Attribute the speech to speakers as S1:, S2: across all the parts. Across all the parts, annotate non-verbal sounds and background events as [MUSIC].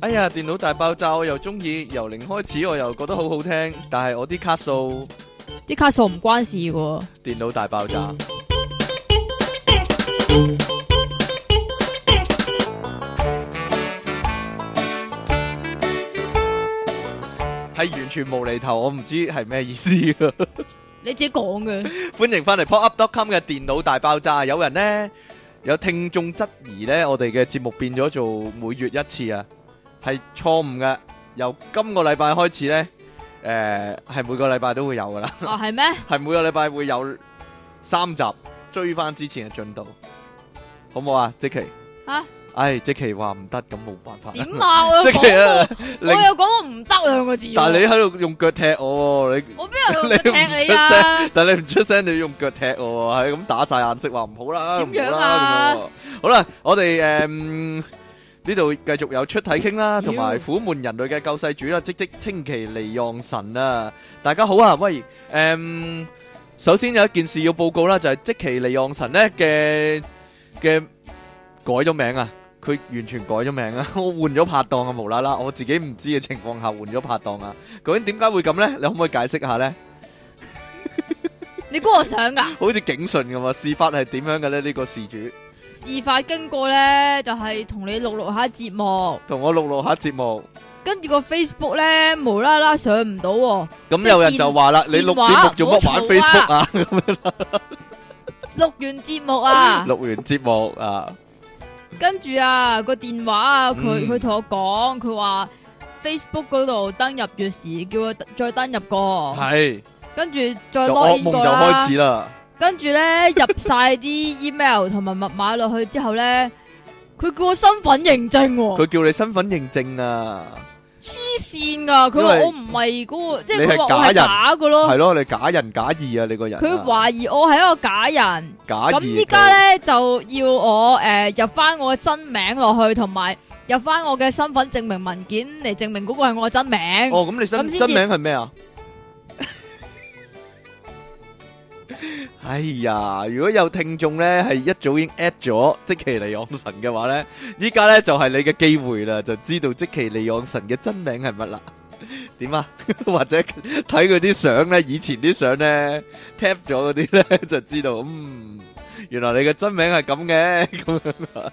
S1: 啊，電腦大爆炸我又中意，由零開始我又覺得好好聽，但係我啲卡數
S2: 啲卡數唔關事嘅，
S1: 電腦大爆炸。係完全無厘頭，我唔知係咩意思㗎
S2: 你自己講
S1: [LAUGHS]
S2: 嘅。
S1: 歡迎翻嚟 popup.com 嘅電腦大爆炸，有人呢，有聽眾質疑呢，我哋嘅節目變咗做每月一次啊，係錯誤嘅。由今個禮拜開始呢，誒、係每個禮拜都會有噶啦， [LAUGHS]
S2: 啊，係咩？
S1: 係每個禮拜會有三集追翻之前嘅進度，好唔好啊？即奇，
S2: 吓
S1: 唉，即奇話唔得，咁冇辦法啦。
S2: 點啊？我有
S1: [LAUGHS] 即奇
S2: 講
S1: 啊
S2: 到，，我
S1: 令
S2: 有講到唔得兩個字喎。
S1: 但係你喺度用腳踢我喎，你。
S2: 我邊有兩個踢你
S1: [LAUGHS] 你
S2: 啊？
S1: 但你唔出聲，你要用腳踢我喎，係咁打晒眼色話唔好啦，
S2: 點樣
S1: 唔好
S2: 啊
S1: 啦咁樣喎好啦，我哋誒嗯呢度繼續有出體傾啦，同埋苦悶人類嘅救世主啦，即即稱其離讓神啊！大家好啊，喂誒。嗯首先有一件事要報告啦，就係、即其利昂神咧嘅嘅改咗名啊，佢完全改咗名啊， [LAUGHS] 我換咗拍檔啊，無啦啦，我自己唔知嘅情況下換咗拍檔啊，究竟點解會咁呢？你可唔可以解釋下呢？
S2: 你估我想噶？
S1: 好似警訊咁啊！事發係點樣嘅咧？呢、個事主
S2: 事發經過咧，就係同你錄錄下節目，
S1: 同我錄錄下節目，
S2: 跟住個 Facebook 咧無啦啦上唔到喎，
S1: 咁
S2: 即
S1: 有人
S2: 電
S1: 就話啦：你錄節目做乜玩
S2: 電話唔好嘈啊
S1: Facebook [LAUGHS] 啊？
S2: 錄完節目啊，
S1: [LAUGHS] 錄完節目啊，
S2: 跟住啊個電話啊，佢
S1: 嗯
S2: 佢同我講，佢話 Facebook 嗰度登入月時，叫我再登入過，
S1: 係
S2: 跟住再
S1: 就
S2: log
S1: 噩
S2: in
S1: 夢
S2: 過
S1: 就開
S2: 啦
S1: 始，啦。
S2: 跟住咧入晒啲 email 同埋密碼落去之後咧，佢叫我身份認證喎，
S1: 佢叫你身份認證啊，
S2: 黐線噶，佢話
S1: 因為
S2: 我唔係嗰個，即係
S1: 你係
S2: 佢話我
S1: 假
S2: 係
S1: 人
S2: 假嘅咯
S1: 係。咯，你假人假義啊，你個人啊。
S2: 佢懷疑我係一個假人，
S1: 假
S2: 咁
S1: 義
S2: 依家咧就要我诶、呃入翻我嘅真名落去，同埋入翻我嘅身份證明文件嚟證明嗰個係我嘅真名。
S1: 就哦，咁你
S2: 咁
S1: 身
S2: 先至
S1: 真名係咩
S2: [LAUGHS]
S1: 啊？哎呀，如果有聽眾咧係一早已經 at 咗即其利昂神嘅話咧，依家咧就係你嘅機會啦，就知道即其利昂神嘅真名係乜啦。點啊？ [LAUGHS] 或者睇佢啲相咧，以前啲相咧 tap 咗嗰啲咧，就知道嗯，原來你嘅真名係咁嘅咁樣。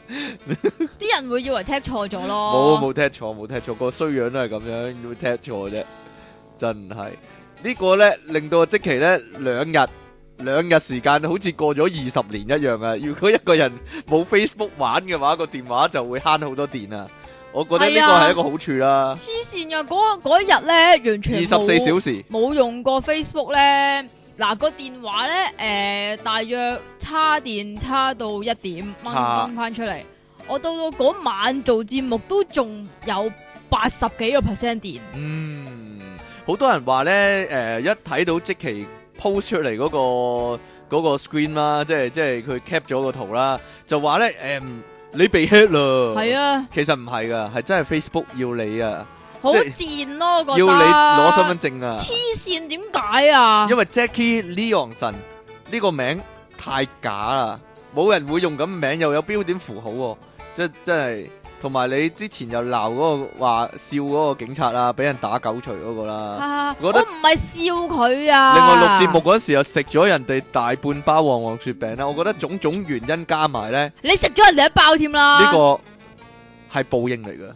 S2: 啲人會以為踢錯咗
S1: 冇
S2: 咯。
S1: 冇踢錯，冇踢錯，個衰樣都係咁樣，會踢錯啫，真係呢個咧令到即期咧兩日兩日時間，好似過咗二十年一樣啊！如果一個人冇 Facebook 玩嘅話，個電話就會慳好多電啊！我覺得呢
S2: 係
S1: 個
S2: 啊
S1: 係一個好處啦，
S2: 黐線噶，嗰嗰一日咧
S1: 二
S2: 完全
S1: 十四
S2: 冇
S1: 小時
S2: 冇用過 Facebook 咧。嗱、個電話咧，诶、大約叉電叉到一點掹
S1: 啊
S2: 掹翻出嚟。我到到嗰晚做節目都仲有八十幾個 percent 電。
S1: 嗯，好多人話咧，誒、一睇到即期 post 出嚟嗰、個嗰、個 screen 啦，即係即係佢 cap 咗個圖啦，就話咧誒你被 hit 啦，
S2: 係啊。
S1: 其實唔係噶，係真係 Facebook 要你啊，
S2: 好
S1: 即係
S2: 賤咯，我覺
S1: 要
S2: 得
S1: 你攞身份證啊，
S2: 黐線點解啊？
S1: 因為 Jackie Leonson 呢個名太假啦，冇人會用咁名，又有標點符號喎、即真係。同埋你之前又鬧嗰、個話笑嗰個警察啦，俾人打狗錘嗰個啦。
S2: 啊
S1: 我
S2: 我
S1: 覺得
S2: 唔係笑佢啊。
S1: 另外錄節目嗰陣時又食咗人哋大半包旺旺雪餅啦，我覺得種種原因加埋咧，呢、
S2: 你食咗人哋一包添啦。
S1: 呢個係報應嚟嘅，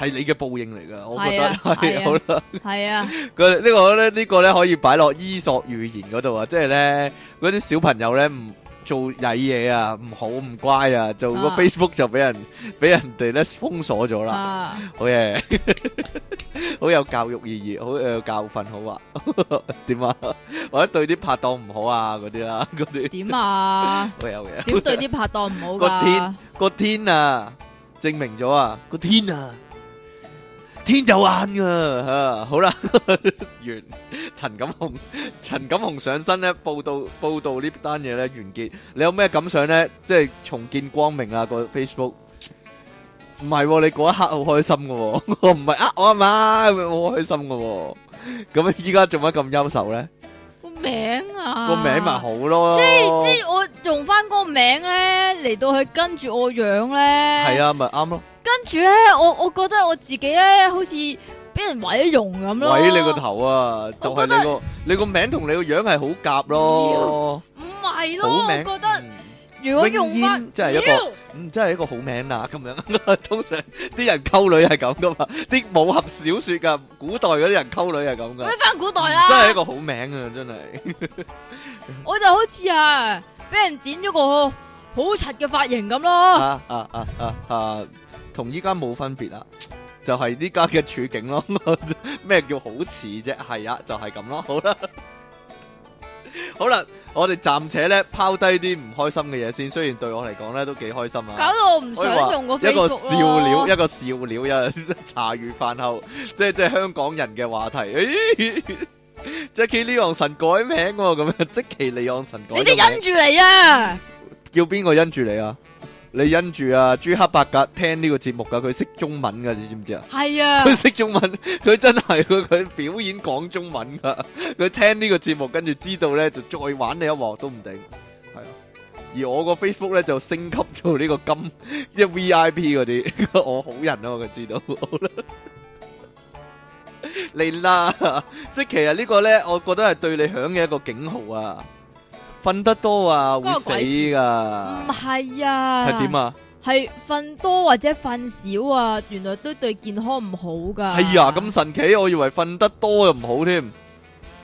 S1: 係你嘅報應嚟嘅，我覺得
S2: 係啊係
S1: 係
S2: 啊
S1: 好啦。
S2: 係啊，
S1: 佢呢個咧，呢個咧可以擺落伊索寓言嗰度啊，即係咧嗰啲小朋友咧唔做曳嘢啊，唔好唔乖啊，做個
S2: 啊
S1: Facebook 就俾人俾人哋咧封鎖咗啦，
S2: 啊
S1: 好嘢， [LAUGHS] 好有教育意義，好有教訓，好啊， [LAUGHS] 點啊，或者對啲拍檔唔好啊嗰啲啦，嗰啲
S2: 點啊？
S1: 好有嘢，
S2: 點對啲拍檔唔好
S1: 個
S2: 㗎？
S1: 個天啊，證明咗啊，個天啊，天有眼噶、啊，好啦， [LAUGHS] 完。陳錦鴻，陳錦鴻上身咧，報道報道呢單嘢咧完結。你有咩感想咧？即係重見光明啊！個 Facebook 唔係喎，你嗰一刻好開心嘅喎、 [LAUGHS] 我唔係呃我啊嘛，咁樣好開心嘅喎、咁啊依家做乜咁優秀咧？
S2: 個名啊，
S1: 個名咪好咯，啊哦
S2: 即係即係我用翻嗰個名咧，嚟到去跟住我樣咧，
S1: 係啊，咪啱咯，
S2: 跟住咧我我覺得我自己咧好似俾人毀容咁咯，
S1: 毀你個頭啊，就係
S2: 我覺得
S1: 你個你個名同你個樣係好夾咯，
S2: 唔係咯，
S1: 好
S2: 我
S1: 名。
S2: 覺得
S1: 嗯
S2: 如果用
S1: 永
S2: 翻
S1: 遠真係一個嗯，真係一個好名啊！咁樣 [LAUGHS] 通常啲人溝女係咁噶嘛，啲武俠小説噶，古代嗰啲人溝女係咁噶，
S2: 翻古代
S1: 嗯真係一
S2: 啦，
S1: 個好名啊！真係
S2: 我就好似啊俾人剪咗個好柒嘅髮型咁咯，
S1: 啊啊啊啊啊，同依家冇分別啊！就係呢家嘅處境咯， [LAUGHS] 咩叫好似啫？係啊，就係咁咯。 [LAUGHS] 好啦，好啦，我哋暫且咧拋低啲唔開心嘅嘢先，雖然對我嚟講咧都幾開心啊。
S2: 搞到我唔想用個
S1: 一個笑
S2: Facebook
S1: 料， [LAUGHS]
S2: 咯，
S1: 一個笑料，一個 [LAUGHS] 茶餘飯後，即係即係香港人嘅話題。 [LAUGHS] 咦 Jackie 李昂臣改名喎，咁樣即其李昂臣改
S2: 你
S1: 咗
S2: 哋因
S1: 名，
S2: 住嚟啊！
S1: 叫邊個因住你啊？你因住啊朱克伯格聽呢個節目噶，佢識中文噶，你知唔知啊？
S2: 系啊，
S1: 佢識中文，佢真係佢佢表演講中文噶，佢聽呢個節目跟住知道咧就再玩你一鑊都唔定，係啊。而我個 Facebook 咧就升級做呢個金即係 VIP 嗰啲，我好人咯、啊，佢知道。好啦嚟啦，即係其實呢個咧，我覺得係對你響嘅一個警號啊！瞓得多啊，會
S2: 關我鬼
S1: 死
S2: 事
S1: 噶
S2: 唔，係啊，
S1: 係點？啊？
S2: 系瞓多或者瞓少啊，原來都對健康唔好噶。
S1: 係啊，咁神奇，我以為瞓得多又唔好添，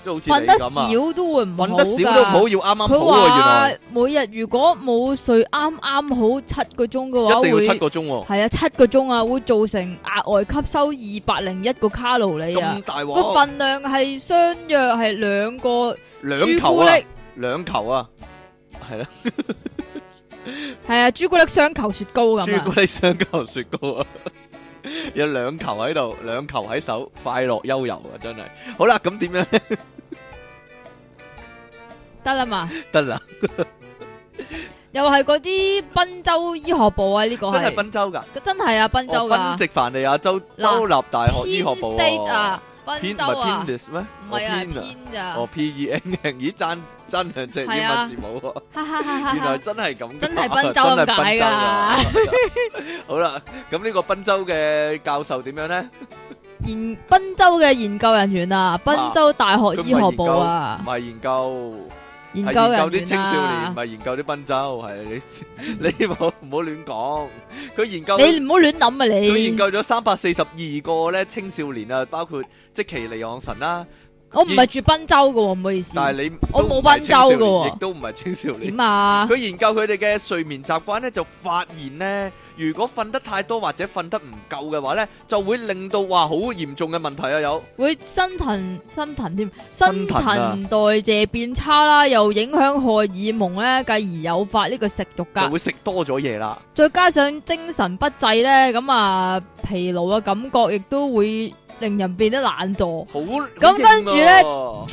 S1: 即係好似
S2: 瞓
S1: 你
S2: 得
S1: 咁啊。
S2: 少都會唔好㗎
S1: 瞓得少都唔好，。要啱啱
S2: 佢
S1: 好啊！
S2: 話每日如果冇睡啱啱好七個鐘嘅
S1: 原來
S2: 話，
S1: 一定要七
S2: 會
S1: 個鐘喎，
S2: 係啊七個鐘啊，會造成額外吸收二百零一個卡路里啊
S1: 咁。大
S2: 個
S1: 鑊，
S2: 份量係相約係兩個
S1: 兩
S2: 朱
S1: 球
S2: 古
S1: 啊
S2: 力，，
S1: 兩球啊，係啦，
S2: 係啊朱古力雙球雪糕咁
S1: 朱古
S2: 啊，
S1: 力雙球雪糕啊， [LAUGHS] 有兩球喺度，兩球喺手，快樂悠遊啊，真係。好啦，咁點樣咧
S2: 得啦嘛。
S1: [LAUGHS] 得啦？
S2: 又係嗰啲賓州醫學部啊，呢、個
S1: 真
S2: 係
S1: 係賓州㗎，
S2: 真係啊，賓州
S1: 哦
S2: 噶
S1: 賓夕凡尼亞州州立大學醫學
S2: Penn
S1: 部
S2: State
S1: 喎
S2: 啊，賓
S1: 偏唔
S2: 州
S1: 係
S2: 啊，
S1: 偏 s 咩？
S2: 唔係啊，
S1: 哦，Penn
S2: 偏咋，
S1: 哦，P E N，咦爭爭兩隻英
S2: 係啊
S1: 文字母喎。
S2: 哈哈哈 [LAUGHS] 哈
S1: 原來
S2: 哈，
S1: 真係咁㗎，
S2: 真係
S1: [LAUGHS]
S2: 賓州咁解
S1: 真係賓
S2: 㗎
S1: 州㗎。 [LAUGHS] 好啦，咁呢個賓州嘅教授點樣咧？
S2: 研賓州嘅研究人員啊，賓州大學醫學部
S1: 唔
S2: 啊，
S1: 係研究，
S2: 研
S1: 係
S2: 究
S1: 研究
S2: 人
S1: 啲青
S2: 員
S1: 少年，唔
S2: 啊，
S1: 係研究啲賓州，係
S2: [LAUGHS]
S1: 你你唔好唔好亂講。佢研究
S2: 你唔好亂諗啊
S1: 佢研
S2: 你，
S1: 究咗三百四十二個咧青少年啊，包括即其尼昂神啦，
S2: 我唔係住賓州噶喎，唔好意思，
S1: 但係你
S2: 我
S1: 都唔
S2: 冇
S1: 係
S2: 賓州
S1: 青少
S2: 㗎
S1: 年
S2: 喎
S1: 亦都唔係青少年
S2: 點。啊？
S1: 佢研究佢哋嘅睡眠習慣咧，就發現咧，如果瞓得太多或者瞓得唔夠嘅話咧，就會令到哇好嚴重嘅問題啊有。
S2: 會新陳新陳添，
S1: 新
S2: 新
S1: 陳啊
S2: 陳代謝變差啦，又影響荷爾蒙咧，繼而誘發呢個食慾
S1: 就
S2: 噶。
S1: 會食多咗嘢啦，
S2: 再加上精神不濟咧，咁啊疲勞嘅感覺亦都會令人變得懶惰，
S1: 好啊
S2: 咁跟住
S1: 好
S2: 咧，
S1: 勁喎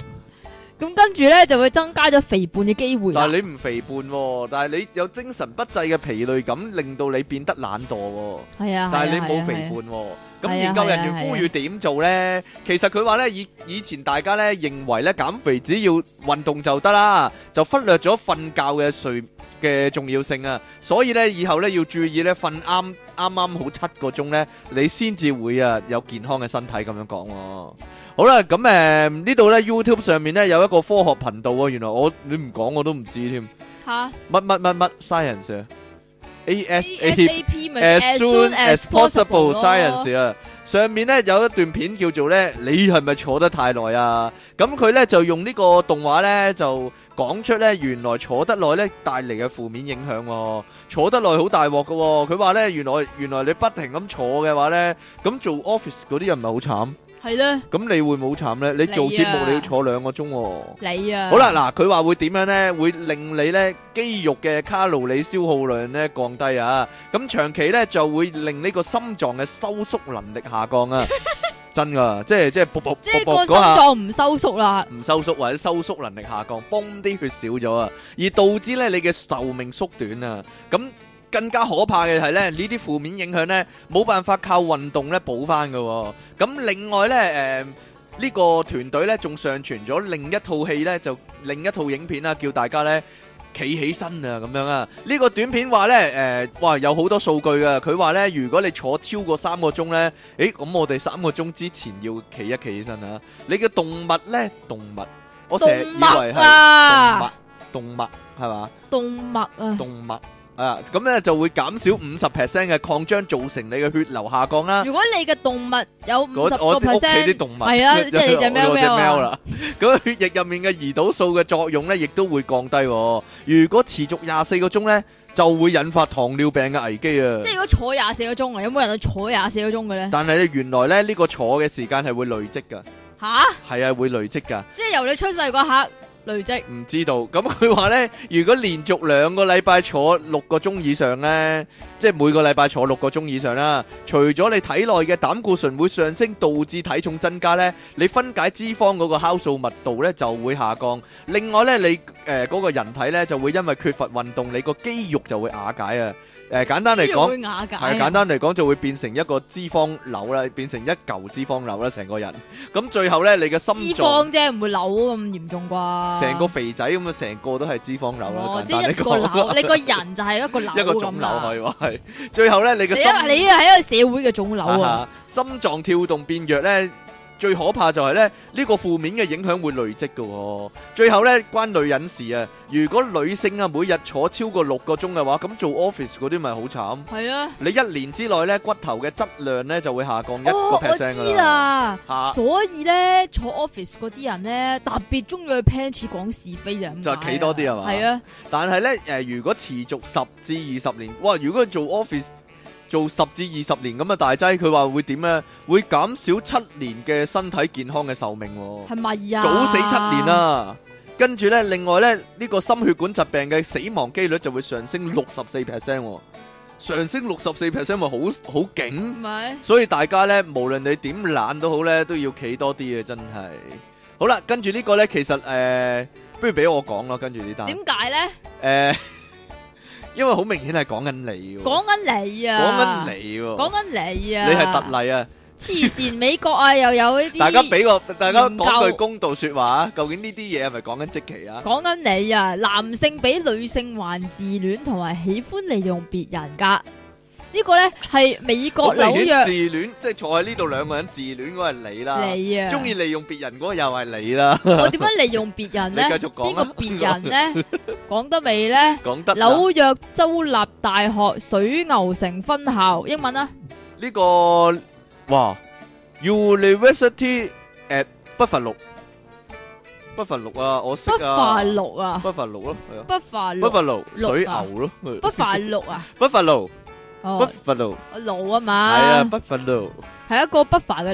S2: 咁跟住咧就會增加咗肥胖嘅機會啦
S1: 但。係你唔肥胖、喎，但係你有精神不濟嘅疲累感，令到你變得懶惰、喎。
S2: 係啊，
S1: 但係你
S2: 係啊
S1: 冇肥
S2: 係啊
S1: 胖喎。咁
S2: 係啊
S1: 研究人
S2: 係啊
S1: 員
S2: 係啊
S1: 呼籲點做呢？其實佢話呢，以以前大家呢認為呢減肥只要運動就得啦，就忽略咗瞓覺嘅睡嘅重要性啊。所以呢，以後呢要注意呢，瞓啱啱啱好七個鐘呢，你先至會啊有健康嘅身體咁樣講喎。好啦，咁誒呢度呢 YouTube 上面呢有一個科學頻道喎，原來我你唔講我都唔知添。
S2: 吓
S1: 乜乜乜乜 science 啊 ASAP
S2: ASAP 咪
S1: as
S2: as
S1: soon
S2: soon
S1: as
S2: as
S1: possible
S2: possible
S1: science 啊。上面咧有一段片叫做咧，你係咪坐得太耐啊？咁佢咧就用呢個動畫咧就講出咧，原來坐得耐咧帶嚟嘅負面影響喎、坐得耐好大鑊噶喎。佢話咧，原來原來你不停咁坐嘅話咧，咁做 office 嗰啲人咪好慘。
S2: 係咧
S1: 咁你會唔會好慘咧？你做節目
S2: 你啊
S1: 你要坐兩個鐘喎、
S2: 你啊，
S1: 好，啦，嗱，佢話會點樣呢？會令你呢肌肉嘅卡路里消耗量呢降低啊，咁長期呢就會令呢個心臟嘅收縮能力下降
S2: [LAUGHS]
S1: 啊，真噶，即係即係卜卜
S2: 即係
S1: 卜
S2: 個
S1: 卜
S2: 心
S1: 嗰下
S2: 臟唔收縮啦，
S1: 唔收縮或者收縮能力下降，泵啲血少咗啊，而導致呢你嘅壽命縮短啊，咁。更加可怕嘅係咧，呢啲負面影響咧冇辦法靠運動咧補翻嘅喎。咁另外咧，誒、呢個團隊咧仲上傳咗另一套戲咧，就另一套影片啦，叫大家咧企起身啊，咁樣啊！呢、個短片話呢，誒、哇有好多數據啊！佢話呢，如果你坐超過三個鐘呢，誒咁我哋三個鐘之前要企一企起身啊！你嘅動物呢，動物，我成日以為
S2: 動物
S1: 係動物
S2: 啊，，
S1: 動物係嘛？
S2: 動物啊，
S1: 動物啊，咁呢就會減少五十 percent 嘅擴張，造成你嘅血流下降啦。
S2: 如果你嘅動物有五十
S1: 嗰
S2: 個
S1: 我啲屋企
S2: percent，
S1: 啲動物 [LAUGHS]
S2: 係啊，即係你隻喵
S1: 我
S2: 喵啊，
S1: 啦。咁血液入面嘅胰島素嘅作用咧，亦都會降低喎。如果持續廿四個鐘咧，就會引發糖尿病嘅危機啊
S2: 即係。如果坐廿四個鐘啊，有冇人去坐廿四個鐘嘅咧？
S1: 但係咧，原來咧呢個坐嘅時間係會累積㗎，
S2: 吓，
S1: 係啊會累積㗎。
S2: 即係由你出世嗰刻累積，
S1: 唔知道。咁佢話咧，如果連續兩個禮拜坐六個鐘以上咧，即係每個禮拜坐六個鐘以上啦，除咗你體內嘅膽固醇會上升，導致體重增加咧，你分解脂肪嗰個酵素密度咧就會下降。另外咧，你誒嗰、個人體咧就會因為缺乏運動，你個肌肉就會瓦解啊。誒、簡單嚟
S2: 呢
S1: 講
S2: 個。會瓦解。
S1: 係簡單嚟講，就會變成一個脂肪瘤啦，變成一嚿脂肪瘤啦，成個人。咁最後咧，你嘅
S2: 脂
S1: 心臟
S2: 肪啫，唔會瘤咁嚴重啩。
S1: 成個肥仔咁啊，成個都係脂肪瘤啦，
S2: 哦，
S1: 簡
S2: 即係
S1: 單
S2: 一
S1: 嚟
S2: 個
S1: [LAUGHS]
S2: 瘤，
S1: 講，
S2: 你個人就係一個瘤
S1: 一個腫
S2: 咁
S1: 瘤可
S2: 啦。
S1: 以話係。最後咧，你嘅
S2: 你
S1: 心
S2: 一你係一個社會嘅腫瘤啊！
S1: 啊哈心臟跳動變弱咧，最可怕就係咧呢個負面嘅影響會累積嘅喎。最後咧，關女人事啊，如果女性啊每日坐超過六個鐘嘅話，咁做 office 嗰啲咪好慘。
S2: 係啦，
S1: 你一年之內咧骨頭嘅質量咧就會下降一個
S2: 哦，我
S1: percent
S2: 知
S1: 㗎啦。
S2: 啦。
S1: 嚇
S2: 所以咧，坐 office 嗰啲人咧，特別中意去 pantry 講是非就係咁解啊。
S1: 就係企多啲係嘛
S2: 係啊，
S1: 但係咧，誒、如果持續十至二十年，哇！如果做 office 做十至二十年咁啊大劑，佢話會點咧？會減少七年嘅身體健康嘅壽命、喎，
S2: 係咪啊？
S1: 早死七年！啦。跟住咧，另外咧，呢、個心血管疾病嘅死亡機率就會上升六十四 percent，喎上升六十四 percent 咪好好勁。
S2: 咪
S1: 所以大家咧，無論你點懶都好咧，都要企多啲嘅，真係。好啦，跟住呢個咧，其實誒、不如俾我講啦，跟住呢單。
S2: 點解咧？
S1: [LAUGHS] 诶，因為好明顯係講緊你喎，
S2: 講緊你
S1: 講
S2: 啊！
S1: 緊你喎，
S2: 講緊你啊！
S1: 你係特例啊！
S2: 黐線，美國啊又有呢啲。
S1: 大家俾個大家講
S2: 研
S1: 句
S2: 究
S1: 公道说話啊！究竟呢啲嘢係咪講緊即期啊？
S2: 講緊你啊，男性比女性還自戀同埋喜歡利用別人噶。呢個呢係美國紐
S1: 好明顯自
S2: 約
S1: 戀，即係坐喺呢度兩個人自戀嗰個係你啦，
S2: 你啊，
S1: 中意利用別人嗰個又係你啦。
S2: 我點樣利用別人
S1: 你
S2: 呢？
S1: 繼續
S2: 邊
S1: 講
S2: 個
S1: 啦，
S2: 別
S1: [LAUGHS]
S2: 人呢？講得未呢？
S1: 講得啦
S2: 紐約州立大學水牛城分校，英文啊，
S1: 呢個哇，University at ờ, 北伐六，北伐六啊，我識
S2: 北
S1: 啊
S2: 法，六啊，
S1: 北伐六咯，係啊
S2: 北法
S1: 北
S2: 六，
S1: 伐六水
S2: 六啊
S1: 牛
S2: 北
S1: 咯，
S2: 法六啊，
S1: 北伐六。
S2: 哦，
S1: Buffalo，à,
S2: 路啊嘛，
S1: 係啊，Buffalo，
S2: 係一個北法嘅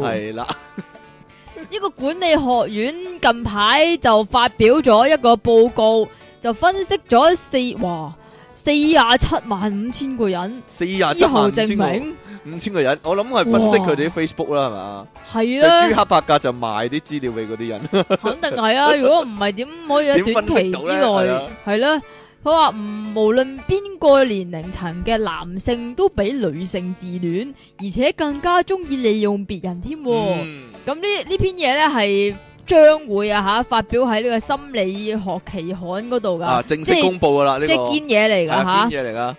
S1: [LAUGHS]
S2: 呢個管理學院近排就發表咗一個報告，就分析咗四哇四廿七萬五千個人
S1: 係啦，四廿七
S2: 之後
S1: 萬
S2: 證明
S1: Ừ, 五千個人，五千個人，我諗係分析佢哋啲 Facebook 啦，係嘛？
S2: 係啊，
S1: 即係朱克伯格就賣啲資料俾嗰啲人，
S2: 肯定係
S1: [LAUGHS]
S2: 啊。如果唔係點可以喺
S1: 點分
S2: 短期
S1: 析到
S2: 之
S1: 呢係啊
S2: 內
S1: 啦
S2: 係啦？佢話唔無論邊個年齡層嘅男性都比女性自戀，而且更加中意利用別人添喎。
S1: 嗯，
S2: 咁呢呢篇嘢咧係將會啊吓發表喺呢個心理學期刊嗰度㗎。
S1: 啊，正式
S2: 即係-
S1: 公佈㗎啦，呢個。
S2: 即係堅嘢嚟噶
S1: À,
S2: 吓。
S1: 係啊，堅嘢嚟㗎，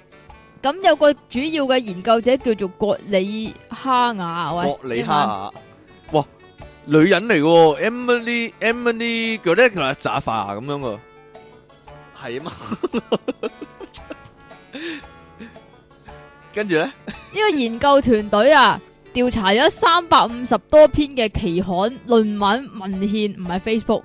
S2: 咁有個主要嘅研究者叫做葛里哈雅，啊喂，
S1: 博里哈雅。哇，女人嚟㗎喎，Emily- Emily [LAUGHS] Gallagher-Zaffa咁樣喎。係啊嘛。跟住呢？
S2: 呢個研究團隊啊，調查咗三百五十多篇嘅期刊論文文獻，唔係 Facebook。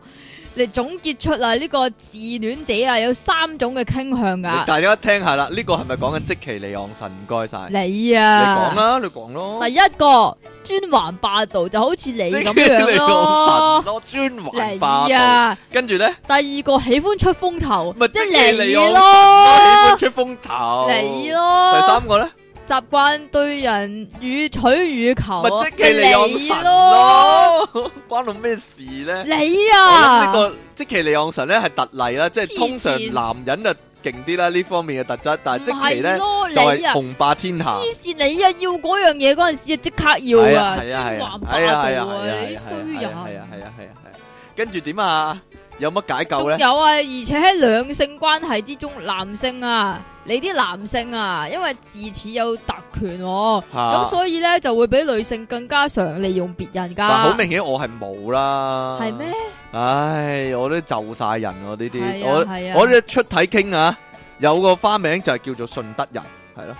S2: 嚟總結出啊，呢個自戀者啊有三種嘅傾向噶，
S1: 大家聽下啦，呢個係咪講緊即其利昂神？唔該晒，你
S2: 你
S1: 講
S2: 啊，
S1: 啦，你講咯。
S2: 第一個專橫霸道就好似你
S1: 即
S2: 咁
S1: 其利
S2: 樣
S1: 昂
S2: 咯
S1: 神， [LAUGHS] 咯，專橫霸
S2: 你
S1: 道。
S2: 啊，
S1: 跟住咧，
S2: 第二個喜歡出風頭
S1: 咪，
S2: 即
S1: 即其
S2: 係
S1: 利
S2: 你
S1: 昂神
S2: 咯
S1: 我，喜歡出風頭。
S2: 你。咯，
S1: 第哦三個咧，
S2: 習慣對人予取予求啊
S1: 咪即其利昂神
S2: 咯，
S1: [LAUGHS] 咯，關我咩事咧？
S2: 你
S1: 我諗呢
S2: 啊，
S1: 個即其利昂神咧係特例啦，即係
S2: 黐
S1: 通
S2: 線
S1: 常男人啊勁啲啦呢方面嘅特質，但係啊即其咧
S2: 唔係
S1: 就
S2: 咯，
S1: 係
S2: 你啊，
S1: 雄霸天下。
S2: 黐線你啊，要嗰樣嘢嗰陣時啊，即刻
S1: 係
S2: 要
S1: 啊
S2: 啊，
S1: 係啊係啊係啊
S2: 專橫霸
S1: 係啊係
S2: 道
S1: 啊
S2: 啊，你
S1: 係啊係啊係啊係啊係啊
S2: 衰人，
S1: 係啊係啊跟住點啊？有乜解救
S2: 仲
S1: 咧？
S2: 有啊，而且喺兩性關係之中，男性啊，你啲男性啊，因為自此有特權、喎，咁、
S1: 嚇
S2: 所以咧就會比女性更加常利用別人
S1: 但好
S2: 噶。
S1: 明顯啊我係冇啦。
S2: 係咩？？
S1: 唉，我都就晒人我呢啲，
S2: 係
S1: 我
S2: 啊係啊，
S1: 我呢出體傾啊，有個花名就係叫做順德人，係咯。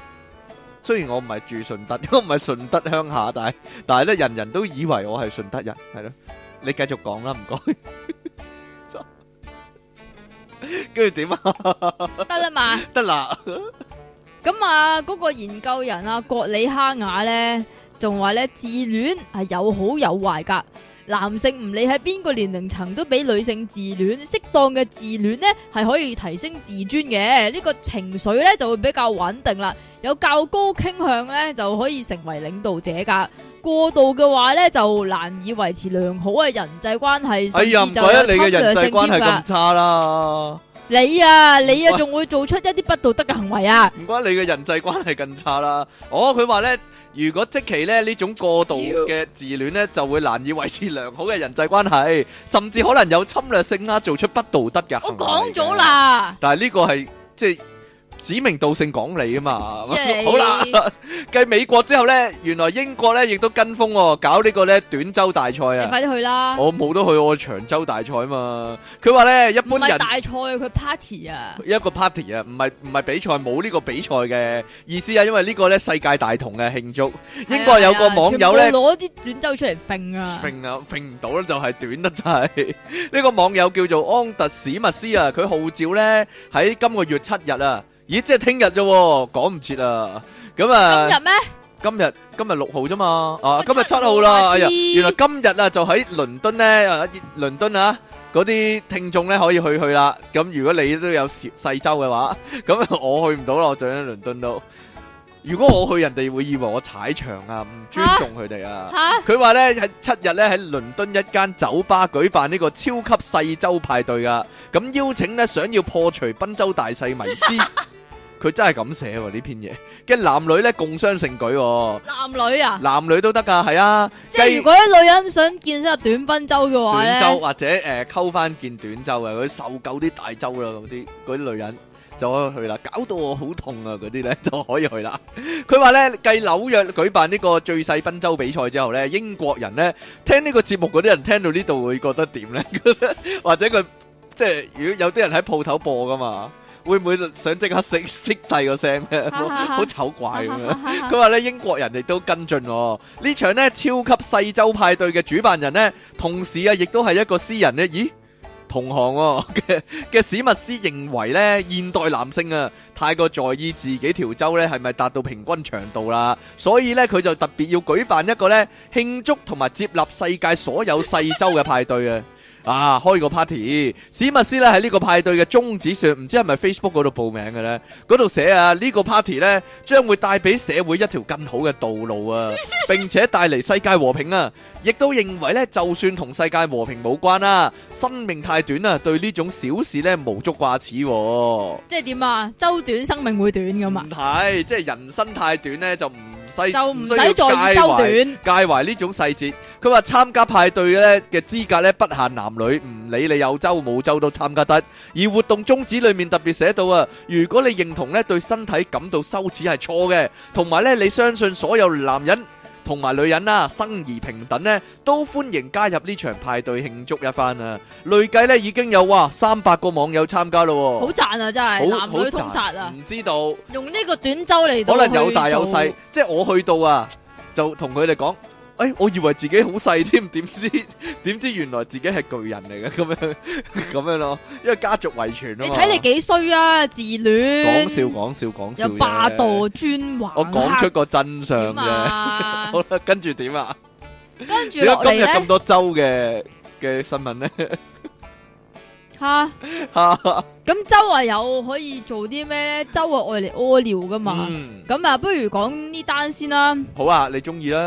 S1: 雖然我唔係住順德， [LAUGHS] 我唔係順德鄉下，但係但係咧，人人都以為我係順德人，係咯。你繼續講啦，唔該。 [LAUGHS] 跟住點啊？ [LAUGHS]
S2: 得啦嘛。
S1: 得啦，
S2: 咁啊，嗰、個研究人啊，葛里哈雅咧，仲話咧自戀係有好有壞噶。男性唔理喺邊個年齡層都比女性自戀，適當嘅自戀呢係可以提升自尊嘅，呢、個情緒呢就會比較穩定啦，有較高傾向呢就可以成為領導者噶。過度嘅話呢，就難以維持良好嘅人際關係，
S1: 哎
S2: 甚
S1: 呀，唔
S2: 至
S1: 怪
S2: 就有
S1: 得你嘅
S2: 侵略
S1: 人際
S2: 性
S1: 關係
S2: 添
S1: 咁
S2: 噶。
S1: 差啦，
S2: 你啊，你
S1: 喂
S2: 啊，仲會做出一啲不道德嘅行為啊！
S1: 唔怪你嘅人際關係更差啦。哦，佢話咧，如果即期咧呢種過度嘅自戀咧，就會難以維持良好嘅人際關係，甚至可能有侵略性啦，做出不道德嘅。
S2: 我講咗。啦。
S1: 但係呢個係即係指名道姓講你啊
S2: [LAUGHS]
S1: 嘛。[LAUGHS]
S2: 你
S1: 好啦，繼美國之後咧，原來英國咧亦都跟風喎，搞呢個咧短洲大賽
S2: 你
S1: 啊。
S2: 快啲去啦！
S1: 我冇得去我長洲大賽嘛。佢話咧，一
S2: 唔
S1: 般
S2: 係
S1: 人。
S2: 大賽，佢 party à. 啊！
S1: 一個 party 啊，唔係唔係比賽，冇呢個比賽嘅意思啊，因為呢個咧世界大同嘅慶祝，英國
S2: dạ,
S1: 有個網友
S2: 係啊
S1: 咧
S2: 全。部攞啲短袖出嚟揈啊！
S1: 揈啊，揈唔到啦，就係 [LAUGHS] 短得滯。呢個網友叫做安特史密斯啊，佢號召咧喺今個月七日啊，咦，即係聽日啫喎，趕唔切啊。咁啊，
S2: 今日咩？
S1: 今日今日六號啫嘛，啊
S2: 喂
S1: 今日七
S2: 七號
S1: 號啦，
S2: 啊
S1: 哎呀，
S2: 知
S1: 原來今日啊就喺倫敦咧，啊倫敦啊嗰啲聽眾咧可以去去啦。咁如果你都有小細洲嘅話， [LAUGHS] 咁我去唔到啦，我就喺倫敦度。如果我去，人哋會以為我踩場啊，唔尊重佢哋啊。
S2: 吓
S1: 佢話咧喺七日咧喺倫敦一間酒吧舉辦呢個超級細洲派對噶，咁邀請咧想要破除賓州大細迷思， [LAUGHS] 佢真係咁寫喎呢篇嘢嘅男女咧共襄盛舉、喎，
S2: 男女啊！
S1: 男女都得噶，係啊，
S2: 即係
S1: 雞
S2: à? 如果啲女人想見識下短賓州嘅話
S1: 短袖
S2: [LAUGHS] 咧，
S1: 或者誒溝翻件短袖啊，嗰啲受夠啲大洲啦，嗰啲嗰啲女人就可以去啦，搞到我好痛啊嗰啲咧 [LAUGHS] 就可以去啦。佢話咧，繼紐約舉辦呢個最細賓州比賽之後咧，英國人咧聽呢個節目嗰啲人聽到呢度會覺得點咧？ [LAUGHS] 或者佢即係如果有啲人喺鋪頭播噶嘛，會唔會想即刻熄熄掣個聲咧？好好醜怪咁樣。[LAUGHS]
S2: 樣。
S1: 佢話咧英國人亦都跟進喎，呢場咧超級細洲派對嘅主辦人呢，同時啊亦都係一個詩人呢。咦？同行喎嘅嘅史密斯認為呢，現代男性啊太過在意自己條洲呢係咪達到平均長度啦，所以呢，佢就特別要舉辦一個呢慶祝同埋接納世界所有細洲嘅派對啊！啊，開個 party，史密斯呢喺呢個派對嘅宗旨上，唔知係咪 Facebook 嗰度報名嘅呢？嗰度寫啊，呢、個 party 呢將會帶俾社會一條更好嘅道路
S2: [LAUGHS]
S1: 啊，並且帶嚟世界和平啊！亦都認為呢，就算同世界和平冇關啦、生命太短啦、對呢種小事呢無足掛齒喎。
S2: 即係點啊？州短生命會短咁嘛
S1: 唔，係，即係人生太短呢，就唔使
S2: 就唔使
S1: 需
S2: 在
S1: 要
S2: 意州
S1: 介懷啊
S2: 短。
S1: 介懷呢種細節。佢話參加派對咧嘅資格咧不限男女，唔理你有州冇州都參加得。而活動宗旨裏面特別寫到啊，如果你認同咧對身體感到羞恥係錯嘅，同埋咧你相信所有男人。同埋女人啦、生而平等呢，都歡迎加入呢場派對慶祝一番啊！累計呢已經有哇三百個網友參加咯喎，
S2: 好賺啊！真係
S1: 好
S2: 男女通殺啊！
S1: 唔知道。
S2: 用呢個短袖嚟到
S1: 可能有大有
S2: 去
S1: 細，即係我去到啊，就同佢哋講，誒，我以為自己好細添， [LAUGHS] 點知點知原來自己係巨人嚟嘅，咁樣 [LAUGHS] 咁樣咯，因為家族遺傳
S2: 做。
S1: 啊
S2: 你
S1: 嘛。
S2: 睇你幾衰啊！自戀
S1: 講笑講笑講笑
S2: 又
S1: 啫
S2: 霸道專橫，
S1: 我講出個真相
S2: 點
S1: 啫。
S2: 啊
S1: [LAUGHS] 好啦，跟住點啊？
S2: 跟住
S1: 點
S2: 落
S1: 解
S2: 嚟
S1: 今日咁
S2: 咧
S1: 多州嘅嘅新聞咧？
S2: 吓。
S1: [LAUGHS] 哈
S2: 咁周啊有可以做啲咩咧？周啊愛嚟屙尿噶嘛？
S1: 嗯，
S2: 咁啊，不如講呢單先啦。
S1: 好啊，你中意啦，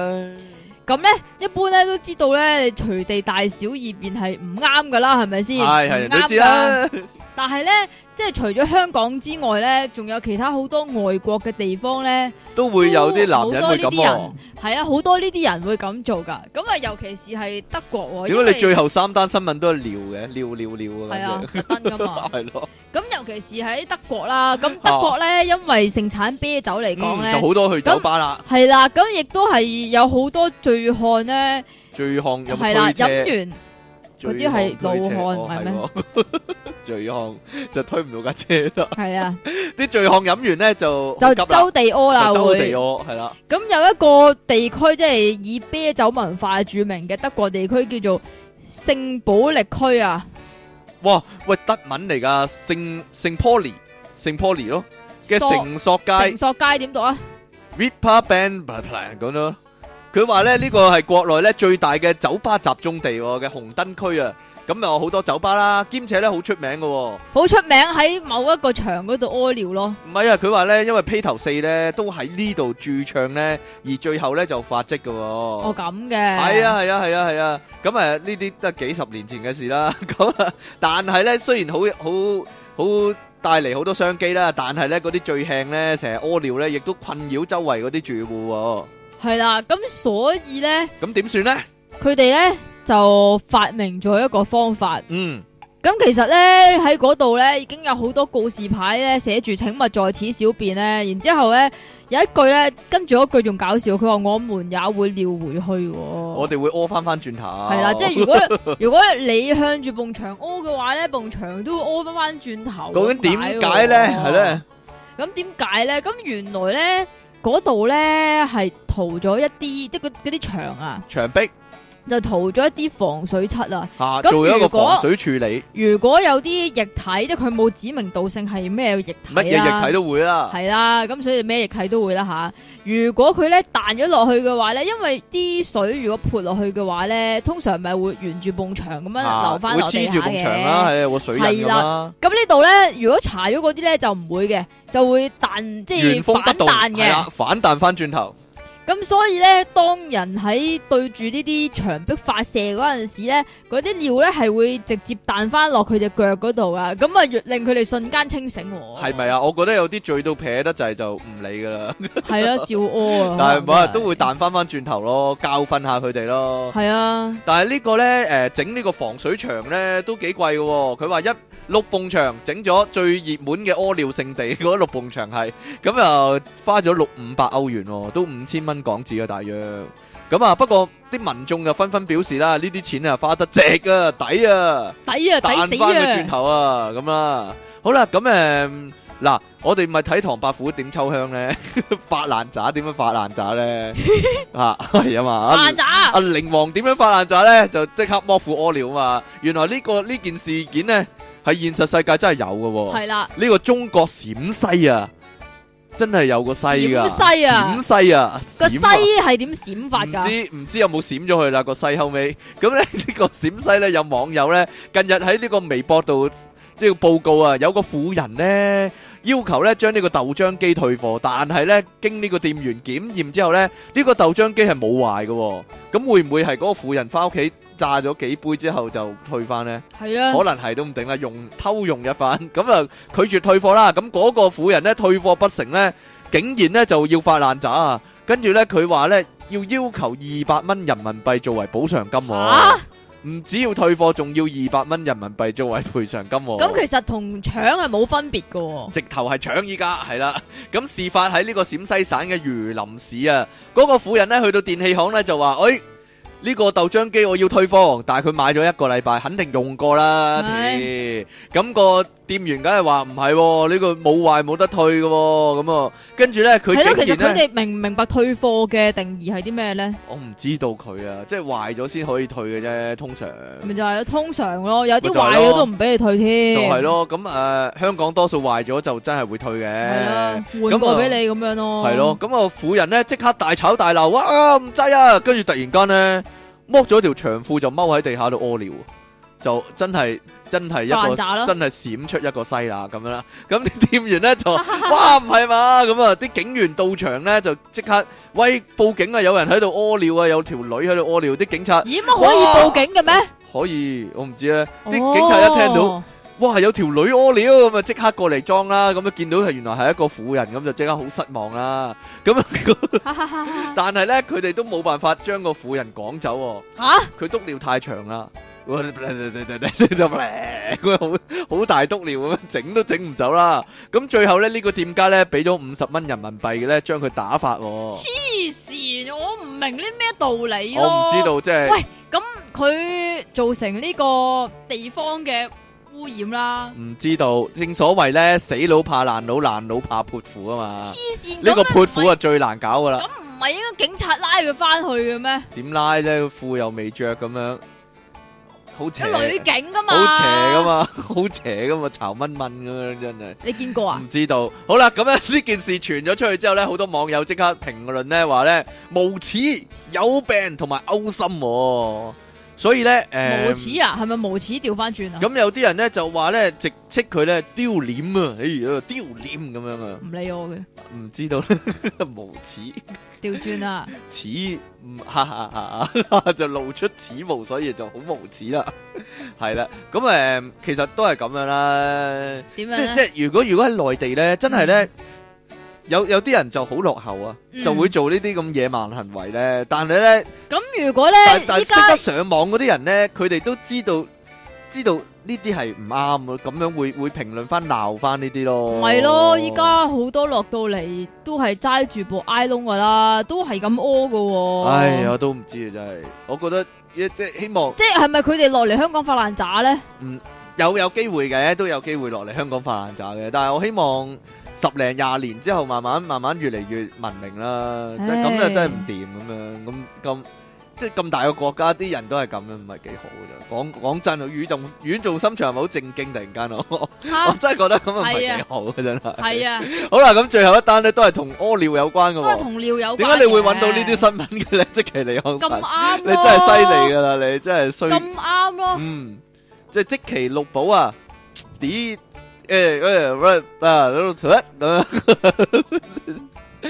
S2: 咁咧，一般咧都知道咧，你隨地大小二便係唔啱噶啦，係咪先？
S1: 係係，
S2: 唔啱
S1: 你知啦，
S2: 㗎但係咧，即係除咗香港之外咧，仲有其他好多外國嘅地方咧，
S1: 都會有啲男人會
S2: 好
S1: 咁
S2: 多呢
S1: 喎。
S2: 係啊，好多呢啲人會咁做噶。咁啊，尤其是係德國喎，
S1: 點
S2: 因
S1: 解
S2: 為
S1: 你最後三單新聞都係尿嘅？尿尿尿
S2: 係
S1: 啊
S2: 啊，特登噶嘛
S1: 咁樣，。 [LAUGHS] 係咯，
S2: 咁尤其是喺德
S1: [LAUGHS]
S2: 國啦，咁德國咧，因為盛產啤酒嚟講
S1: 嗯就
S2: 咧，
S1: 好多去酒吧啦，
S2: 係啦，咁亦都係有好多醉漢咧，
S1: 醉漢有
S2: 係啦，
S1: 推車。
S2: 飲完嗰啲係
S1: 醉漢推車
S2: 老漢唔係咩？
S1: 哦係喎 [LAUGHS] 醉漢就推唔到架車啦。
S2: 係啊，
S1: [LAUGHS] 啲醉漢飲完咧就
S2: 就
S1: 好急啦
S2: 周地屙啦
S1: 就周地
S2: 會。
S1: 屙係啦，
S2: 咁有一個地區即係以啤酒文化著名嘅德國地區叫做聖保力區啊，
S1: 哇喂德文嚟噶，聖聖 Pauli 聖 Pauli 咯嘅
S2: 索
S1: 成索街
S2: 成索街點讀啊？
S1: Ripper Band 咁咯。佢話咧呢個係國內咧最大嘅酒吧集中地喎嘅紅燈區啊，咁有好多酒吧啦，兼且咧好出名嘅喎。
S2: 好出名喺某一個場嗰度屙尿咯，
S1: 唔係啊，佢話咧因為披頭四咧都喺呢度駐唱咧，而最後咧就發跡嘅喎。
S2: 哦咁嘅。
S1: 係啊，係啊，係啊，係啊，咁誒呢啲都係幾十年前嘅事啦。咁啊，但係咧雖然好好好帶嚟好多商機啦，但係咧嗰啲最輕咧成日屙尿咧，亦都困擾周圍嗰啲住戶
S2: 係啦，咁所以咧，
S1: 喎。咁點算咧？
S2: 佢哋咧就發明咗一個方法。
S1: 嗯，
S2: 咁其實咧喺嗰度咧已經有好多告示牌咧寫住請勿在此小便咧，然之後咧有一句咧跟住嗰句仲搞笑，佢話我們也會尿回去喎。
S1: 我啊哋會屙翻翻轉頭。
S2: 係啦，即係如果 [LAUGHS] 如果你向住埲牆屙嘅話咧，埲牆都會屙翻翻轉頭。
S1: 究竟點解咧？係咧，，
S2: 咁點解咧？咁原來咧嗰度咧係塗咗一啲，即係嗰嗰啲牆啊，
S1: 牆壁
S2: 就塗咗一啲防水漆啊。
S1: 嚇
S2: 咁
S1: 做一個
S2: 如果
S1: 防水處理，
S2: 如果有啲液體，即係佢冇指名道姓係咩液體
S1: 乜嘢液體
S2: 都
S1: 都會啦。
S2: 係啦，咁所以咩液體都會啦吓。如果佢咧彈咗落去嘅話咧，因為啲水如果潑落去嘅話咧，通常咪會沿住埲牆咁樣
S1: 啊
S2: 流翻
S1: 會
S2: 落地
S1: 黐
S2: 下
S1: 住埲牆啦，
S2: 嘅。
S1: 係啊會水印咁啦，
S2: 咁呢度咧，如果搽咗嗰啲咧就唔會嘅，就會彈即
S1: 原
S2: 係
S1: 封不
S2: 反
S1: 動，
S2: 彈
S1: 係啊啦
S2: 嘅。，
S1: 反彈翻轉頭。
S2: 咁所以咧，當人喺對住呢啲牆壁發射嗰陣時咧，嗰啲尿咧係會直接彈翻落佢只腳嗰度啊，咁啊越令佢哋瞬間清醒喎。
S1: 係咪啊？我覺得有啲醉到撇得滯就唔理噶啦，[LAUGHS]
S2: 係啦，照屙啊。
S1: 但係
S2: 可能
S1: 冇
S2: 真
S1: 都會彈翻翻轉頭咯，教訓下佢哋咯。
S2: 係啊，
S1: 但係呢個呢，誒、整呢個防水牆呢都幾貴嘅喎。佢話一六埲牆整咗最熱門嘅屙尿聖地嗰六埲牆係，咁啊花咗六五百歐元喎，都五千蚊港紙啊，大約。咁啊，不過啲民眾就紛紛表示啦，呢啲錢啊花得值啊，抵啊！
S2: 抵啊，
S1: 彈
S2: 抵死
S1: 翻個轉
S2: 啊！
S1: 頭啊，咁啦，好啦，咁誒嗱，我哋咪睇唐伯虎點秋香咧， [LAUGHS] 發爛渣點樣發爛渣 [LAUGHS] 咧？啊，係啊嘛，阿
S2: 爛
S1: 阿
S2: [LAUGHS] 渣，
S1: 靈王點樣發爛渣咧？就即刻剝褲屙尿啊嘛！原來呢、個呢件事件咧，喺現實世界真係有嘅喎、
S2: 係啦，
S1: 呢個中國陝西啊，真係有個西㗎，
S2: 陝西啊
S1: 陝西啊，
S2: 個西
S1: 陝啊
S2: 係點閃法
S1: 唔
S2: 噶？
S1: 知唔知有冇閃咗佢啦個西後尾，咁咧呢個陝西咧有網友咧近日喺呢個微博度即係報告啊，有個婦人咧要求咧將呢個豆漿機退貨，但係咧經呢個店員檢驗之後咧，呢個豆漿機係冇壞嘅喎，咁會唔會係嗰個婦人翻屋企榨咗幾杯之後就退翻 [LAUGHS] 咧？
S2: 係啦，
S1: 可能係都唔定啦，用偷用一番， [LAUGHS] 咁啊拒絕退貨啦。咁嗰個婦人咧退貨不成咧，竟然咧就要發爛渣啊！跟住咧佢話咧要要求二百蚊人民幣作為補償金喎、
S2: 啊
S1: 唔只要退貨，仲要二百蚊人民幣作為賠償金喎、
S2: 咁其實同腸係冇分別噶。
S1: 直頭係搶依家，係啦。咁事發喺呢個陝西省嘅榆林市啊，嗰、個婦人呢去到電器行呢就話：，誒、呢、個豆漿機我要退貨，但係佢買咗一個禮拜，肯定用過啦。
S2: 唉
S1: 屌咁、個店員梗係話唔係喎，呢、個冇壞冇得退嘅喎，咁啊，跟住呢，
S2: 係咯，
S1: 佢
S2: 其實
S1: 竟
S2: 佢
S1: 然呢，
S2: 哋明唔明白退貨嘅定義係啲咩咧？
S1: 我唔知道佢啊，即係壞咗先可以退嘅啫，通常。
S2: 咪就係咯，通常咯，有啲
S1: 咪就係
S2: 壞
S1: 咯
S2: 嘅都唔俾你退添。
S1: 就係，咯，咁誒、呃香港多數壞咗就真係會退
S2: 係
S1: 嘅
S2: 啦。，換
S1: 咁啊
S2: 過俾你咁樣咯。
S1: 系咯，，咁啊婦人咧即刻大吵大鬧，哇唔制啊！跟住突然間咧剝咗條長褲就踎喺地下度屙尿，就真係真係一個
S2: 爛
S1: [LAUGHS]
S2: 渣啦
S1: 真係閃出一個西啦咁樣啦。咁啲店員咧就哇唔係嘛，咁啊啲警員到場咧就即刻喂報警啊！有人喺度屙尿啊，有條女喺度屙尿，啲警察
S2: 咦乜可以報警嘅咩？哦
S1: 可以我唔知咧，啲警察一聽到。哇有條女屙尿咁啊，即刻過嚟裝啦，咁啊見到係原來係一個婦人，咁就即刻好失望啦。咁啊， [LAUGHS]
S2: 哈哈哈 [LAUGHS] 哈
S1: 但係咧佢哋都冇辦法將個婦人趕走喎。
S2: 吓
S1: 佢督尿太長啦， [LAUGHS] 就佢好好大督尿咁樣，整都整唔走啦。咁最後咧，呢個店家咧俾咗五十蚊人民幣嘅咧，將佢打發喎。我
S2: 黐線，我唔明呢咩道理咯。
S1: 唔知道，即係
S2: 喂佢造成呢個地方嘅污染啦，
S1: 唔知道。正所謂咧，死佬怕爛佬，爛佬怕潑婦啊嘛
S2: 黐。線
S1: 呢個
S2: 咁
S1: 潑
S2: 啊
S1: 婦啊最難搞噶啦，
S2: 咁唔係應該警察拉佢翻去嘅咩？
S1: 點拉咧？褲又未着咁樣，好邪，
S2: 有女警噶嘛，
S1: 好邪噶？嘛，好邪噶嘛，巢蚊蚊咁樣真係。
S2: 你見過啊？
S1: 唔知道。好啦，咁咧啊呢件事傳咗出去之後呢，好多網友即刻評論呢話呢無恥、有病同埋嘔心、喎。所以呢，嗯誒、
S2: 無恥啊，係咪無恥調翻轉啊？
S1: 咁有啲人呢就話呢，直斥佢呢丟臉啊，哎呀丟臉咁樣啊，
S2: 唔理我嘅，
S1: 唔知道 [LAUGHS] 無恥
S2: 調
S1: [LAUGHS]
S2: 轉啊！
S1: 恥，唔哈哈哈哈， [LAUGHS] 就露出恥無，所以就好無恥啦。係啦，咁誒、其實都係咁樣啦。
S2: 點
S1: 即
S2: 樣咧？
S1: 即如果如果喺內地咧，真係咧有有啲人就好落後啊，
S2: 嗯
S1: 就會做呢啲咁野蠻行為咧。但係咧，
S2: 咁如果
S1: 但但
S2: 咧依
S1: 識得
S2: 家
S1: 上網嗰啲人咧，佢哋都知道知道呢啲係唔啱啊，咁樣會會評論翻鬧翻呢啲咯。
S2: 唔係咯，依家好多落到嚟都係齋住部 I 窿噶啦，都係咁屙噶喎。
S1: 唉，我都唔知啊，真係。我覺得即即希望
S2: 即係咪佢哋落嚟香港發爛渣咧？
S1: 有有機會嘅，都有機會落嚟香港發爛渣嘅。但係我希望。十零廿年之後，慢慢慢慢越嚟越文明啦，即係咁
S2: 唉
S1: 就真係唔掂咁樣，咁咁即係咁大個國家啲人都係咁樣，唔係幾好嘅啫。講講真啊，語重語重心長係咪好正經？突然間我我
S2: 吓，
S1: 真係覺得咁樣唔
S2: 啊係
S1: 係
S2: 啊
S1: 幾好嘅真係。[LAUGHS]
S2: 係啊，
S1: 好啦，咁最後一單咧都係同屙尿有關嘅
S2: 都係
S1: 喎。
S2: 同尿有關嘅。
S1: 點解你會揾到呢啲新聞嘅咧？即其尼康
S2: 咁啱？
S1: 你真係犀利㗎啦！你真係衰。
S2: 咁啱咯，
S1: 嗯，即係即其六寶啊，啲誒誒啊咁樣，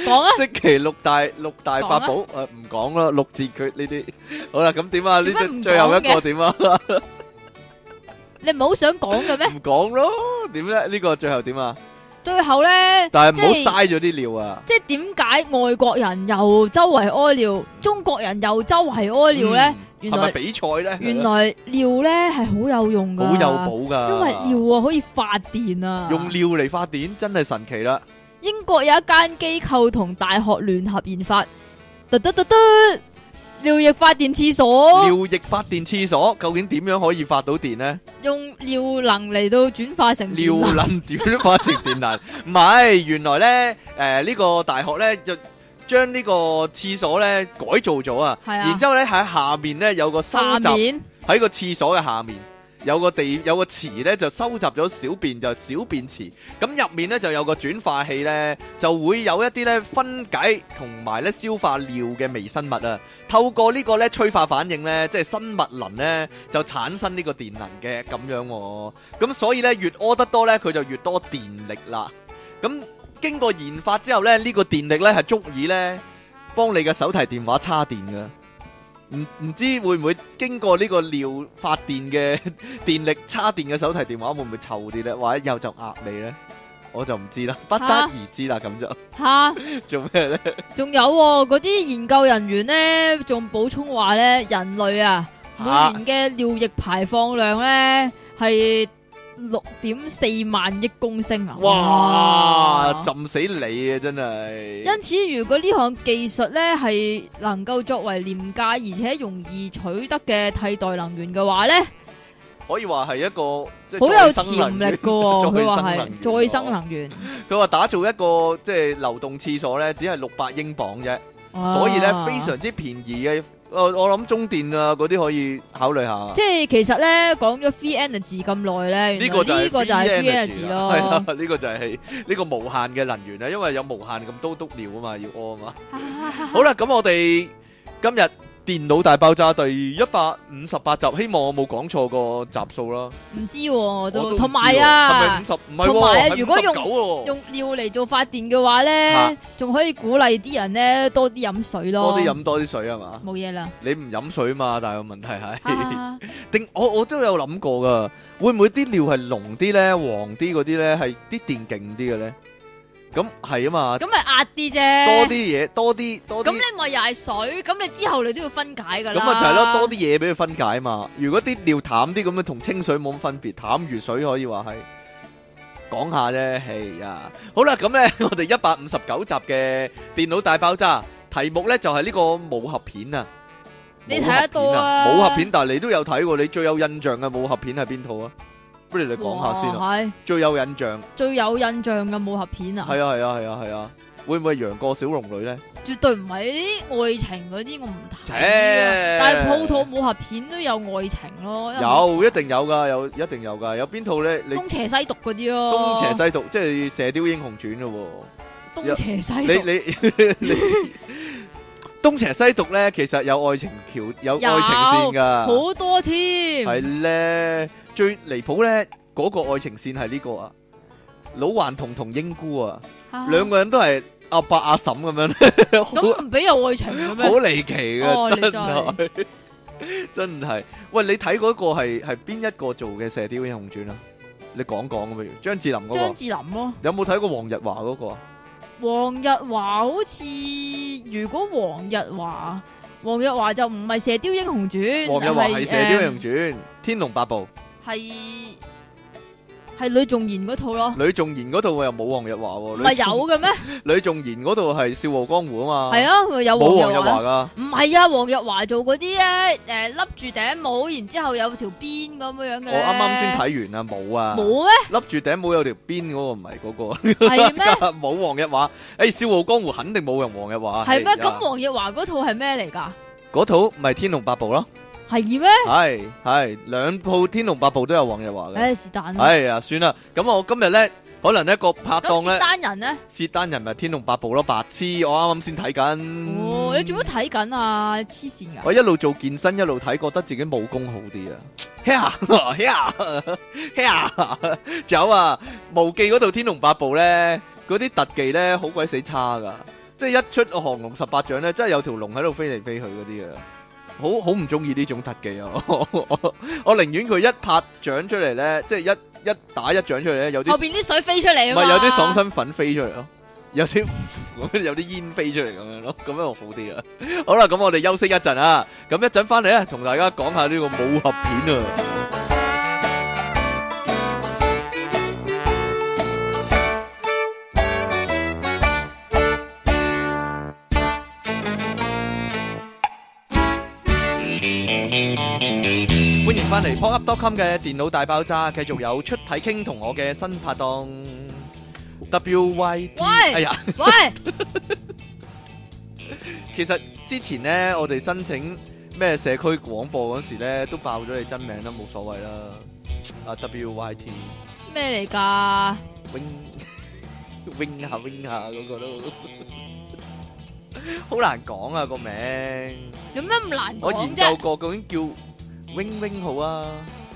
S2: 講啊，
S1: 即其六大六大法寶誒唔講啦，六字訣呢
S2: [LAUGHS]
S1: 啲，好啦咁點啊？呢
S2: 啊點解唔
S1: 啲最後一
S2: 講
S1: 個
S2: 嘅
S1: 點
S2: [LAUGHS]
S1: 啊？
S2: 你唔係好想
S1: [LAUGHS]
S2: 講嘅咩？
S1: 唔講咯，點咧？呢個最後點啊？
S2: 最後咧，
S1: 但係唔好
S2: 即係
S1: 嘥咗啲尿啊！
S2: 即係點解外國人又周圍屙尿，中國人又周圍屙尿咧？
S1: 嗯
S2: 原
S1: 係咪
S2: 來
S1: 比賽咧？
S2: 原來尿咧係好有用噶，
S1: 好有寶㗎，
S2: 因為尿啊可以發電啊。
S1: 用尿嚟發電真係神奇啦！
S2: 英國有一間機構同大學聯合研發，嘟嘟嘟嘟，尿液發電廁所，
S1: 尿液發電廁所究竟點樣可以發到電咧？
S2: 用尿能嚟到轉化成
S1: 尿
S2: 電能
S1: 能點樣化成電能？唔係，原來咧，誒、呢、個大學咧就將呢個廁所咧改造咗啊，
S2: 係啊
S1: 然之後咧喺下面咧有個收
S2: 下
S1: 集
S2: 面
S1: 喺個廁所嘅下面。有個地有個池咧就收集咗小便就小便池，咁入面咧就有個轉化器咧，就會有一啲咧分解同埋咧消化尿嘅微生物啊，透過呢個咧催化反應咧，即係生物能咧就產生呢個電能嘅咁樣喎、咁所以咧越屙得多咧佢就越多電力啦，咁經過研發之後咧呢、個電力咧係足以咧幫你嘅手提電話叉電㗎。唔唔知會唔會經過呢個尿發電嘅 [LAUGHS] 電力叉電嘅手提電話會唔會臭啲咧？或者有就呃你咧？我就唔知啦，不得
S2: 嚇
S1: 而知啦。咁就
S2: 吓，
S1: 做咩咧？
S2: 仲有喎嗰啲研究人員咧，仲補充話咧，人類啊每
S1: 嚇
S2: 年嘅尿液排放量咧係六點四萬億公升啊！
S1: 哇！浸死你啊！真係
S2: 因此，如果呢項技術咧係能夠作為廉價而且容易取得嘅替代能源嘅話咧，
S1: 可以話係一個即
S2: 好
S1: 係
S2: 有
S1: 再生
S2: 潛
S1: 能
S2: 力
S1: 源
S2: 嘅喎。佢話係
S1: [LAUGHS] 再
S2: 再
S1: 生
S2: 生
S1: 能源喎
S2: 能源，
S1: 佢話打造一個即係流動廁所咧，只係六百英鎊啫， [LAUGHS] 所以咧
S2: 啊
S1: 非常之便宜嘅。我我諗中電啊嗰啲可以考慮下。
S2: 即係其實咧講咗 free energy 咁耐咧，
S1: 呢
S2: 原
S1: 個
S2: 來
S1: 就係
S2: 呢個就係 free
S1: energy
S2: energy
S1: 啦係啊啦
S2: 咯。，
S1: 呢個就係呢個無限嘅能源啦，因為有無限咁多督尿啊嘛，要屙啊嘛。好啦，咁我哋今日電腦大爆炸》第一百五十八集，希望我冇講錯個集數啦。
S2: [LAUGHS] 唔知喎我
S1: 我都
S2: 都，
S1: 唔
S2: 同埋
S1: 知喎
S2: 啊，
S1: 係咪五
S2: 同埋啊
S1: 十？唔係喎，係
S2: 如果用
S1: 59喎
S2: 用尿嚟做發電嘅話
S1: [LAUGHS]
S2: 咧
S1: 嚇，
S2: 仲可以鼓勵啲人咧多啲飲水咯。
S1: 多啲，飲多啲水係嘛？
S2: 冇嘢啦。
S1: 你唔飲水嘛，但係個問題係，
S2: [LAUGHS]
S1: [LAUGHS]
S2: 啊
S1: 定我我都有諗過噶，會唔會啲尿係濃啲咧、黃啲嗰啲咧，係啲電勁啲嘅咧？咁係啊嘛，
S2: 咁咪壓啲啫。
S1: 多啲嘢，多啲多
S2: 咁
S1: 啲，
S2: 你咪又係水，咁你之後你都要分解噶
S1: 咁
S2: 啦。
S1: 咪就係咯，多啲嘢俾佢分解嘛。如果啲尿淡啲咁樣，同清水冇乜分別，淡如水可以話係。講下啫，係啊，好啦，咁呢， [LAUGHS] 我哋一百五十九集嘅電腦大爆炸，題目呢就係、呢個武俠片啊。
S2: 你睇得到啊
S1: 武俠片，但係你都有睇喎，你最有印象嘅武俠片係邊套啊？不如你講下先啊，
S2: 哇係
S1: 最有印象。
S2: 最有印象嘅武俠片啊，
S1: 係啊係啊係啊係啊，會唔會係楊過小龍女咧？
S2: 絕對唔係啲愛情嗰啲，我唔睇啊。
S1: 切
S2: 但係鋪套武俠片都有愛情咯，因為
S1: 有，一定有噶，有一定有噶。有邊套咧？你
S2: 東邪西毒嗰啲咯，
S1: 東邪西毒，即係《射雕英雄傳》咯
S2: 東邪西
S1: 喎。
S2: 毒
S1: 你你你東邪西毒咧，其實有愛情橋，有愛情線噶，
S2: 好多添，
S1: 啊係咧。最離譜咧，嗰個愛情線係呢個啊，老頑童同英姑啊。
S2: 啊
S1: 兩個人都係阿伯阿嬸咁樣， [LAUGHS] 好
S2: 咁唔俾有愛情嘅
S1: 好
S2: 咩？
S1: 離奇
S2: 哦
S1: 嘅，
S2: 你
S1: 真係 [LAUGHS] 真係。喂，你睇嗰個係係邊一個做嘅《射雕英雄傳》啊？你講講咁不如，張智霖嗰個
S2: 張智霖咯，
S1: 有冇睇過黃日華嗰個啊？
S2: 黃日華好似如果黃日華，黃日華就唔係《射雕英雄傳》，
S1: 黃日華係《射雕英雄
S2: 誒
S1: 傳》《天龍八部
S2: 係係呂頌賢嗰套咯》，，
S1: 呂頌賢嗰套又冇黃日華
S2: 唔
S1: 喎，
S2: 係有嘅咩？
S1: [LAUGHS] 呂呂頌賢嗰套係《笑傲江湖》啊嘛，
S2: 係啊，咪有
S1: 冇
S2: 黃
S1: 黃
S2: 日
S1: 日
S2: 華
S1: 華。噶，
S2: 唔係啊，黃日華做嗰啲咧，诶，笠住頂帽，然之后有條邊咁樣樣嘅
S1: 我
S2: 咧。
S1: 啱啱先睇完啊，冇啊，
S2: 冇
S1: 笠住頂帽有條邊嗰個唔係嗰個。
S2: 咩？係咩？
S1: [LAUGHS] 冇黃日華，誒《笑傲江湖》肯定冇人黃日華。
S2: 係咩？
S1: 係
S2: 咁
S1: 啊
S2: 黃日華嗰套係咩嚟㗎？
S1: 嗰套咪《天龍八部》咯，
S2: 係咩？
S1: 係係兩套《天龍八部》都有黃日華嘅。
S2: 唉，是但啦。
S1: 係啊，算啦，咁我今日咧可能一個拍檔
S2: 咁是
S1: 咧，
S2: 單人咧？
S1: 薛丹人咪《天龍八部》咯，白痴！我啱啱先睇緊。
S2: 哦，你做乜？睇緊啊？你黐線㗎！
S1: 我一路做健身一路睇，覺得自己武功好啲啊！呀 [LAUGHS] 呀呀！ [LAUGHS] 仲有啊，無記嗰度《天龍八部》咧，嗰啲特技咧好鬼死差噶，即係一出《降龍十八掌》咧，真係有條龍喺度飛嚟飛去嗰啲啊！好好唔中意呢種特技啊！ [LAUGHS] 我我我寧願佢一拍掌出嚟咧，即係一一打一掌出嚟咧，有啲
S2: 後邊啲水飛出嚟
S1: 唔
S2: 啊嘛
S1: 係有啲爽身粉飛出嚟咯，有啲 [LAUGHS] 有啲煙飛出嚟咁樣咯，咁樣好啲啊！ [LAUGHS] 好啦，咁我哋休息一陣啊，咁一陣翻嚟咧，同大家講下呢個武俠片啊。歡迎翻嚟 p o p u p c o m 嘅電腦大爆炸，繼續有出體傾同我嘅新拍檔 W Y。
S2: 喂
S1: 哎呀！ [LAUGHS]
S2: 喂，
S1: 其實之前咧，我哋申請咩社區廣播嗰時咧，都爆咗你真名啦，冇所謂啦。啊 W Y T
S2: 咩嚟㗎？
S1: [LAUGHS] wing wing 下 wing 下嗰個都好難講啊個名。
S2: 有咩唔難
S1: 我
S2: 講
S1: 研究
S2: 啫？
S1: 過究竟叫 wing wing 好啊，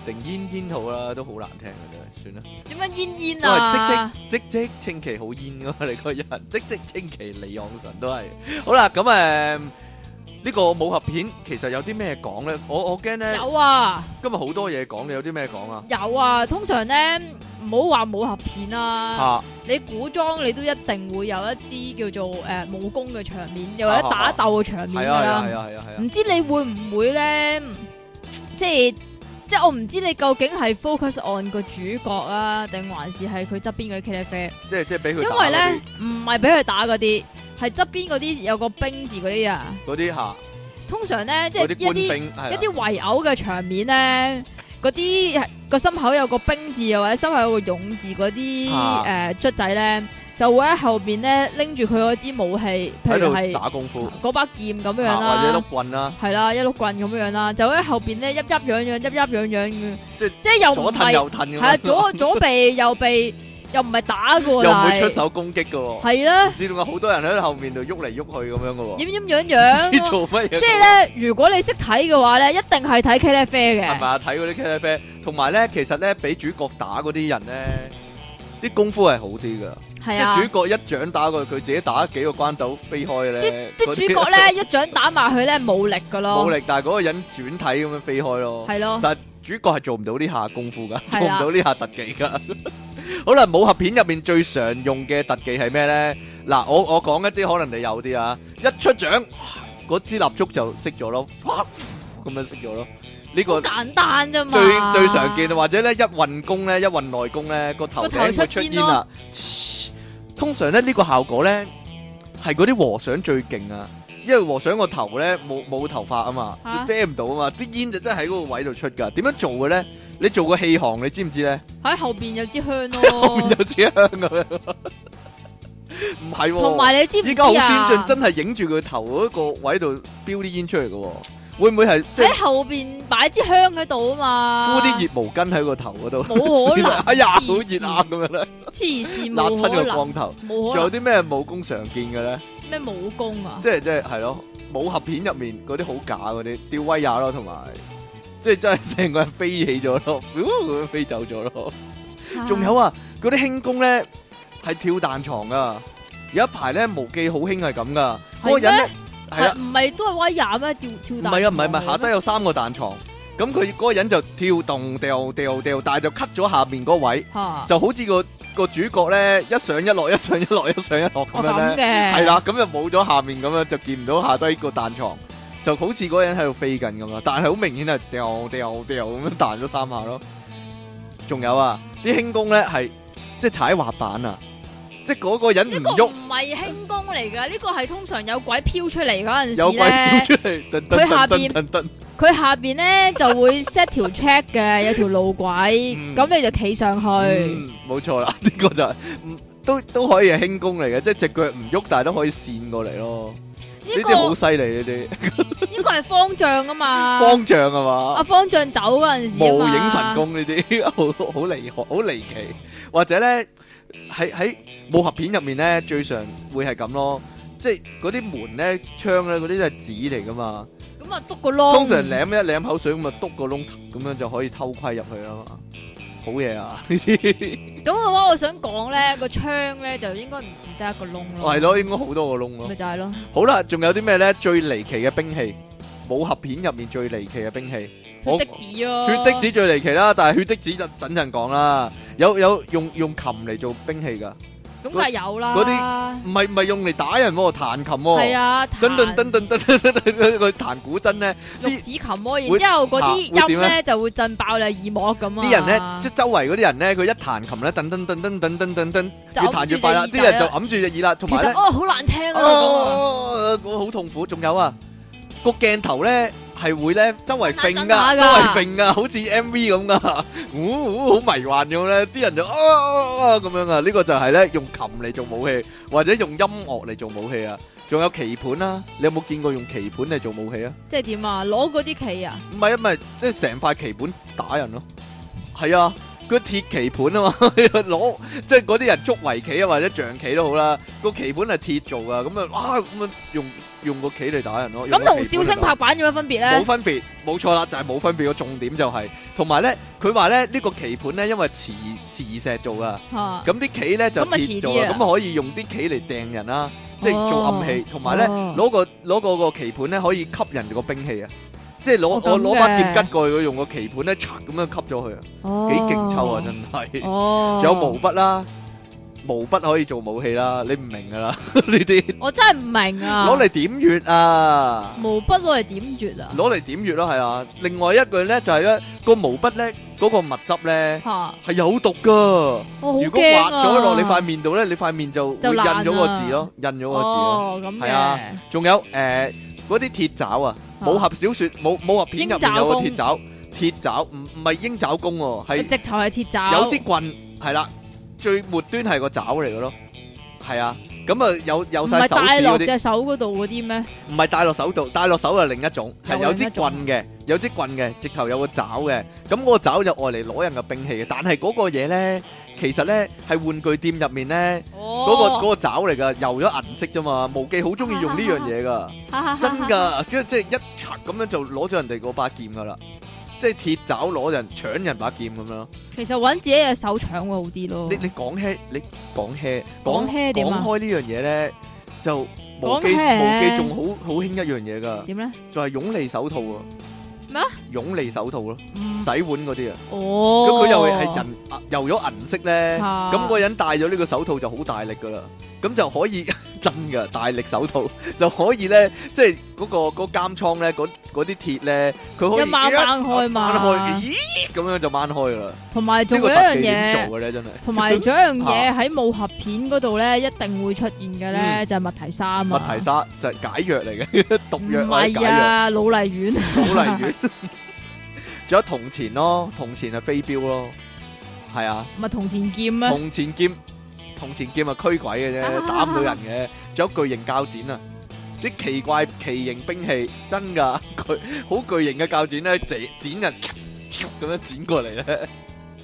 S1: 定煙煙好啦、都好難聽嘅真係，算啦。
S2: 點樣煙煙
S1: 因
S2: 啊？
S1: 為即即即即清奇好煙噶嘛，你個人即即清奇李昂臣都係。好啦，咁誒呢個武俠片其實有啲咩講咧？我我驚咧，
S2: 有啊！
S1: 今日好多嘢講，你有啲咩講啊？
S2: 有啊，通常咧唔好話武俠片啊，
S1: 嚇
S2: 你古裝你都一定會有一啲叫做誒、呃武功嘅場面，又或者
S1: 啊啊
S2: 打鬥嘅場面
S1: 係
S2: 㗎
S1: 啊係啊
S2: 啦。
S1: 係啊係啊係啊
S2: 唔知你會唔會咧？即係即係我唔知你究竟係 focus on 個主角啊，定還是係佢側邊嗰啲茄喱啡？
S1: 即係即係俾佢
S2: 因
S1: 打
S2: 為
S1: 嗰
S2: 咧
S1: 啲
S2: 唔係俾佢打嗰啲，係側邊嗰啲有個兵字嗰啲啊。
S1: 嗰啲嚇
S2: 通常咧即係
S1: 嗰
S2: 一
S1: 啲官
S2: 啲。
S1: 兵係啊
S2: 一
S1: 啦
S2: 啲圍毆嘅場面咧，嗰啲係個心口有個兵字，又或者心口有個勇字嗰啲
S1: 啊
S2: 誒卒仔咧，就會喺後邊咧拎住佢嗰支武器，譬
S1: 喺
S2: 如係
S1: 度打功夫
S2: 嗰把劍咁樣
S1: 嚇或者
S2: 啦
S1: 碌，棍啦，
S2: 係啦，一碌棍咁樣啦，就會喺後邊咧，一一樣樣，一一樣樣嘅
S1: 即係，
S2: 即係又
S1: 左
S2: 唔
S1: 褪
S2: 係
S1: [LAUGHS] 右褪咁
S2: 係啊，
S1: 樣。
S2: 左左臂右臂。又唔係打噶喎，
S1: 又唔會出
S2: 但係
S1: 手攻擊嘅喎，
S2: 係啊咧，
S1: 唔知點解好多人喺後面度喐嚟喐去咁樣嘅喎，
S2: 掩掩樣
S1: 唔知
S2: 樣，
S1: 做乜嘢。
S2: 即係咧，如果你識睇嘅話咧，一定係睇 K L F
S1: 係咪
S2: 嘅，
S1: 啊？睇嗰啲 K F 同埋咧，其實咧俾主角打嗰啲人咧，啲功夫係好啲噶。即
S2: 係啊
S1: 係。主角一掌打過去，佢自己打幾個關斗飛開咧，
S2: 啲
S1: 嗰
S2: 主
S1: [LAUGHS]
S2: 角咧一掌打埋佢咧冇力噶咯，
S1: 冇力，但係嗰個人轉體咁樣飛開咯。
S2: 係咯，
S1: 但係主角係做唔到呢下功夫噶，做
S2: 係啊
S1: 唔
S2: 啦
S1: 到呢下特技噶。 [LAUGHS] 好啦，武俠片入面最常用嘅特技係咩咧？嗱，我我講一啲可能你有啲啊，一出掌嗰支蠟燭就熄咗咯，咁樣熄咗咯。呢
S2: 好
S1: 個
S2: 簡單啫嘛。
S1: 最最常見，或者咧一運功咧一運內功咧個頭頂
S2: 個頭
S1: 會
S2: 出
S1: 出
S2: 煙
S1: 煙啦。通常咧呢個效果咧係嗰啲和尚最勁啊，因為和尚個頭咧冇冇頭髮啊嘛，
S2: 啊
S1: 遮唔到啊嘛，啲煙就真係喺嗰個位度出㗎。點樣做嘅咧？你做個氣行，你知唔知咧？
S2: 喺後邊有支香
S1: [LAUGHS] 後面
S2: 咯，
S1: 有支香咁樣，唔係
S2: [LAUGHS] 同
S1: 喎。
S2: 埋你知唔
S1: 依家好
S2: 知啊？
S1: 先進，真係影住佢頭嗰個位度飆啲煙出嚟嘅喎，會唔會係即係
S2: 喺後邊擺支香喺度啊嘛，
S1: 敷啲熱毛巾喺個頭嗰度？
S2: 冇可能，
S1: [LAUGHS] 哎呀，好
S2: 黐線
S1: 熱啊咁樣咧，
S2: 黐線
S1: 揦
S2: 冇可
S1: 親個
S2: 能，
S1: 光頭。
S2: 冇
S1: 仲
S2: 可
S1: 有啲咩武功常見嘅咧？
S2: 能咩武功啊？
S1: 即係即係係咯，武俠片入面嗰啲好假嗰啲，吊威亞咯，同埋即係真係成個人飛起咗咯，咁樣飛走咗咯。仲有啊，嗰啲輕功咧係跳彈床噶，有一排咧無記好興係咁噶，嗰個
S2: 係咩
S1: 人咧係
S2: 係
S1: 啊，
S2: 唔係都係威亞咩？跳跳
S1: 唔係
S2: 彈
S1: 啊，唔係唔係，
S2: 床
S1: 下
S2: 嚟
S1: 低有三個彈床，咁佢嗰個人就跳動掉掉掉，但係就 cut 咗下面嗰位。
S2: 咩嚇
S1: 就好似個個主角咧，一上一落，一 [LAUGHS] 上一落，一上一落
S2: 哦
S1: 咁樣
S2: 咁
S1: 咧，
S2: 嘅
S1: 係啦，咁就冇咗下面咁樣，就見唔到下低個彈床，就好似嗰個人喺度飛緊咁啊！但係好明顯係掉掉掉咁樣彈咗三下咯。仲有啊，啲輕功咧係即係踩滑板啊，即係嗰個人
S2: 呢
S1: 唔
S2: 個
S1: 喐
S2: 唔，係輕功嚟㗎，呢個係通常有鬼飄出嚟嗰陣
S1: 有
S2: 時
S1: 鬼
S2: 咧
S1: 飄。出嚟，噔噔
S2: 佢下
S1: 噔
S2: 邊
S1: 噔噔
S2: 佢下邊咧就會 set 條 check 嘅，有條路
S1: 嗯
S2: 軌，咁你就企上去，
S1: 嗯，冇錯啦，呢個就係嗯都都可以係輕功嚟嘅，即係隻腳唔喐，但係都可以跣過嚟咯。呢
S2: 呢
S1: 啲好
S2: 個
S1: 犀利呢啲。
S2: 呢個係方丈啊嘛，
S1: 方丈啊嘛
S2: 啊，方丈走嗰陣時啊
S1: 無
S2: 嘛
S1: 影神，功呢啲 [LAUGHS] 好好離學好離奇，或者咧喺喺武俠片入面咧最常會係咁咯，即係嗰啲門咧窗咧嗰啲都係紙嚟噶嘛，
S2: 咁啊篤個窿，
S1: 通常舐一舐口水咁啊篤個窿咁樣就可以偷窺入去啦嘛，好嘢啊呢啲，
S2: 咁嘅話，我想講咧個窗咧就應該唔止得一個窿咯，
S1: 係，咯應該好多個窿咯
S2: 咪。就係咯，
S1: 好啦，仲有啲咩咧最離奇嘅兵器？武俠片入面最離奇嘅兵器，
S2: 血
S1: 我
S2: 滴子咯，
S1: 血滴子最離奇啦，但係血滴子就等陣講啦。有有用用琴嚟做兵器㗎，
S2: 咁梗係有啦，
S1: 嗰唔係唔係用嚟打人喎，彈琴
S2: 係
S1: 喎。
S2: 啊，
S1: 噔噔
S2: 彈
S1: 噔噔噔噔噔噔，佢彈古箏咧，
S2: 玉子琴咯，然
S1: 會
S2: 之後嗰
S1: 嚇
S2: 啲
S1: 會點
S2: 音
S1: 咧
S2: 咧就會震爆你耳膜咁啊，
S1: 啲人咧即係周圍嗰啲人咧，佢一彈琴咧，噔噔噔噔噔噔噔噔，
S2: 就
S1: 越彈越快啦，啲人就
S2: 揞
S1: 揞住隻耳啦，
S2: 住
S1: 同
S2: 隻
S1: 埋
S2: 耳其
S1: 咧，
S2: 實哦好難聽啊咁啊。
S1: 哦，我好痛苦。仲有啊，個鏡頭咧係會咧周圍揈㗎，
S2: 震下震
S1: 周
S2: 下
S1: 圍
S2: 㗎
S1: 揈㗎，好似 MV 咁㗎，呜好迷幻咁咧，啲人就啊啊啊咁樣啊，呢個就係咧用琴嚟做武器，或者用音樂嚟做武器啊。仲有棋盤啦，你有冇見過用棋盤嚟做武器啊？
S2: 即系点啊？攞嗰啲棋啊？
S1: 唔係啊，唔係即係成塊棋盤打人咯。係啊，佢鐵棋盤啊嘛， [LAUGHS] 攞即係嗰啲人捉圍棋啊或者象棋都好啦，個棋盤係鐵做噶，咁啊哇咁啊用用個棋嚟打人咯。用
S2: 咁
S1: 個
S2: 同
S1: 棋盤
S2: 笑
S1: 嚟
S2: 聲
S1: 打
S2: 拍啊板有咩分別
S1: 冇
S2: 咧？
S1: 分別，冇錯啦，就係、冇分別。個重點就係、同埋咧，佢話咧呢、呢個棋盤咧，因為磁磁石做噶，
S2: 吓
S1: 咁啲棋咧就
S2: 啊咁咪
S1: 鐵做
S2: 遲啲
S1: 㗎，
S2: 啊哦
S1: 咁可以用啲棋嚟掟人啦，即係做暗器，同埋咧。
S2: 攞
S1: 攞個攞個個棋盤咧，可以吸人個兵器啊！即係攞
S2: 哦咁嘅
S1: 我攞把劍吉過去，佢用個棋盤咧，嚓咁樣吸咗佢啊！幾勁抽啊！！真係。
S2: 哦
S1: 仲，有毛筆啦，毛筆可以做武器啦，你唔明噶啦 [LAUGHS] 呢啲，
S2: 我真系唔明啊！
S1: 攞嚟點月啊！
S2: 毛筆攞嚟點穴啊？
S1: 攞嚟點月咯，係啊！另外一句咧就係咧個毛筆咧嗰個墨汁咧
S2: 吓，
S1: 係有毒噶，
S2: 我好
S1: 如果
S2: 驚
S1: 滑
S2: 啊！
S1: 咗落你塊面度咧，你塊面就會
S2: 就
S1: 印
S2: 爛啊
S1: 咗個字咯，印咗個字咯。
S2: 哦，咁
S1: 係啊
S2: 嘅，
S1: 仲有誒嗰啲鐵爪啊，
S2: 啊
S1: 武俠小説武武俠片入面有個鐵
S2: 鷹
S1: 爪，鐵爪唔唔係鷹爪功喎，係
S2: 直頭係鐵爪，
S1: 有支棍係啦，最末端係個爪嚟嘅咯，係啊，咁啊有有
S2: 唔
S1: 曬
S2: 係
S1: 手指
S2: 戴落
S1: 嗰啲，
S2: 隻手嗰度嗰啲咩？
S1: 唔係戴落手度，戴落手係另一種，係
S2: 有
S1: 有
S2: 另一種
S1: 支棍嘅，有支棍嘅，直頭有個爪嘅，咁嗰個爪就愛嚟攞人嘅兵器嘅，但係嗰個嘢咧其實咧係玩具店入面咧嗰、個
S2: 哦，
S1: 嗰個爪嚟㗎，油咗銀色啫嘛。無記好中意用呢樣嘢㗎。
S2: 哈哈哈哈
S1: 真噶，即即係一拆咁樣就攞咗人哋嗰把劍噶啦，即係鐵爪攞人搶人把劍咁樣咯。
S2: 其實揾自己隻手搶會好啲咯
S1: 你。你講 h 你講 h
S2: 哦講
S1: 講
S2: hea 點
S1: 講
S2: 啊
S1: 開呢樣嘢咧，就無
S2: 講
S1: 記
S2: hea
S1: 無記仲好好興一樣嘢噶，
S2: 點咧？
S1: 就係擁利手套啊。
S2: 咩？
S1: 擁利手套咯，
S2: 嗯
S1: 洗碗嗰啲啊。咁
S2: 哦，
S1: 佢又係人油咗銀色咧，
S2: 啊
S1: 咁個人戴咗呢個手套就好大力噶啦，咁就可以 [LAUGHS] 真噶大力手套就可以咧，即係嗰個嗰監倉咧，嗰嗰啲鐵咧，佢可以
S2: 一掹掹開嘛
S1: 掹開咦咁樣就掹開噶啦。
S2: 同埋
S1: 呢
S2: 仲有
S1: 個
S2: 一
S1: 特
S2: 樣
S1: 技點
S2: 嘢。
S1: 做嘅咧，真係
S2: 同埋仲有一樣嘢
S1: 啊
S2: 喺武俠片嗰度咧，一定會出現嘅咧，
S1: 嗯
S2: 就係麥提沙啊嘛。
S1: 麥提沙就係解藥嚟嘅， [LAUGHS] 毒藥
S2: 唔
S1: 或者
S2: 係
S1: 解藥，
S2: 啊，老麗 [LAUGHS] 丸。
S1: 好嚟源。仲有銅錢咯，銅錢係飛鏢咯，係啊。
S2: 唔係銅錢劍咩？
S1: 銅錢劍，銅錢劍啊驅鬼嘅
S2: 啊
S1: 啫，打唔到人嘅。仲有巨型鉸剪啊，啲奇怪奇形兵器，真噶，佢好巨型嘅鉸剪咧，剪剪人咁樣剪過嚟咧。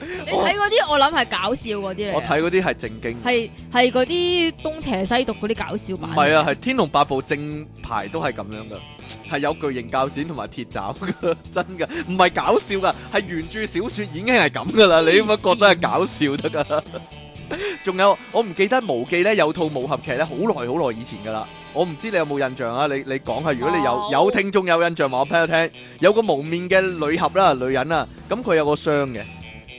S2: 你睇嗰啲，我諗係搞笑嗰啲嚟嘅。
S1: 我睇嗰啲係正經，
S2: 係係嗰啲東邪西毒嗰啲搞笑
S1: 唔
S2: 版。
S1: 係啊，係《天龍八部》正牌都係咁樣噶。係有巨型鉸剪同埋鐵爪噶， [LAUGHS] 真噶，唔係搞笑噶，係原著小説已經係咁噶啦，你點解覺得係搞笑得噶？ [LAUGHS] 仲有我唔記得無記咧有套武俠劇咧，好耐好耐以前噶啦，我唔知你有冇印象啊？你你講下，如果你有
S2: 冇
S1: 有聽眾有印象，話我俾我聽，有個蒙面嘅女俠啦，女人啊，咁佢有個箱嘅，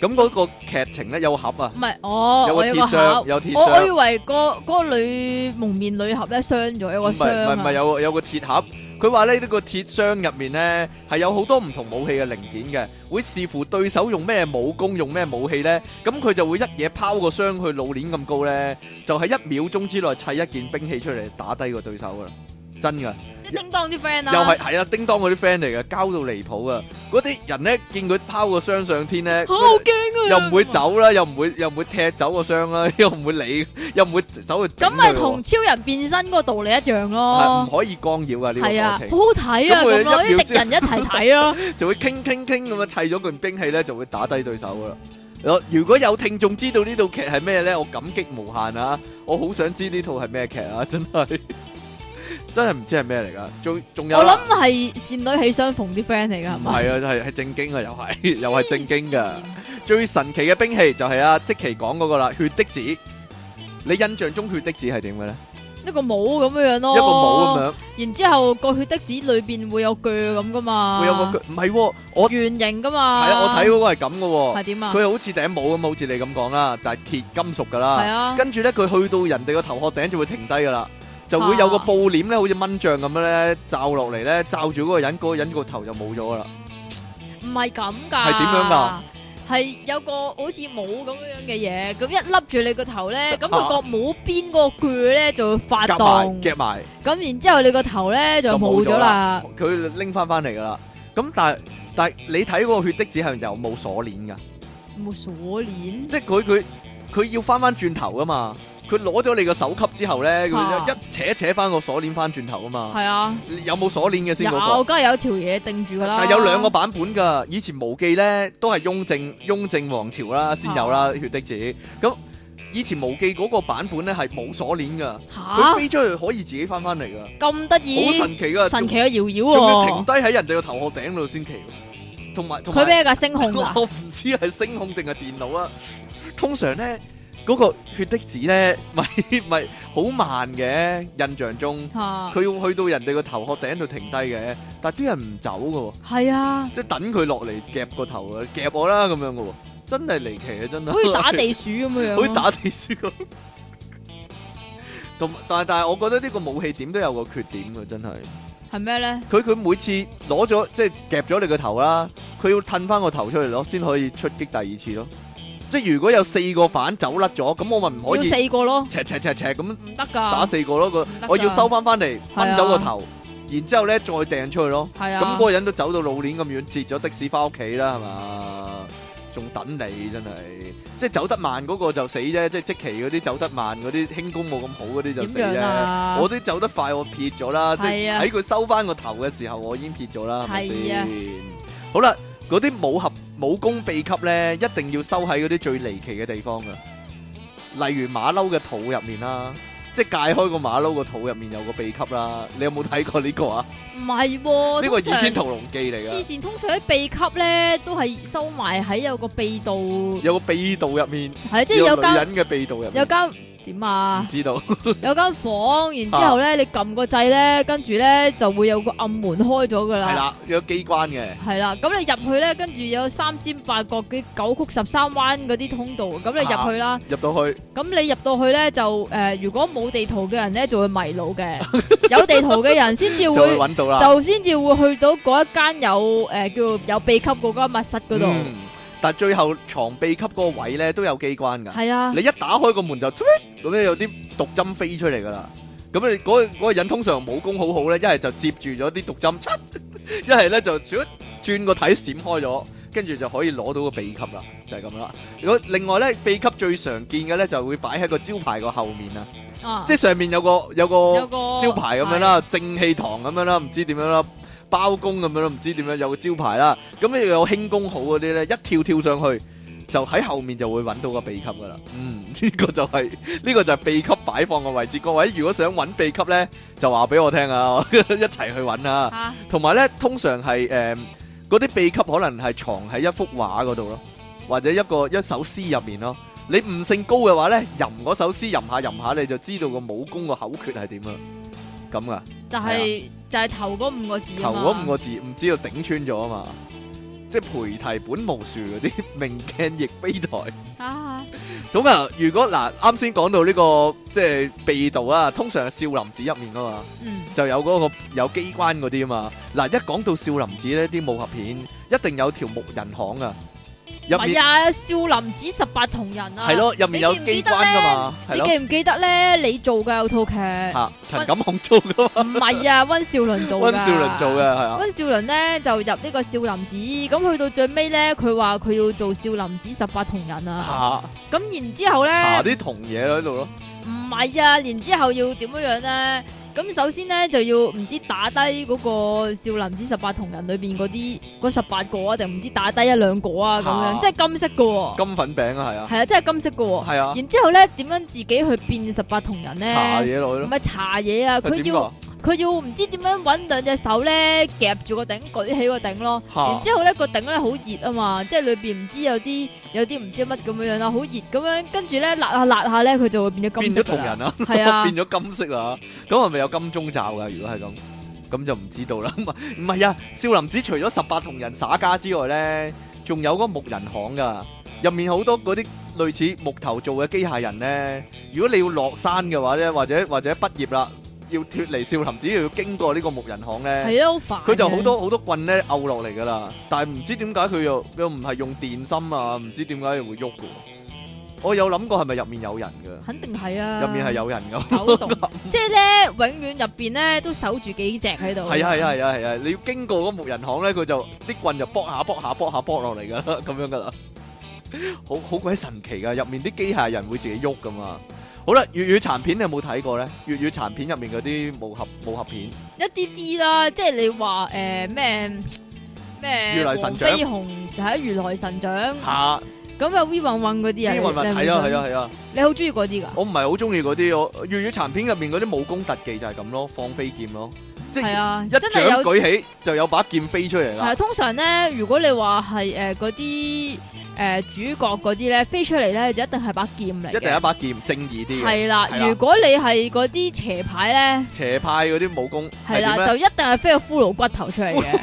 S1: 咁嗰個劇情咧有個盒啊，
S2: 唔係，哦，
S1: 有
S2: 我
S1: 個
S2: 有個
S1: 鐵
S2: 盒
S1: 箱，。有鐵
S2: 我我以
S1: 箱，
S2: 為個嗰個女蒙面女俠咧傷咗，有
S1: 唔
S2: 個傷
S1: 係唔係唔係
S2: 啊。
S1: 有個有個鐵盒。佢話咧呢個鐵箱入面咧係有好多唔同武器嘅零件嘅，會視乎對手用咩武功用咩武器咧，咁佢就會一嘢拋個箱去老鏈咁高咧，就喺一秒鐘之內砌一件兵器出嚟打低個對手噶啦，真噶。
S2: 即係叮當啲 friend 啊。
S1: 又係係啊，叮當嗰啲 friend 嚟嘅，交到離譜啊！嗰啲人咧見佢拋個箱上天咧，
S2: 好驚啊！
S1: 又唔會。走啦，又唔會又唔會踢走個箱啦， [LAUGHS] 又唔會理，又唔會走去頂
S2: 咁咪
S1: 佢喎
S2: 同超人變身嗰個道理一樣
S1: 係唔
S2: 咯。
S1: 可以干擾啊呢個
S2: 係啊，
S1: 過
S2: 好
S1: 程。
S2: 好睇啊
S1: 咁佢
S2: 咁咯，
S1: 一秒
S2: 啲
S1: 之
S2: 敵人一齊睇咯。
S1: 就會傾傾傾咁樣砌咗件兵器咧，就會打低對手噶啦。有如果有聽眾知道呢套劇係咩咧，我感激無限啊！我好想知呢套係咩劇啊， [LAUGHS] 真係真係唔知係咩嚟噶。仲仲有
S2: 我諗
S1: 啦，
S2: 係善女喜相逢啲 friend 嚟㗎，係
S1: 唔
S2: 嘛？
S1: 係啊，係係正經啊，又
S2: [LAUGHS]
S1: 係又係正經噶
S2: 黐。
S1: 最神奇嘅兵器就係啊，即其講嗰個啦，血滴子。你印象中血滴子係點嘅咧？
S2: 一個帽咁樣樣咯，
S1: 一個帽咁樣，
S2: 然之後個血滴子裏邊會有鋸咁噶嘛，
S1: 會有個腳唔係喎，我係
S2: 圓形噶嘛，
S1: 啊，我睇嗰個係咁嘅喎。
S2: 係點啊？
S1: 佢好似頂帽咁，好似你咁講啦，但係鐵金屬噶啦。
S2: 係啊，
S1: 跟住咧，佢去到人哋個頭殼頂就會停低噶啦，就會有個
S2: 啊
S1: 布簾咧，好似蚊帳咁樣咧，罩落嚟咧，罩住嗰個人，嗰、個人個頭就冇咗噶啦。
S2: 唔係咁㗎，
S1: 係點樣㗎？
S2: 係有個好似帽咁樣樣嘅嘢，咁一笠住你個頭咧，咁佢
S1: 啊
S2: 個帽邊嗰個鋸咧就會發
S1: 夾埋
S2: 動，
S1: 夾埋
S2: 咁然之後你個頭咧就冇咗啦。，
S1: 就佢拎翻翻嚟噶啦。咁但係但係你睇嗰個血滴子係有冇鎖鏈噶？
S2: 冇鎖鏈，
S1: 即係佢佢佢要翻翻轉頭噶嘛？佢攞咗你個手級之後咧，
S2: 啊
S1: 佢就一扯扯翻個鎖鏈翻轉頭噶嘛？
S2: 係啊，
S1: 有冇鎖鏈嘅先嗰、個？
S2: 有，梗係有條嘢定住㗎啦。
S1: 但係有兩個版本㗎，以前無記咧都係雍正雍正王朝啦先有啦血滴子，咁以前無記嗰個版本咧係冇鎖鏈㗎，佢
S2: 嚇
S1: 飛出去可以自己翻翻嚟㗎，
S2: 咁得意，
S1: 好神奇㗎，
S2: 神奇嘅搖搖
S1: 仲仲要啊停啊
S2: 喎。
S1: 低喺人哋個頭殼頂度先奇喎，同埋同
S2: 佢
S1: 埋
S2: 咩㗎？星控
S1: [LAUGHS]
S2: 啊㗎？
S1: 我唔知係聲控定係電腦啊，通常咧嗰個血滴子咧 [LAUGHS] 咪咪好慢嘅，印象中
S2: 嚇，
S1: 佢要去到人哋個頭殼頂度停低嘅，但係啲人唔走㗎喎。[LAUGHS]
S2: 係啊，
S1: 即係等佢落嚟夾個頭啊，夾我啦咁樣嘅喎，真係離奇啊，真係
S2: 好似打
S1: [LAUGHS]
S2: 地鼠咁樣樣咯。
S1: 好似打地鼠咁。 [LAUGHS] 同但係但係，我覺得呢個武器點都有個缺點嘅，真係
S2: 係咩咧？
S1: 佢佢每次攞咗即係夾咗你個頭啦，佢要褪翻個頭出嚟咯，先可以出擊第二次咯。即係如果有四個反走甩咗，咁我咪唔可
S2: 要
S1: 以
S2: 四個咯，
S1: 斜斜斜斜咁
S2: 唔得㗎。
S1: 打四個咯。個
S2: 唔得㗎
S1: 我要收翻翻嚟，
S2: 係啊
S1: 掹走個頭，然之後咧再掟出去咯。
S2: 係
S1: 咁
S2: 啊
S1: 嗰。個人都走到老年咁遠，截咗的士翻屋企啦，係嘛？仲等你真係，即係走得慢嗰個就死啫，即係即期嗰啲走得慢嗰啲輕功冇咁好嗰啲就
S2: 點
S1: 死
S2: 樣
S1: 啫。
S2: 啊？
S1: 我啲走得快，我撇咗啦，即
S2: 係
S1: 係
S2: 啊
S1: 喺佢收翻個頭嘅時候，我已經撇咗啦，係咪
S2: 係啊
S1: 先？好啦，嗰啲武俠武功秘笈咧，一定要收喺嗰啲最離奇嘅地方噶，例如馬騮嘅肚入面啦，即係解開個馬騮個肚入面有個秘笈啦。你有冇睇過呢個啊？
S2: 唔係喎，
S1: 呢個《
S2: 通
S1: 倚天
S2: 常
S1: 屠龍記》嚟
S2: 黐
S1: 噶，
S2: 線，通常啲秘笈咧都係收埋喺有個秘道，係
S1: 有個秘道入面，
S2: 即係
S1: 個
S2: 有
S1: 女
S2: 間
S1: 人嘅秘道入面，
S2: 有間點
S1: 唔 [LAUGHS]
S2: 啊？
S1: 知道
S2: 有間房，然之後
S1: 啊
S2: 咧你撳個掣咧，跟住咧就會有個暗門開咗噶
S1: 係
S2: 啦。
S1: 啦，有機關嘅，
S2: 係啦，咁你入去咧，跟住有三尖八角嘅九曲十三彎嗰啲通道，咁你入去啦。
S1: 入到去
S2: 咁你入到去咧就诶、呃如果冇地圖嘅人咧就會迷
S1: [LAUGHS]
S2: 路嘅，有地圖嘅人先至
S1: 就會
S2: 會
S1: 揾到啦。
S2: 就先至會去到嗰一間有诶、呃叫有秘笈嗰間密室嗰度。
S1: 嗯但最後藏秘笈嗰個位咧都有機關㗎。
S2: 係啊
S1: 你，一打開個門就咁樣有啲毒針飛出嚟㗎啦。咁你嗰嗰個人通常武功好好咧，一係就接住咗啲毒針， [LAUGHS] 一係咧就轉轉個體閃開咗，跟住就可以攞到個秘笈啦，就係咁啦。如果另外咧，秘笈最常見嘅咧就會擺喺個招牌個後面啊，
S2: 啊
S1: 即係上面有個有
S2: 有
S1: 個
S2: 個
S1: 招牌咁樣啦，正氣堂咁樣啦，唔知點樣啦。包公咁樣啦，唔知點樣有個招牌啦，咁你又有輕功好嗰啲咧，一跳跳上去就喺後面就會揾到個秘笈噶啦。嗯， [LAUGHS] 呢、個就係、呢、個就係秘笈擺放嘅位置。各位如果想揾秘笈咧，就話俾我聽啊， [LAUGHS] 一齊去揾啊。
S2: 係。啊
S1: 同埋咧，通常係誒嗰啲秘笈可能係藏喺一幅畫嗰度咯，或者一個一首詩入面咯。你悟性高嘅話咧，吟嗰首詩吟下吟下，你就知道個武功個口訣係點啦。咁啊，
S2: 就係就係頭嗰五個字
S1: 頭
S2: 啊嘛
S1: 嗰五個字唔知道頂穿咗啊嘛，即係菩提本無樹嗰啲 [LAUGHS] 明鏡亦非台。
S2: 啊
S1: 咁啊，如果嗱啱先講到呢、個即係秘道啊，通常係少林寺入面噶嘛。
S2: 嗯
S1: 就有嗰、個有機關嗰啲啊嘛。嗱，一講到少林寺呢啲武俠片一定有條木人巷啊，
S2: 唔
S1: 入
S2: 係
S1: 面
S2: 啊，少林寺十八銅人啊，
S1: 係咯，入面有
S2: 你記唔記
S1: 機
S2: 得
S1: 關噶嘛，係
S2: 你
S1: 咯，
S2: 記唔記得咧？你做嘅有套劇，
S1: 嚇陳錦鴻做
S2: [LAUGHS]
S1: 噶嘛，
S2: 唔係啊，温兆倫做
S1: 温
S2: 㗎
S1: 兆倫做嘅。係啊，
S2: 温兆倫咧就入呢個少林寺，咁去到最尾咧，佢話佢要做少林寺十八銅人啊。
S1: 嚇
S2: 咁然之後
S1: 查
S2: 咧，
S1: 啲銅嘢喺度咯，
S2: 唔係啊，然之後要點樣樣咧？咁首先咧就要唔知打低嗰個少林寺十八銅人裏邊嗰啲嗰十八個啊，定唔知打低一兩個啊咁
S1: 啊
S2: 樣，即係金色嘅喎，
S1: 金粉餅啊，係啊，
S2: 係啊，即係金色嘅喎。
S1: 係啊，
S2: 然之後咧點樣自己去變十八銅人
S1: 查
S2: 咧？
S1: 嘢落去
S2: 唔
S1: 咯，
S2: 係查嘢啊，佢
S1: 係點
S2: 要。
S1: 㗎？
S2: 佢要唔知點樣揾兩隻手咧夾住個頂，舉起個頂咯。
S1: 嚇
S2: 然之後咧個頂咧好熱啊嘛，即係裏邊唔知有啲有啲唔知乜咁樣樣啦，好熱咁樣，跟住咧辣下辣下咧，佢就會變咗
S1: 變
S2: 金
S1: 咗
S2: 色
S1: 銅人
S2: 啊，
S1: 啊！
S2: 係啊
S1: [LAUGHS] 變，咗金色啦。咁係咪有金鐘罩噶？如果係咁，咁就唔知道啦。唔 [LAUGHS] 係唔係啊，少林寺除咗十八銅人耍家之外咧，仲有嗰個木人巷噶，入面好多嗰啲類似木頭做嘅機械人咧。如果你要落山嘅話咧，或者或者畢業啦，要脱離少林寺，要經過呢個木人巷咧。
S2: 係啊，好煩。
S1: 佢就好多好多棍咧摳落嚟噶啦，但係唔知點解佢又又唔係用電芯啊，唔知點解又會喐噶。我有諗過係咪入面有人噶？
S2: 肯定係啊，
S1: 入面係有人噶。[LAUGHS]
S2: 手動，即係咧永遠入邊咧都守住幾隻喺度。
S1: 係啊係啊係啊係啊！你要經過嗰木人巷咧，佢就啲棍就卜下卜下卜下卜落嚟噶啦， [LAUGHS] 咁樣噶啦，好好鬼神奇噶！入面啲機械人會自己喐噶嘛。好啦，粵語殘片你有冇睇過咧？粵語殘片入面嗰啲武俠武俠片，
S2: 一啲啲啦，即係你話誒咩咩
S1: 如來
S2: 黃
S1: 神掌
S2: 飛鴻係啊如來神掌，
S1: 嚇
S2: 咁啊 V 運運嗰啲啊，
S1: 啲
S2: 你
S1: 雲雲係啊係啊，係啊！
S2: 你有冇中意你好中意嗰啲㗎？
S1: 我唔係好中意嗰啲，我粵語殘片入面嗰啲武功特技就係咁咯，放飛劍咯，即
S2: 係
S1: 係
S2: 啊，
S1: 一
S2: 真係
S1: 掌
S2: 有
S1: 舉起就有把劍飛出嚟
S2: 係
S1: 啦
S2: 啊。。通常咧，如果你話係誒嗰啲誒主角嗰啲咧飛出嚟咧，就一定係把劍嚟嘅。
S1: 一定係一把劍，正義啲嘅
S2: 係啦，
S1: 係啦
S2: 如果你係嗰啲邪牌咧，
S1: 邪派嗰啲武功係
S2: 係啦
S1: 點，咧？
S2: 就一定係飛個骷髏骨頭出嚟
S1: [LAUGHS]
S2: 嘅，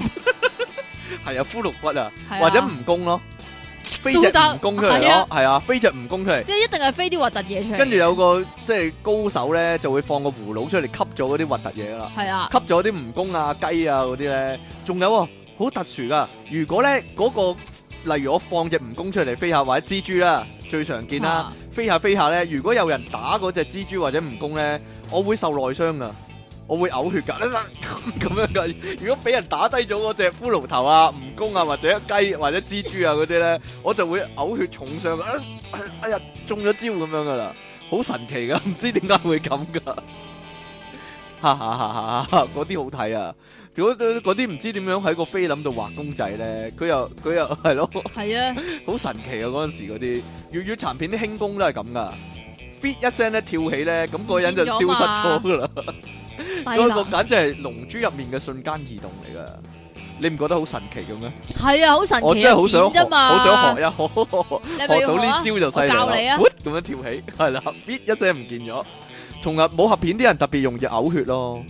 S1: 係啊，骷髏骨啊！
S2: 係啊
S1: 或者蜈蚣咯，飛只蜈蚣出嚟
S2: 係
S1: 咯
S2: 啊，
S1: 係啊，飛只蜈蚣出嚟，
S2: 即係一定係飛啲核突嘢出嚟。
S1: 跟住有個即係高手咧，就會放個葫蘆出嚟吸咗嗰啲核突嘢啦，
S2: 係啦，
S1: 吸咗啲蜈蚣啊、雞啊嗰啲咧，仲有喎，好特殊噶，如果咧嗰個，例如我放只蜈蚣出嚟飛下或者蜘蛛啦，最常見啦
S2: 啊，
S1: 飛下飛下咧，如果有人打嗰只蜘蛛或者蜈蚣咧，我會受內傷噶。我會嘔血㗎， [LAUGHS] 咁樣㗎。如果俾人打低咗嗰只骷髏頭啊、蜈蚣啊，或者雞或者蜘蛛啊嗰啲咧，我就會嘔血重傷 [COUGHS] 啊！哎呀， [LAUGHS] 中咗招咁樣㗎啦，好神奇㗎，唔知點解會咁㗎。哈哈哈哈哈！嗰啲好睇啊！如果嗰啲唔知點樣喺個菲林度畫公仔咧，佢又佢又係咯，
S2: 系啊，
S1: 好神奇啊！嗰陣時嗰啲粵語殘片啲輕功都係咁噶，fit 一聲咧跳起咧，咁嗰個人就消失咗噶啦。 [LAUGHS]
S2: 低
S1: 嗰個
S2: 能
S1: 簡直係龍珠入面嘅瞬間移動嚟噶，你唔覺得好神奇嘅咩？
S2: 系啊，好神奇啊，
S1: 我真係好想
S2: 剪
S1: 學，
S2: 啫嘛，
S1: 好想學一學。
S2: 你咪
S1: 學
S2: 要
S1: 到呢
S2: 學啊
S1: 招就犀利啦
S2: 我教你啊
S1: ，woot 咁樣跳起，係啦，fit 一聲唔見咗。同日武俠片啲人特別容易嘔血咯，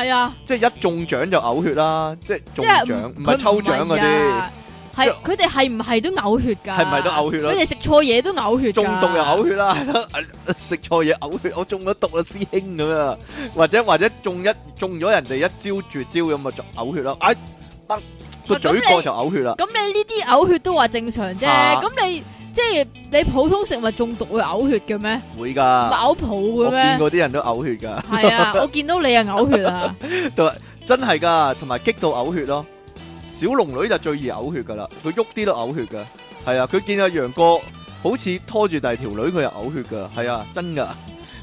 S2: 系啊，
S1: 即係一中獎就嘔血啦，即係
S2: 即
S1: 中
S2: 系
S1: 獎唔係抽獎嗰
S2: 啊
S1: 啲，。
S2: 系
S1: 即係
S2: 佢哋系唔系都嘔血噶？
S1: 係咪都嘔血咯
S2: 佢哋食錯嘢都嘔血㗎，
S1: 中毒又嘔血
S2: [LAUGHS]
S1: 啦，係啦，食錯嘢嘔血，我中咗毒啦，師兄咁啊，或者或者中一中咗人哋一招絕招咁啊，就嘔血啦，哎得個
S2: 喂啊咁
S1: 嘴
S2: 你
S1: 角就嘔血啦，
S2: 咁你呢啲嘔血都話正常啫，
S1: 啊
S2: 咁你即係你普通食物中毒會嘔血嘅咩？
S1: 會
S2: 唔係
S1: 㗎，
S2: 嘔泡
S1: 啊我
S2: 嘅
S1: 見
S2: 咩？
S1: 過啲人都嘔血㗎。[LAUGHS]
S2: 係啊，我見到你啊嘔血啊， [LAUGHS]
S1: 真係噶，同埋激到嘔血咯。小龍女就最易嘔血噶啦，佢喐啲都嘔血噶。係啊，佢見阿楊過好似拖住第二條女，佢又嘔血噶。係啊，真噶。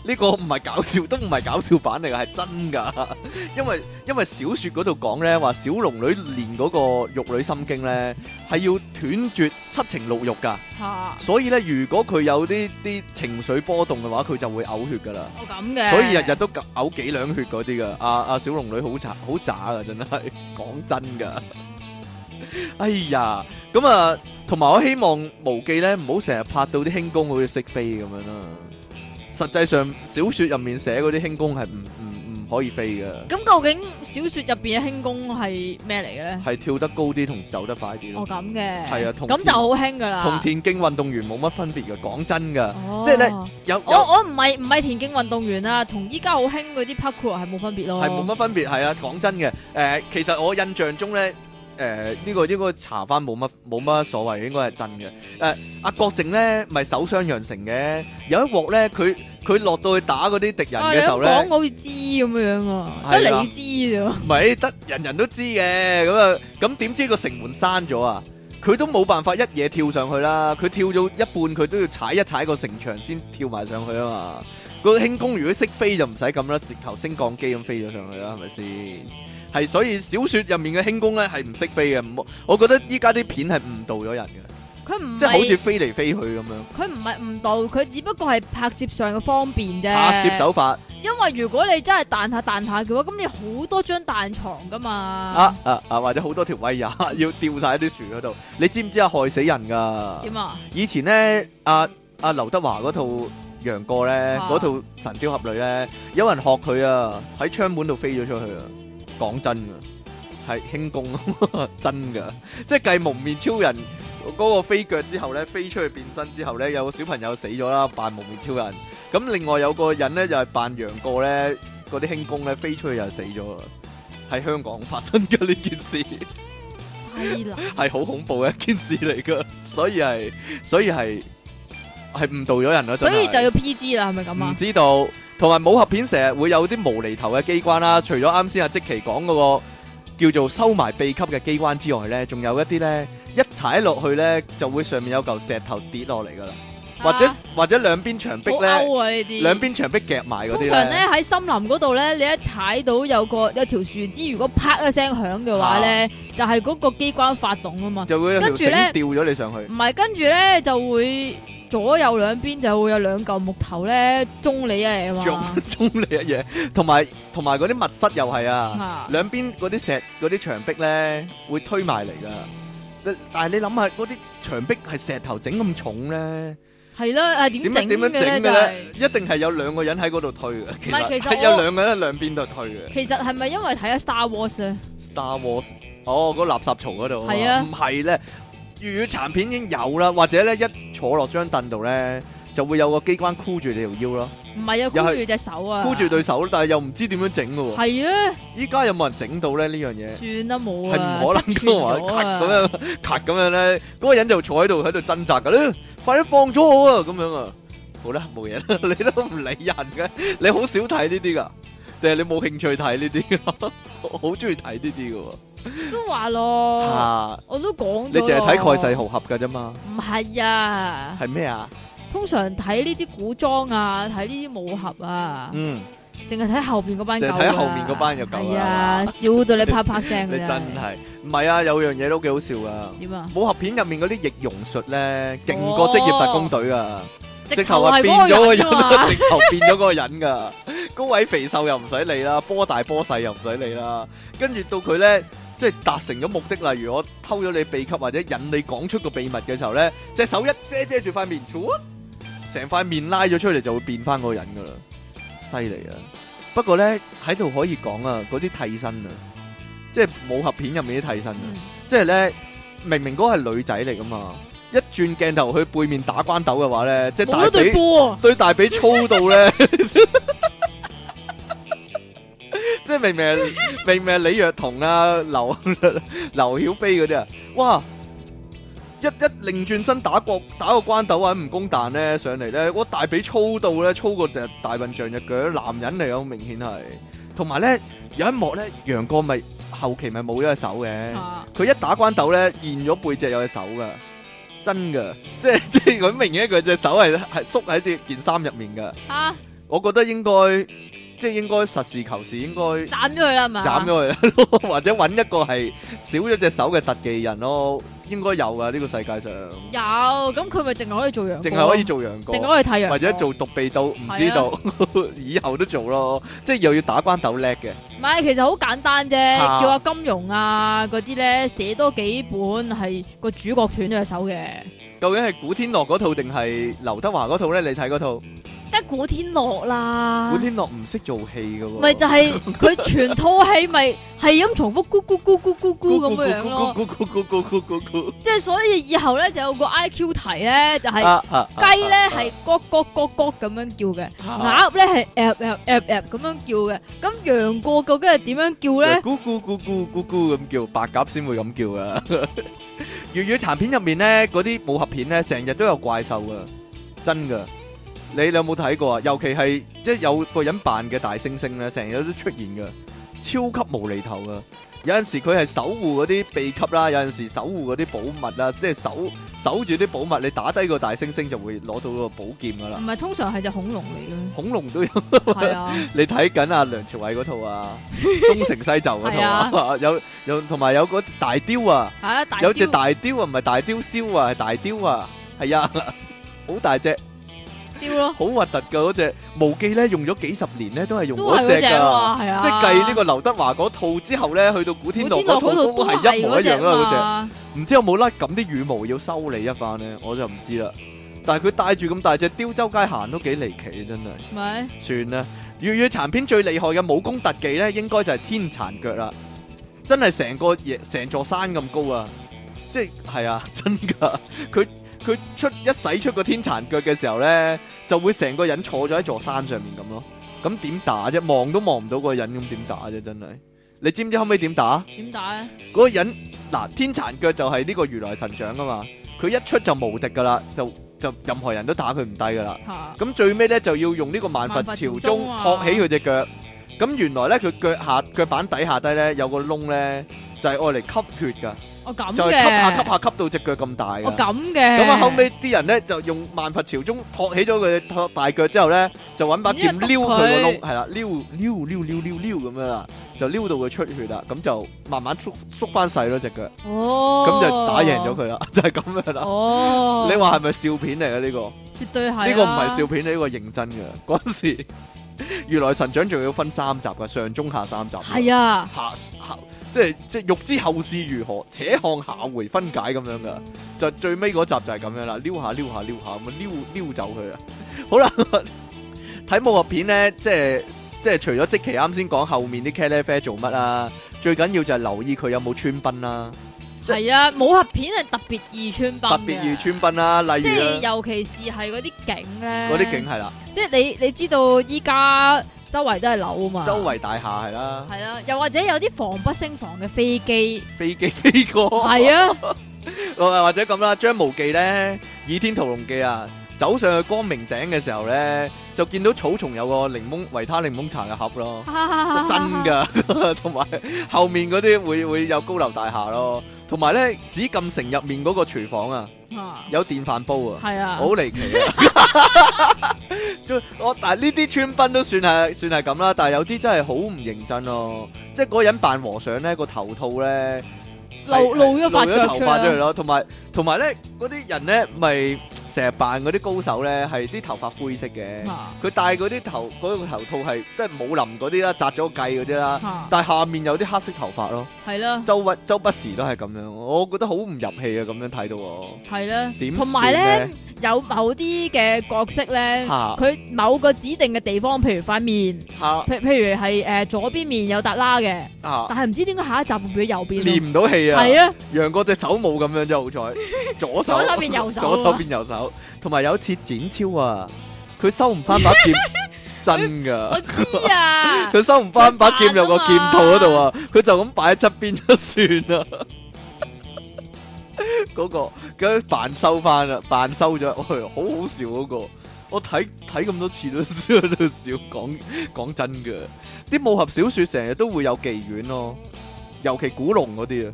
S1: 呢個唔係搞笑，都唔係搞笑版嚟噶，係真噶。 [LAUGHS] 因為因為小説嗰度講咧，話小龍女練嗰個玉女心經咧，係要斷絕七情六欲噶。
S2: 吓
S1: 所以咧，如果佢有啲啲情緒波動嘅話，佢就會嘔血噶啦。
S2: 我咁嘅，
S1: 所以日日都嘔幾兩血嗰啲噶，阿、啊、阿、小龍女好渣好渣噶，真係 [LAUGHS] 講真噶。哎呀，咁啊，同埋我希望無記咧唔好成日拍到啲輕功好似識飛咁樣啦。實際上小説入面寫嗰啲輕功係唔唔唔可以飛嘅，
S2: 咁究竟小说入边嘅輕功係咩嚟嘅咧？
S1: 係跳得高啲同走得快啲
S2: 我
S1: 咯。
S2: 咁嘅，
S1: 係啊同
S2: 咁就好興噶
S1: 同
S2: 啦。
S1: 田徑運動員冇乜分別嘅，講真噶，
S2: 哦
S1: 即係呢有
S2: 我
S1: 有
S2: 我唔係唔係田徑運動員啊，同依家好興嗰啲 parkour 係冇分別咯。
S1: 係冇乜分別，係啊，講真嘅，誒、其實我印象中咧，誒、呢、個應該查翻冇乜冇乜所謂，應該係真嘅。誒、阿郭靖咧，咪手傷楊成嘅，有一鑊咧，佢佢落到去打嗰啲敵人
S2: 啊，你
S1: 嘅時候
S2: 咁
S1: 咧，
S2: 講我好似知咁樣啊，
S1: 係
S2: 得
S1: 啦
S2: 你知啫。
S1: 唔係得人人都知嘅，咁啊，咁點知個城門閂咗啊？佢都冇辦法一嘢跳上去啦，佢跳咗一半，佢都要踩一踩個城牆先跳埋上去啊嘛。個輕功如果識飛就唔使咁啦，直頭升降機咁飛咗上去啦，係咪先？係所以小説入面嘅輕功咧係唔識飛嘅，唔好我覺得依家啲片係誤導咗人嘅，
S2: 佢唔
S1: 即係好似
S2: 係
S1: 飛嚟飛去咁樣。
S2: 佢唔係誤導，佢只不過係拍攝上嘅方便啫。
S1: 拍攝手法
S2: 因為如果你真係彈下彈下嘅話，咁你好多張彈床噶嘛。
S1: 啊啊啊，或者好多條威也要掉晒喺啲樹嗰度，你知唔知啊？害死人㗎！
S2: 點啊？
S1: 以前咧，阿阿劉德華嗰套《楊過》咧，
S2: 啊
S1: 嗰套《神雕俠侶》咧，有人學佢啊，喺窗門度飛咗出去啊！講真啊，係輕功 [LAUGHS] 真噶，即係繼蒙面超人嗰個飛腳之後咧，飛出去變身之後咧，有個小朋友死咗啦，扮蒙面超人。咁另外有個人咧，就係、扮楊過咧，嗰啲輕功咧飛出去又死咗啊！喺香港發生嘅呢件事。
S2: 低能
S1: [LAUGHS] 係好恐怖嘅一件事嚟噶， [LAUGHS] 所以係所以係係誤導咗人咯，
S2: 所以就
S1: 真係
S2: 要 PG 啦，係咪咁
S1: 唔
S2: 啊？
S1: 知道。同埋武俠片成日會有啲無厘頭嘅機關啦，除咗啱先阿即奇講嗰個叫做收埋秘笈嘅機關之外呢，仲有一啲呢，一踩落去呢，就會上面有嚿石頭跌落嚟噶啦，嗯或者
S2: 啊
S1: 或者兩邊牆壁
S2: 好
S1: 呢，
S2: 歐啊呢啲。
S1: 兩邊牆壁夾埋嗰
S2: 通
S1: 啲
S2: 常咧喺森林嗰度咧，你一踩到有個有條樹枝，如果啪一聲響嘅話
S1: 啊
S2: 咧，就係嗰個機關發動啊嘛。
S1: 就會有條
S2: 跟住呢
S1: 繩吊咗你上去。 [LAUGHS]
S2: 唔係，跟住咧就會左右兩邊就會有兩嚿木頭咧中你一嘢嘛。
S1: 中
S2: [LAUGHS]
S1: 中你一嘢，同埋同埋嗰啲密室又係啊
S2: 啊，
S1: 兩邊嗰啲石嗰啲牆壁咧會推埋嚟
S2: 嗯
S1: 噶。但係你諗下，嗰啲牆壁係石頭整咁重咧，
S2: 係啦，係點
S1: 點
S2: 整
S1: 樣點樣
S2: 嘅
S1: 整嘅
S2: 咧？就
S1: 咧
S2: 係？
S1: 一定係有兩個人喺嗰度推嘅，其
S2: 唔係
S1: 實
S2: 其實
S1: 係
S2: 我
S1: 有兩個人喺兩邊度推嘅。
S2: 其實係咪因為睇咗 Star Wars 啊咧？
S1: Star Wars，哦，嗰垃圾槽嗰度，
S2: 係啊
S1: 唔係咧，粵語殘片已經有啦，或者咧一坐落張凳度咧，就會有個機關箍住你條腰咯，
S2: 唔係啊，
S1: 又
S2: 箍
S1: 係
S2: 住隻手啊，
S1: 箍住對手，但係又唔知點樣整嘅喎。
S2: 係啊，
S1: 依家有冇人整到咧呢樣嘢？
S2: 算啦冇
S1: 係
S2: 啊，
S1: 唔可能噶嘛，
S2: 失傳咗
S1: 咳
S2: 啊
S1: 咁樣，咳咁樣咧，嗰個人就坐喺度喺度掙扎噶，你快啲放咗我啊！咁樣啊，好啦，冇嘢啦， [LAUGHS] 你都唔理人嘅，你好少睇呢啲噶，定係你冇興趣睇呢啲？我 [LAUGHS] 好中意睇呢啲噶
S2: 都話
S1: 喎，
S2: 咯，
S1: 啊，
S2: 我都講咗。
S1: 你淨係睇蓋世？豪俠噶啫嘛，
S2: 唔係啊，
S1: 係咩啊？
S2: 通常睇呢啲古裝啊，睇呢啲武俠啊，
S1: 嗯，
S2: 净系睇後边嗰班狗
S1: 淨
S2: 㗎
S1: 係
S2: 啦，
S1: 睇後面嗰班就夠
S2: 係
S1: 啦
S2: 啊，笑到你啪啪
S1: 嗯
S2: 聲
S1: 你
S2: 㗎
S1: 真
S2: 咋
S1: 係啊唔係啊？有樣嘢都幾好笑啊！
S2: 點啊？
S1: 武俠片入面嗰啲易容術咧，勁過職業特工隊啊！直頭
S2: 係
S1: 係變
S2: 嗰
S1: 咗個
S2: 個
S1: 人
S2: 啊
S1: 啊，
S2: 嘛，
S1: 直頭變咗嗰個人噶。高位肥瘦又唔使理啦，波大波細又唔使理啦。跟住到佢咧，即係達成咗目的，例如我偷咗你秘笈或者引你講出個秘密嘅時候咧，隻手一遮遮住塊面，唰成塊面拉咗出嚟就會變翻嗰個人噶啦，犀利啊！不過咧喺度可以講啊，嗰啲替身啊，即係武俠片入面啲替身啊。
S2: 嗯
S1: 即系咧，明明嗰個係女仔嚟噶嘛，一轉鏡頭去背面打關斗嘅話咧，即係
S2: 冇
S1: 大
S2: 咗對
S1: 髀
S2: [LAUGHS] 波啊，
S1: 對大髀粗到咧，即係明明係明明係李若彤啊、劉 [LAUGHS] 劉曉飛嗰啲啊，哇！一一擰轉身打個打個關斗或者蜈蚣彈咧上嚟咧，我大髀粗到咧粗過隻大笨象隻腳，男人嚟嘅好明顯係。同埋咧有一幕咧，楊過咪後期咪冇咗隻手嘅。
S2: 啊
S1: 佢一打關鬥咧，現咗背脊有隻手噶，真噶， [LAUGHS] 即係即係佢明顯佢隻手係係縮喺隻件衫入面噶。
S2: 啊，
S1: 我覺得應該即係應該實事求是，應該
S2: 斬咗佢啦係嘛，
S1: 斬咗佢 [LAUGHS] 咯，或者揾一個係少咗隻手嘅特技人咯，應該有噶呢、個世界上，
S2: 有，咁佢咪淨係可以做羊，
S1: 淨係可以，做羊
S2: 淨係
S1: 角，
S2: 可以睇羊，
S1: 或者，做獨臂刀，唔知道， [LAUGHS] 以後都做咯，即係又要打關鬥叻嘅，
S2: 唔係其實好簡單
S1: 啊
S2: 啫，叫阿金庸啊嗰啲咧寫多幾本係個主角斷咗隻手嘅，
S1: 究竟係古天樂嗰套定係劉德華嗰套咧？你睇嗰套，
S2: 得古天樂啦
S1: 古。天樂唔識做戲噶喎。
S2: 咪就係佢全套戲咪 [LAUGHS] 係咁重複咕咕咕咕咕咕咁樣樣咯，
S1: 咕咕咕咕咕咕咕
S2: 即係所以以後咧就有個 I Q 題咧就係
S1: 啊啊！啊
S2: 雞咧係咯咯咯咯咁樣叫嘅，鴨咧係 a p a p a p a p 咁樣叫嘅，咁楊過究竟係點樣叫咧？
S1: 咕咕咕咕咕咕咁叫，白鴿先會咁叫 [LAUGHS] 噶。粵語殘片入面咧，嗰啲武俠片咧，成日都有怪獸噶，真噶。你你有冇睇過啊？尤其係即係有個人扮嘅大猩猩咧，成日都出現噶，超級無厘頭噶。有陣時佢係守護嗰啲秘笈啦，有陣時守護嗰啲寶物啦，即係守守住啲寶物，你打低個大猩猩就會攞到個寶劍噶啦
S2: 唔。係通常係只恐
S1: [LAUGHS]
S2: 龍嚟
S1: 恐龍都有。
S2: 嘅，係啊，
S1: 你睇緊啊梁朝偉嗰套
S2: [LAUGHS]
S1: 啊，《東成西就》嗰套啊， [LAUGHS] 有有同埋有嗰大雕啊，
S2: 係啊，大
S1: 有隻
S2: 雕
S1: 大雕啊，唔係大雕燒啊，係大雕啊，係啊， [LAUGHS] 好大隻，
S2: 雕咯，
S1: 好核突噶嗰只。無記咧用咗幾十年咧，都係用
S2: 都係
S1: 嗰
S2: 嗰
S1: 只
S2: 只
S1: 噶，
S2: 嘛，係啊，
S1: 即係計呢個劉德華嗰套之後咧，去到古天
S2: 古天
S1: 樂
S2: 樂
S1: 嗰套
S2: 嗰套
S1: 都
S2: 都
S1: 係一模一樣
S2: 隻
S1: 啦，嗰隻。
S2: 嘛，
S1: 唔知有冇甩咁啲羽毛要修理一番咧，我就唔知啦。但係佢帶住咁大隻雕周街行都幾離奇，真係。
S2: 咪
S1: 算啦，粵語殘片最厲害嘅武功特技咧，應該就係天殘腳啦，真係成個嘢成座山咁高啊！即係係啊， [LAUGHS] 真噶，佢佢出一使出個天殘腳嘅時候咧，就會成個人坐咗喺座山上面咁咯。咁點打啫？望都望唔到個人，咁點打啫？真係，你知唔知後尾點打？
S2: 點打咧？
S1: 嗰個人嗱，天殘腳就係呢個如來神掌啊嘛，佢一出就無敵噶啦，就就任何人都打佢唔低噶啦。
S2: 嚇，
S1: 咁最尾咧就要用呢個萬佛朝宗
S2: 萬佛朝宗啊
S1: 托起佢只腳。咁原來咧佢腳下腳板底下低咧有個窿咧，就係愛嚟吸血噶，
S2: 我咁
S1: 就係吸下吸
S2: 嘅，
S1: 下吸到只腳咁大噶。
S2: 我咁嘅，
S1: 咁啊後尾啲人咧就用萬佛朝宗托起咗佢托大腳之後咧，就揾把劍
S2: 然之
S1: 撩
S2: 後
S1: 佢
S2: 篤
S1: 個
S2: 佢
S1: 窿，係啦，撩撩撩撩撩撩咁樣啦，就撩到佢出血啦，咁就慢慢縮縮翻細咯只腳，
S2: 哦，
S1: 咁就打贏咗佢啦， [LAUGHS] 就係咁樣啦。
S2: 哦，
S1: 你話係咪笑片嚟嘅呢個？
S2: 絕對係
S1: 呢個唔
S2: 啊
S1: 係笑片，呢個認真嘅。嗰陣時， [LAUGHS] 如來神掌仲要分三集噶，上中下三集。
S2: 係啊，
S1: 下下即係即係欲知後事如何，且看下回分解咁樣噶。就最尾嗰集就係咁樣啦，撩下撩下撩下咁撩撩走佢啊。好啦， [LAUGHS] 睇武俠片咧，即係即係除咗即期啱先講後面啲茄喱啡做乜啊，最緊要就係留意佢有冇穿崩啦，即
S2: 係啊，武俠片係特別易穿崩
S1: 特
S2: 嘅
S1: 別易穿崩啦，例
S2: 即係
S1: 如啊
S2: 尤其是係嗰啲景咧，
S1: 嗰啲景，係啦，
S2: 即係你你知道依家周圍都係樓啊嘛，
S1: 周圍大廈係啦，
S2: 係啦，又或者有啲防不勝防嘅飛機，
S1: 飛機飛
S2: [LAUGHS]
S1: 過。
S2: 係啊，
S1: 哦或或者咁啦，張無忌咧《倚天屠龍記》啊，走上去光明頂嘅時候咧，就見到草叢有個檸檬維他檸檬茶嘅盒咯， [LAUGHS]
S2: 啊
S1: 真真，
S2: [LAUGHS]
S1: 噶，同埋後面嗰啲會會有高樓大廈咯，同埋咧紫禁城入面嗰個廚房啊，
S2: 㗎，
S1: 有電飯煲啊，
S2: 係啊
S1: 好，離奇啊！ [LAUGHS] 即我但係呢啲村賓都算係算係咁啦，但係有啲真係好唔認真咯，即係嗰個人扮和尚咧個頭套咧
S2: 露露咗
S1: 發
S2: 發
S1: 咗
S2: 腳
S1: 頭
S2: 出
S1: 髮出嚟
S2: 嚟，
S1: 咯，同埋同埋咧嗰啲人咧咪成日扮嗰啲高手咧係啲頭髮灰色嘅，
S2: 嚇
S1: 佢戴嗰啲頭嗰、個頭套係即係武林嗰啲啦，紮咗個髻嗰啲啦，
S2: 嚇
S1: 但係下面有啲黑色頭髮咯，
S2: [LAUGHS] 係啦
S1: 周不周不時都係咁樣，我覺得好唔入戲啊！咁樣睇到我
S2: 係啦
S1: 點，
S2: 同埋
S1: 算
S2: 咧
S1: 呢
S2: 有某啲嘅角色咧，
S1: 嚇
S2: 佢某個指定嘅地方，譬如塊面，
S1: 嚇
S2: 譬譬如係誒左邊面有笪拉嘅，
S1: 嚇
S2: 但係唔知點解下一集會變咗右邊咯，
S1: 練唔到氣啊！
S2: 係啊，
S1: 楊過隻手冇咁樣
S2: [LAUGHS]
S1: 啫，好彩左手
S2: 左手變右手
S1: 左手
S2: 啊，
S1: 變右手，同埋有次展超啊，佢收唔翻
S2: [LAUGHS]
S1: 把劍，真
S2: 我
S1: 噶，
S2: 知
S1: [LAUGHS]
S2: 啊，
S1: 佢收唔翻把劍入個劍套嗰度啊，佢就咁擺喺側邊就算啦。 [LAUGHS] 嗰、個佢扮收翻啦，扮收咗，哎呀好好笑嗰、個。我睇睇咁多次都笑都笑，講講真嘅，啲武俠小說成日都會有妓院咯，尤其古龍嗰啲啊，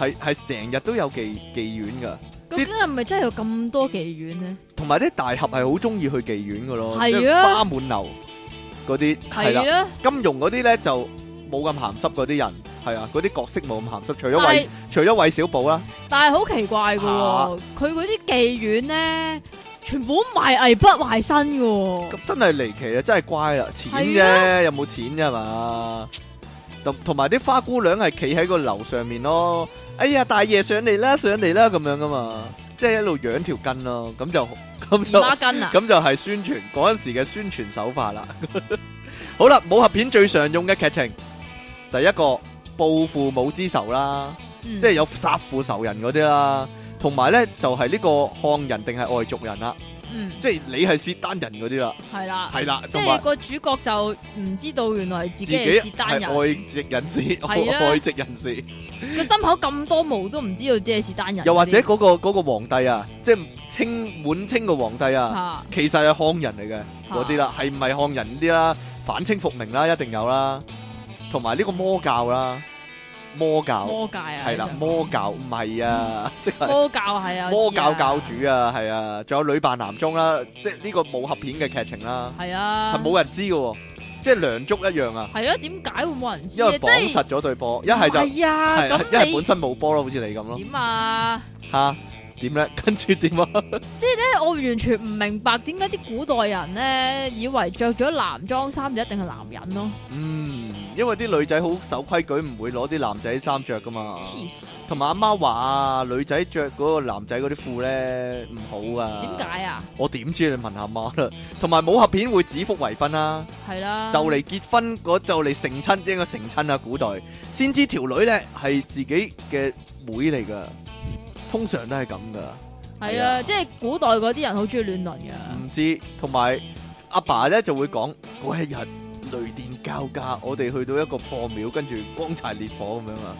S1: 係係成日都有妓妓院㗎。
S2: 究竟係咪真係有咁多妓院咧？
S1: 同埋啲大俠係好中意去妓院嘅咯，
S2: 係啊
S1: 即係花滿樓嗰啲係
S2: 係
S1: 啦，
S2: 啦，
S1: 金庸嗰啲咧就冇咁鹹濕嗰啲人，係啊，嗰啲角色冇咁鹹濕，除咗
S2: 但係
S1: 韋除咗韋小寶啦，
S2: 但係好奇怪嘅
S1: 啊
S2: 喎，佢嗰啲妓院咧，全部都賣藝不賣身嘅喎
S1: 咁，真係離奇啊，真係乖啦，錢啫，有冇錢啫嘛？同同埋啲花姑娘係企喺個樓上面咯，哎呀大爺上嚟啦上嚟啦咁樣噶嘛，即係一路養條筋咯，咁就咁
S2: 姨
S1: 就。
S2: 媽巾啊，
S1: 咁就係宣傳嗰陣時嘅宣傳手法啦。 [LAUGHS] 好啦，武俠片最常用嘅劇情，第一個報父母之仇啦，
S2: 即
S1: 即係有殺父仇人嗰啲啦，同埋呢就係、呢個漢人定係外族人啦，啊
S2: 嗯
S1: 即係你係契丹人嗰啲啦，
S2: 係啦。
S1: 係啦，
S2: 即
S1: 同
S2: 係
S1: 埋
S2: 個主角就唔知道原來自
S1: 自
S2: 己係契
S1: 己
S2: 丹
S1: 係
S2: 人，
S1: 外籍人士， [LAUGHS]
S2: 係啦
S1: 外籍人士，
S2: 佢心口咁多毛都唔知道自己係契丹人嗰啲。
S1: 又或者嗰、個嗰個皇帝啊，即係清滿清嘅皇帝啊，
S2: 嚇
S1: 其實係漢人嚟嘅。嗰啲
S2: 啦，
S1: 啦，係唔係漢人啲啦？反清復明啦，一定有啦，同埋呢個魔教啦，魔教
S2: 魔嗯界啊，
S1: 係啦，魔教唔係啊，即係
S2: 魔教係啊，
S1: 魔教教
S2: 我知
S1: 主啊，係啊，仲有女扮男裝啦，即係呢個武俠片嘅劇情啦，
S2: 啊，係啊，
S1: 係冇人知嘅喎，即係梁祝一樣啊，
S2: 係咯？點解會冇人知
S1: 因
S2: 啊？
S1: 為
S2: 即
S1: 綁
S2: 係
S1: 實咗對波，一係就
S2: 係啊，
S1: 係啊一係本
S2: 咁
S1: 身冇波咯，好似你咁咯
S2: 你，點啊？
S1: 吓點咧？ [LAUGHS] 跟住點啊？
S2: 即係我完全唔明白點解啲古代人咧以為着咗男裝衫就一定係男人咯，
S1: 嗯，因為啲女仔好守規矩，唔會攞啲男仔衫着噶嘛。
S2: 黐線，
S1: 同埋阿媽話啊，女仔着嗰個男仔嗰啲褲咧唔好啊。
S2: 點？解啊？
S1: 我點知你問下媽啦。同埋武俠片會指腹為婚啦，
S2: 係啦，
S1: 就嚟結婚嗰就嚟成親，應該成親啊！古代先知條女咧係自己嘅妹嚟噶，通常都係咁噶。
S2: 係
S1: 係啊
S2: 啊，即係古代嗰啲人好中意亂倫嘅，
S1: 唔知同埋阿爸咧就會講嗰一日雷電交加，我哋去到一個破廟，跟住乾柴烈火咁樣啊。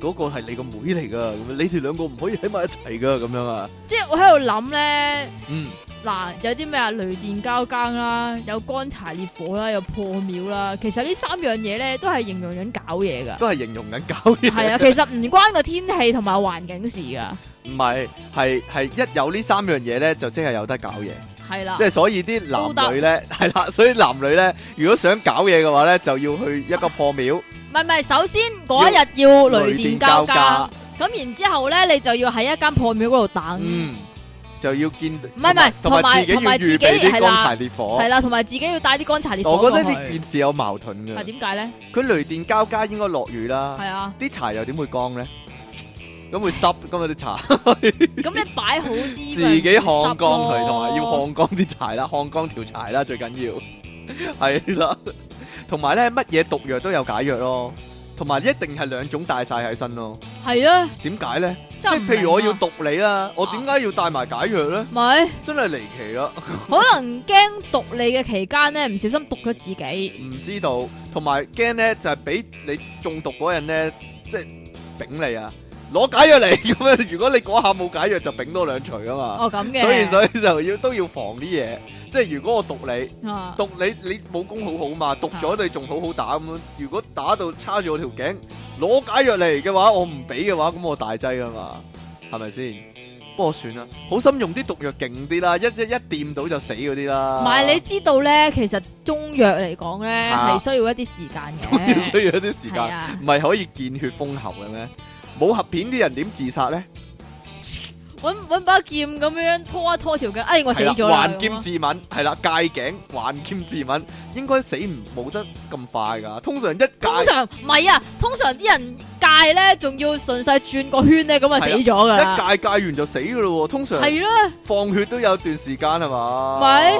S1: 嗰個係你個妹嚟噶，咁樣你哋兩個唔可以喺埋一齊噶，咁樣啊。
S2: 即係我喺度諗咧。
S1: 嗯。
S2: 嗱，有啲咩啊？雷電交更啦，有乾柴烈火啦，有破廟啦。其實呢三樣嘢咧，都係形容緊搞嘢
S1: [LAUGHS]
S2: 噶。
S1: 都係形容緊搞嘢。
S2: 係啊，其實唔關個天氣同埋環境事噶。
S1: 唔係係係一有呢三樣嘢咧，就即係有得搞嘢。
S2: 係啦
S1: 即，係所以啲男女咧 [LAUGHS] 係啦，所以男女咧如果想搞嘢嘅話咧，就要去一個破廟
S2: 唔係唔係，首先嗰一日要雷電交更，
S1: 交。
S2: 咁然之後咧，你就要喺一間破廟嗰度等。
S1: 嗯，就要見唔
S2: 係唔係
S1: 同埋
S2: 同埋
S1: 自己要
S2: 同埋
S1: 預備
S2: 自己
S1: 啲
S2: 係
S1: 乾
S2: 啦
S1: 柴烈火
S2: 係。啦，同埋自己要帶啲乾柴烈火
S1: 哦我
S2: 過
S1: 覺
S2: 去。
S1: 得呢件事有矛盾
S2: 係
S1: 嘅。
S2: 點解咧？
S1: 佢雷電交加應該落雨啦，
S2: 係啊，
S1: 啲柴又點會乾咧？咁會濕㗎嘛啲柴，
S2: 咁你擺
S1: [LAUGHS]
S2: 好啲，
S1: 自己
S2: 咪唔會
S1: 烘
S2: 濕
S1: 乾佢，
S2: 咯
S1: 同埋要烘乾啲柴啦，烘乾條柴啦，最緊要 [LAUGHS] 係啦。同埋咧，乜嘢毒藥都有解藥咯，同埋一定係兩種帶晒喺身咯。
S2: 係啊，
S1: 點解咧？即
S2: 真係唔
S1: 係譬如我
S2: 明啊
S1: 要毒你啦，我點解要帶埋解藥咧？
S2: 咪
S1: 真係離奇啦，
S2: 可能驚毒你嘅期間咧，唔小心毒咗自己。
S1: 唔知道。同埋驚咧，就係俾你中毒嗰人咧，即係丙你啊，攞解藥嚟咁 [LAUGHS] 樣。如果你嗰下冇解藥，就丙多兩錘啊嘛。
S2: 哦咁嘅，
S1: 所以所以就要都要防啲嘢，即係如果我毒你。
S2: 啊
S1: 讀你你武功好好嘛，讀咗你仲好好打咁樣。如果打到叉住我條頸，攞解藥嚟嘅話，我唔俾嘅話，咁我大劑噶嘛，係咪先？不過算啦，好心用啲毒藥勁啲啦，一一一掂到就死嗰啲啦。
S2: 唔係
S1: [LAUGHS]
S2: 你知道咧，其實中藥嚟講咧
S1: 啊
S2: 係需要一啲時間
S1: 你
S2: 嘅，
S1: [LAUGHS] 需要一啲時
S2: 係
S1: 間，
S2: 啊
S1: 唔，係可以見血封喉嘅咩？武俠片啲人點自殺咧？
S2: 揾揾把劍咁樣拖一拖條頸，哎我死
S1: 係啦
S2: 咗啦，
S1: 還劍自刎係啦，戒頸還劍自刎，應該死唔冇得咁快㗎。通常一戒
S2: 通常唔係啊，通常啲人戒咧，仲要順勢轉個圈咧，咁啊死咗㗎啦，
S1: 一戒戒完就死㗎咯喎。通常
S2: 係啦，
S1: 放血都有段時間係嘛？
S2: 咪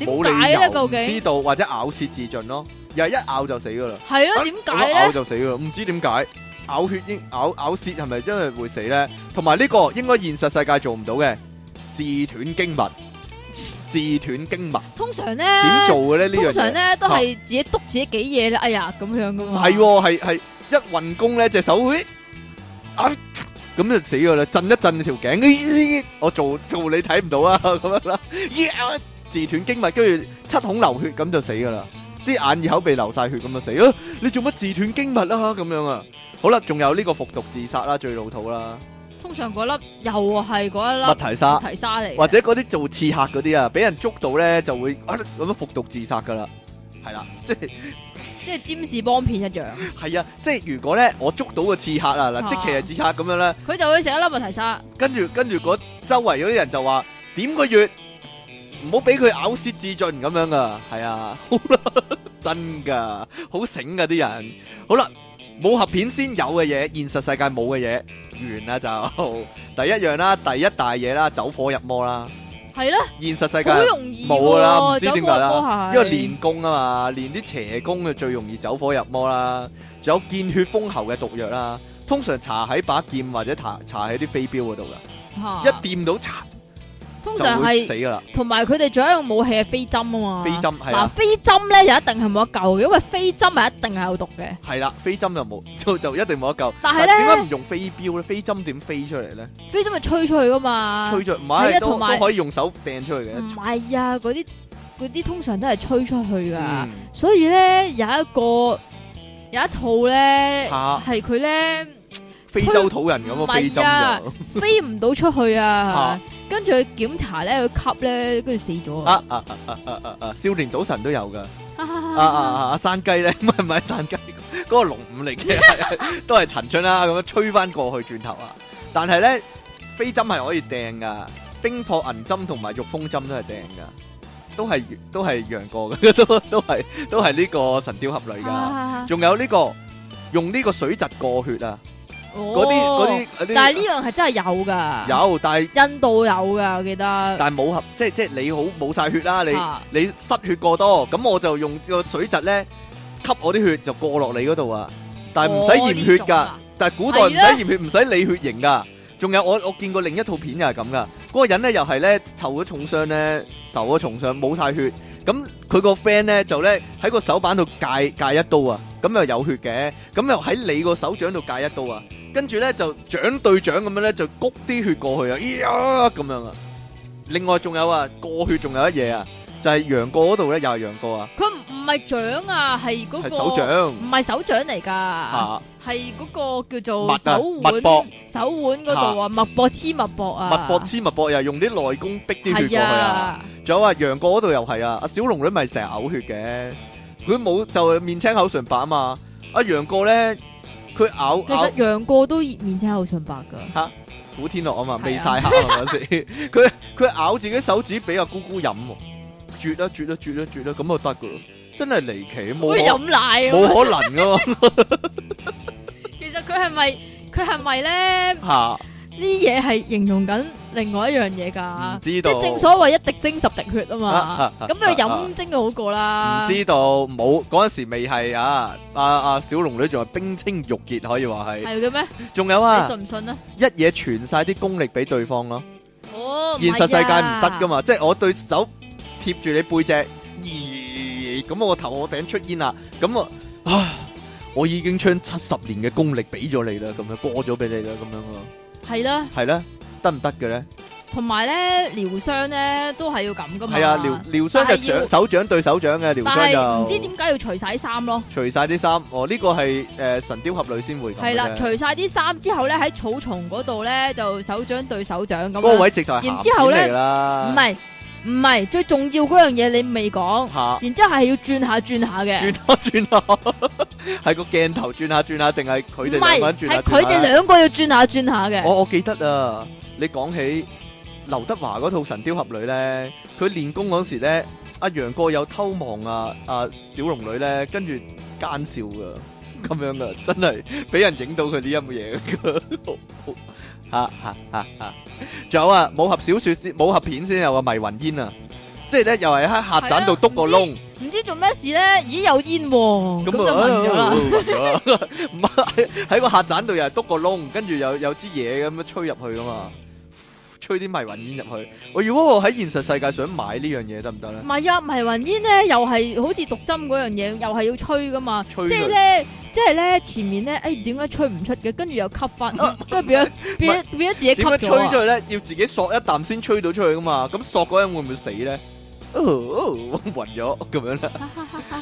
S2: 點
S1: 冇
S2: 解咧？
S1: 理由
S2: 究
S1: 唔知
S2: 竟
S1: 道或者咬舌自盡咯，又係一咬就死㗎啦。啊
S2: 係啊咯？點解
S1: 咬
S2: 咧？
S1: 就死噶啦，唔知點解咬血應咬咬舌係咪真係會死咧？同埋呢個應該現實世界做唔到嘅，自斷經脈，自斷經脈
S2: 通常咧
S1: 點做嘅咧？呢樣
S2: 通
S1: 嘢
S2: 常咧都係自己督自己幾嘢咧，哎呀咁樣
S1: [LAUGHS]
S2: 噶
S1: 唔
S2: 嘛。
S1: 係喎，係係一運功咧隻手，咦啊咁就死噶啦，震一震條頸，咦我做做你睇唔到啊咁樣啦，咦啊自斷經脈，跟住七孔流血咁就死噶啦，啲眼耳口鼻流晒血咁就死咯、啊，你做乜自斷經脈啊咁樣啊？好啦，仲有呢個服毒自殺啦，最老土啦，
S2: 通常嗰粒又係嗰
S1: 麥
S2: 一
S1: 提
S2: 粒
S1: 沙
S2: 提沙嚟嘅，
S1: 或者嗰啲做刺客嗰啲啊，俾人捉到咧就會啊咁樣服毒自殺噶啦，係啦，即係。
S2: 即係占士邦片一樣，
S1: 係啊，即係如果咧，我捉到個刺客啊，嗱，即其係刺客咁樣咧，
S2: 佢就會食一粒麥提沙。
S1: 跟住跟住嗰周圍嗰啲人就話點個月，唔好俾佢咬舌自盡咁樣噶，係啊， [LAUGHS] 好啦，真噶，好醒噶啲人，好啦，武俠片先有嘅嘢，現實世界冇嘅嘢，完啦就 [LAUGHS] 第一樣啦，第一大嘢啦，走火入魔啦，
S2: 係啦，
S1: 現實世界
S2: 好容易
S1: 冇啦，唔
S2: 喎，
S1: 知
S2: 走
S1: 點
S2: 火
S1: 解
S2: 入魔
S1: 啦
S2: 係，
S1: 因為練功啊嘛，練啲邪功就最容易走火入魔啦。仲有見血封喉嘅毒藥啦，通常搽喺把劍或者搽搽喺啲飛鏢嗰度噶，
S2: 嚇
S1: 一掂到搽
S2: 啊通
S1: 就
S2: 常
S1: 會
S2: 係
S1: 死噶啦。
S2: 同埋佢哋仲有一樣武器係飛針啊嘛。
S1: 飛針係
S2: 嗱，
S1: 啊，
S2: 飛針咧就一定係冇得救嘅，因為飛針係一定係有毒嘅。
S1: 係啦，飛針就冇， [LAUGHS] 就就一定冇得救。
S2: 但係呢
S1: 點解唔用飛鏢咧？飛針點飛出嚟咧？
S2: 飛針係吹出去噶嘛，
S1: 吹着唔
S2: 係
S1: 係
S2: 啊
S1: 都
S2: 同埋
S1: 都可以用手掟出去
S2: 唔
S1: 嘅。
S2: 係啊，嗰啲嗰啲通常都係吹出去㗎。
S1: 嗯，
S2: 所以咧有一個有一套咧
S1: 嚇
S2: 係佢咧
S1: 非洲土人咁
S2: 唔係
S1: 啊，飛針
S2: 啊
S1: 就
S2: 飛唔到出去啊
S1: 嚇，
S2: 跟住去檢查咧佢吸咧，跟住死咗啊！
S1: 啊啊啊啊啊啊啊！少年賭神都有噶。啊啊啊
S2: 啊！
S1: 啊！山雞咧， [LAUGHS] 唔係唔係山雞，嗰、個龍五嚟嘅， [LAUGHS] 係都係陳春啦，咁樣吹翻過去轉頭啊！但係咧，飛針係可以掟噶，冰魄銀針同埋玉風針都係掟噶，都係都係楊過嘅，都都係都係呢個神雕俠侶噶。
S2: 啊
S1: 仲有呢、個用呢個水蛭過血啊，嗰啲嗰
S2: 哦，
S1: 啲嗰啲，
S2: 但係呢樣係真係有㗎，
S1: 有，但係
S2: 印度有㗎，我記得。
S1: 但係冇合，即係即係你好冇晒血啦，你。
S2: 啊
S1: 你失血過多，咁我就用個水蛭咧吸我啲血就過落你嗰度啊！但係唔使驗血
S2: 哦呢種
S1: 㗎，
S2: 啊
S1: 但係古代唔使
S2: 係啊
S1: 驗血，唔使理血型㗎。仲有我我見過另一套片又係咁㗎，嗰、個人咧又係咧受咗重傷咧，受咗重傷冇晒血，咁佢個 friend 咧就咧喺個手板度界界一刀啊，咁又有血嘅，咁又喺你個手掌度界一刀啊，跟住咧就掌對掌咁樣咧就谷啲血過去啊，咿呀咁樣啊。另外仲有啊，過血仲有一嘢啊，就係、楊過嗰度咧又係楊過啊，
S2: 佢唔唔係掌啊，係嗰
S1: 係
S2: 個
S1: 手掌
S2: 唔係手掌嚟㗎，
S1: 嚇，
S2: 係嗰個叫
S1: 脈
S2: 做
S1: 啊
S2: 手
S1: 脈搏
S2: 腕手腕嗰度啊，脈搏黐脈搏啊，
S1: 脈搏黐脈搏又係用啲內功逼啲血過去
S2: 係
S1: 啊。
S2: 啊。
S1: 仲有啊，楊過嗰度又係啊，阿小龍女咪成日嘔血嘅，佢冇就係面青口唇白啊嘛。阿楊過咧，佢咬
S2: 其
S1: 咬
S2: 實楊過都面青口唇白噶，
S1: 古天樂啊嘛，
S2: 係啊
S1: 未晒黑啊嗰時， [LAUGHS] 佢佢咬自己手指俾阿姑姑飲喎，啜啦啜啦啜啦啜啦，咁就得噶咯，真係離奇，
S2: 好似
S1: 冇
S2: 飲奶
S1: 可
S2: 咁。
S1: 冇可能噶嘛
S2: 其實佢係咪佢係咪咧？呢
S1: 嚇，
S2: 嘢係形容緊另外一樣嘢
S1: 唔
S2: 㗎，
S1: 知
S2: 即
S1: 道
S2: 係正所謂一滴精十滴血啊嘛。
S1: 唔
S2: 咁佢飲啊精就好過啦。
S1: 知道冇嗰陣時未係啊，阿阿小龍女仲係冰清玉潔可以話係，
S2: 係嘅咩？
S1: 仲有
S2: 你
S1: 啊
S2: 信唔信啊？
S1: 一嘢傳晒啲功力俾對方啊咯。
S2: 哦，
S1: 現實世界唔得噶
S2: 嘛。
S1: 嘛，即係我對手貼住你背脊，咦咁我頭我頂出煙啦，咁我啊我已經將七十年嘅功力俾咗你啦，咁樣過咗俾你啦，咁樣咯，
S2: 係啦，
S1: 係咧，得唔得嘅咧？
S2: 同埋咧療傷咧都係要咁噶嘛。
S1: 系啊，療療傷就
S2: 但係要
S1: 掌手掌對手掌嘅療
S2: 但係唔
S1: 傷
S2: 知
S1: 就
S2: 點解要除晒衫咯？
S1: 除晒啲衫，哦呢個係诶神雕俠侶先會咁啊嘅
S2: 係啦，
S1: 啫
S2: 除晒啲衫之後咧，喺草叢嗰度咧就手掌對手掌咁
S1: 嗰個
S2: 樣。
S1: 位啊直頭係
S2: 然之後呢
S1: 鹹片嚟㗎啦，
S2: 唔係唔係，最重要嗰樣嘢你未講，
S1: 吓
S2: 然之後係要轉下轉下嘅。
S1: 啊轉下 [LAUGHS] 轉下，係個鏡頭轉下轉下，定係佢哋
S2: 唔
S1: 兩個
S2: 係，
S1: 人轉下
S2: 係
S1: 轉
S2: 佢
S1: 下
S2: 哋
S1: 咧
S2: 兩個要轉下轉下嘅。
S1: 我我記得啊，你講起劉德華嗰套《神雕俠侶》咧，佢練功嗰時咧，阿楊過有偷望啊啊小龍女咧，跟住奸笑噶，咁樣噶，真係俾人影到佢啲 [LAUGHS] 咁嘅 [LAUGHS] 嘢。嚇嚇嚇嚇！仲有啊，武俠小説先，武俠片先有啊，迷魂煙啊，即係咧又係喺客棧度篤個窿。
S2: 唔知做咩事咧，咦有煙喎，咁就暈咗啦。
S1: Ừ, 啊，暈咗啦。 [LAUGHS] 唔係喺個客棧度又係篤個窿，跟住有有支嘢咁樣吹入去噶嘛，吹啲迷魂煙入去。我如果我喺現實世界想買呢樣嘢得唔得咧
S2: 唔？係啊，迷魂煙咧又係好似毒針嗰樣嘢，又係要吹噶嘛。
S1: 吹
S2: 即係
S1: 佢
S2: 咧，即係咧，前面咧，誒點解吹唔出嘅？跟住又吸
S1: [LAUGHS]
S2: 翻，啊跟住變咗變咗變咗自己吸
S1: 點樣吹
S2: 咗
S1: 咗
S2: 啊
S1: 佢咧？要自己索一啖先吹到出去噶嘛。咁索嗰人會唔會死咧？哦哦， [LAUGHS] 暈咗咁樣啦。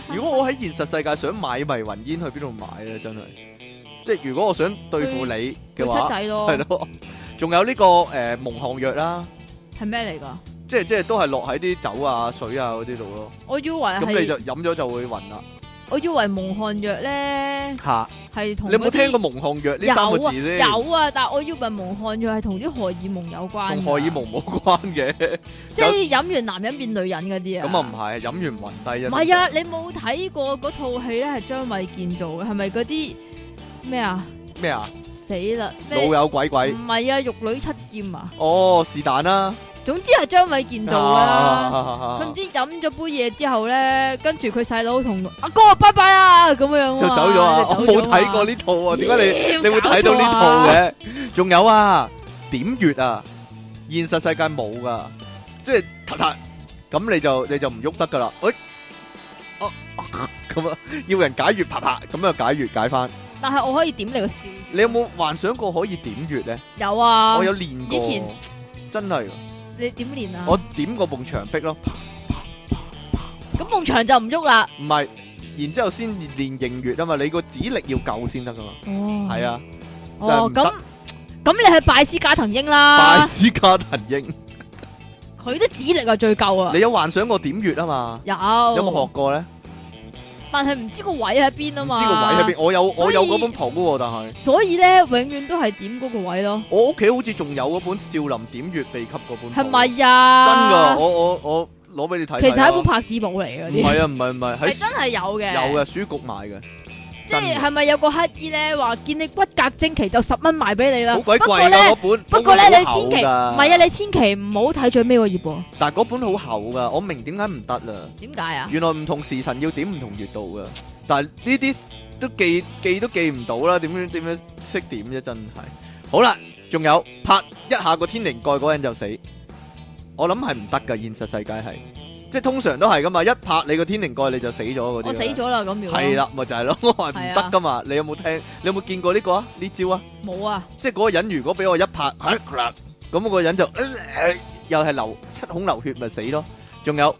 S1: 如果我喺現實世界想買迷魂煙，去邊度買咧？真係，即係如果我想對付你嘅
S2: 會
S1: 話
S2: 出，仔咯，
S1: 係咯。仲有呢個誒蒙汗藥啦。
S2: 係咩嚟㗎？
S1: 即係即係都係落喺啲酒啊、水啊嗰啲度咯。
S2: 我以為
S1: 咁你
S2: 係，
S1: 就飲咗就會暈啦。
S2: 我以為蒙汗藥咧
S1: 嚇！
S2: 係同
S1: 你有冇
S2: 嗰啲
S1: 聽過蒙汗藥呢
S2: 有
S1: 三個
S2: 啊
S1: 字先？
S2: 有啊，但我以為蒙汗藥係同啲荷爾蒙有關㗎，啊
S1: 同荷爾蒙冇關
S2: [LAUGHS]
S1: 嘅。
S2: 即係飲完男人變女人嗰啲啊。
S1: 咁啊唔係，飲完暈低啫。
S2: 唔係啊，你冇睇過嗰套戲咧？係張衛健做嘅，係咪嗰啲咩啊？
S1: 咩啊？
S2: 死啦！
S1: 老
S2: 咩？
S1: 友鬼鬼。
S2: 唔係啊，玉女七劍啊！
S1: 哦，是但啦。
S2: 總之係張衛健做啦。
S1: [LAUGHS]
S2: 佢唔
S1: 啊
S2: 知飲咗杯嘢之後咧，跟住佢細佬同阿哥拜拜啊咁樣啊嘛
S1: 就走咗啊！我
S2: 就
S1: 冇
S2: 走咗啊
S1: 睇過呢套啊，點解你
S2: 妖
S1: 你會睇到呢
S2: 搞錯
S1: 套
S2: 啊
S1: 嘅？仲有啊，點穴啊，現實世界冇噶，即係突突咁你就你就唔喐得噶啦。喂，哦 [LAUGHS] 咁啊，要人解穴啪啪咁啊解穴解翻。
S2: 但係我可以點你個笑。
S1: 你有冇幻想過可以點穴咧？
S2: 有啊？
S1: 我有練過，
S2: 以前啊
S1: 真係
S2: 你點練啊？
S1: 我點過埲牆壁咯，啪
S2: 咁夢牆就唔喐啦。
S1: 唔係，然之後先練形穴啊嘛，你個指力要夠先得噶嘛，
S2: 哦，
S1: 係。啊。
S2: 哦，
S1: 真係
S2: 咁
S1: 唔
S2: 咁你去拜師加藤英
S1: 拜
S2: 啦，
S1: 斯卡騰英，
S2: 佢啲指力啊最夠啊。
S1: 你有幻想過點穴啊嘛？
S2: 有
S1: 有
S2: 有
S1: 冇學過咧？
S2: 但係唔知個位喺邊啊
S1: 唔知個
S2: 嘛，
S1: 位喺邊，我有
S2: 所以
S1: 我有嗰本譜喎，但係
S2: 所以咧永遠都係點嗰個位咯，
S1: 我屋企好似仲有嗰本《少林點穴秘笈》嗰本譜，
S2: 係
S1: 真
S2: 咪呀？
S1: 噶？我我我攞俾你睇睇啦。啊
S2: 其實係一本拍子簿嚟嘅嗰
S1: 唔
S2: 啲，
S1: 係啊，唔係唔係
S2: 係
S1: 喺
S2: 真係有嘅，
S1: 有嘅書局買嘅，
S2: 即係啊
S1: 真嘅
S2: 係咪有個乞衣咧話見你骨骼精奇就十蚊賣俾你啦？
S1: 好鬼
S2: 不過
S1: 貴啊
S2: 咧
S1: 㗎嗰本。
S2: 不過咧，
S1: 嗰
S2: 你
S1: 本好厚
S2: 千祈唔係
S1: 㗎
S2: 啊！，你千祈唔好睇最尾個頁喎，
S1: 但係嗰本好厚㗎，我明點解唔得啦。
S2: 點解啊？
S1: 原來唔同時辰要點唔同穴道㗎，但係呢啲都記記都記唔到啦，點樣點樣識點啫？真係好啦，仲有拍一下個天靈蓋嗰人就死，我諗係唔得㗎，現實世界係即係通常都係噶嘛，一拍你個天靈蓋你就死咗嗰啲。啊
S2: 我死。咗啦咁樣，
S1: 係，啦，咪就係咯，我係唔
S2: 係啊
S1: 得噶嘛。你有冇聽？你有冇見過呢個啊？呢招啊？
S2: 冇啊！
S1: 即係嗰個人如果俾我一拍，咁嗰個人就又係流七孔流血咪死咯。仲有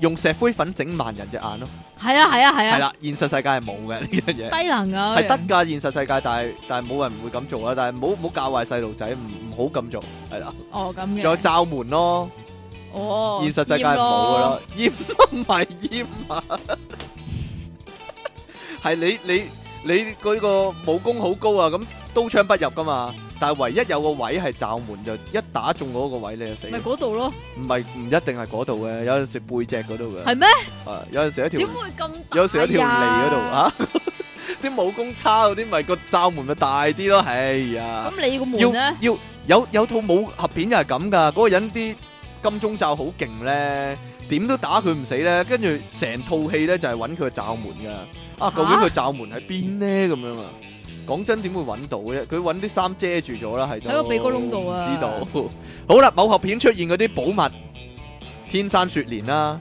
S1: 用石灰粉整盲人隻眼咯，
S2: 係啊係啊係
S1: 係
S2: 啊，
S1: 啦，現實世界係冇嘅呢樣嘢，
S2: 低能啊！
S1: 係得㗎。現實世界，但係但係冇人會咁做啊。但係唔好唔好教壞細路仔，唔唔好咁做，係啦。
S2: 哦咁
S1: 仲有
S2: 嘅，
S1: 罩門咯，
S2: 哦，
S1: 現實世界係冇㗎
S2: 厭咯
S1: 啦，閹唔係閹啊， [LAUGHS] 係你你你嗰個武功好高啊，咁刀槍不入噶嘛。但係唯一有個位係罩門，就一打中嗰個位你就死。
S2: 咪嗰度咯，
S1: 唔係唔一定係嗰度嘅，有陣時背脊嗰度嘅。
S2: 係咩？
S1: 啊，有陣時一條
S2: 點，會咁大
S1: 有陣時一條脷嗰度
S2: 呀
S1: 啊。 [LAUGHS] 啲武功差嗰啲咪個罩門咪大啲咯。哎呀，
S2: 咁你個門
S1: 要
S2: 咧？
S1: 要有有套武俠片就係咁噶，嗰個人啲金鐘罩好勁咧，點都打佢唔死咧，跟住成套戲咧就係揾佢個罩門噶。啊，究竟佢罩門喺邊咧？咁樣啊，講真點會揾到啫？佢揾啲衫遮住咗啦，係都
S2: 喺個鼻哥窿度
S1: 唔
S2: 啊
S1: 知道。 [LAUGHS] 好啦，武俠片出現嗰啲寶物，天山雪蓮啦，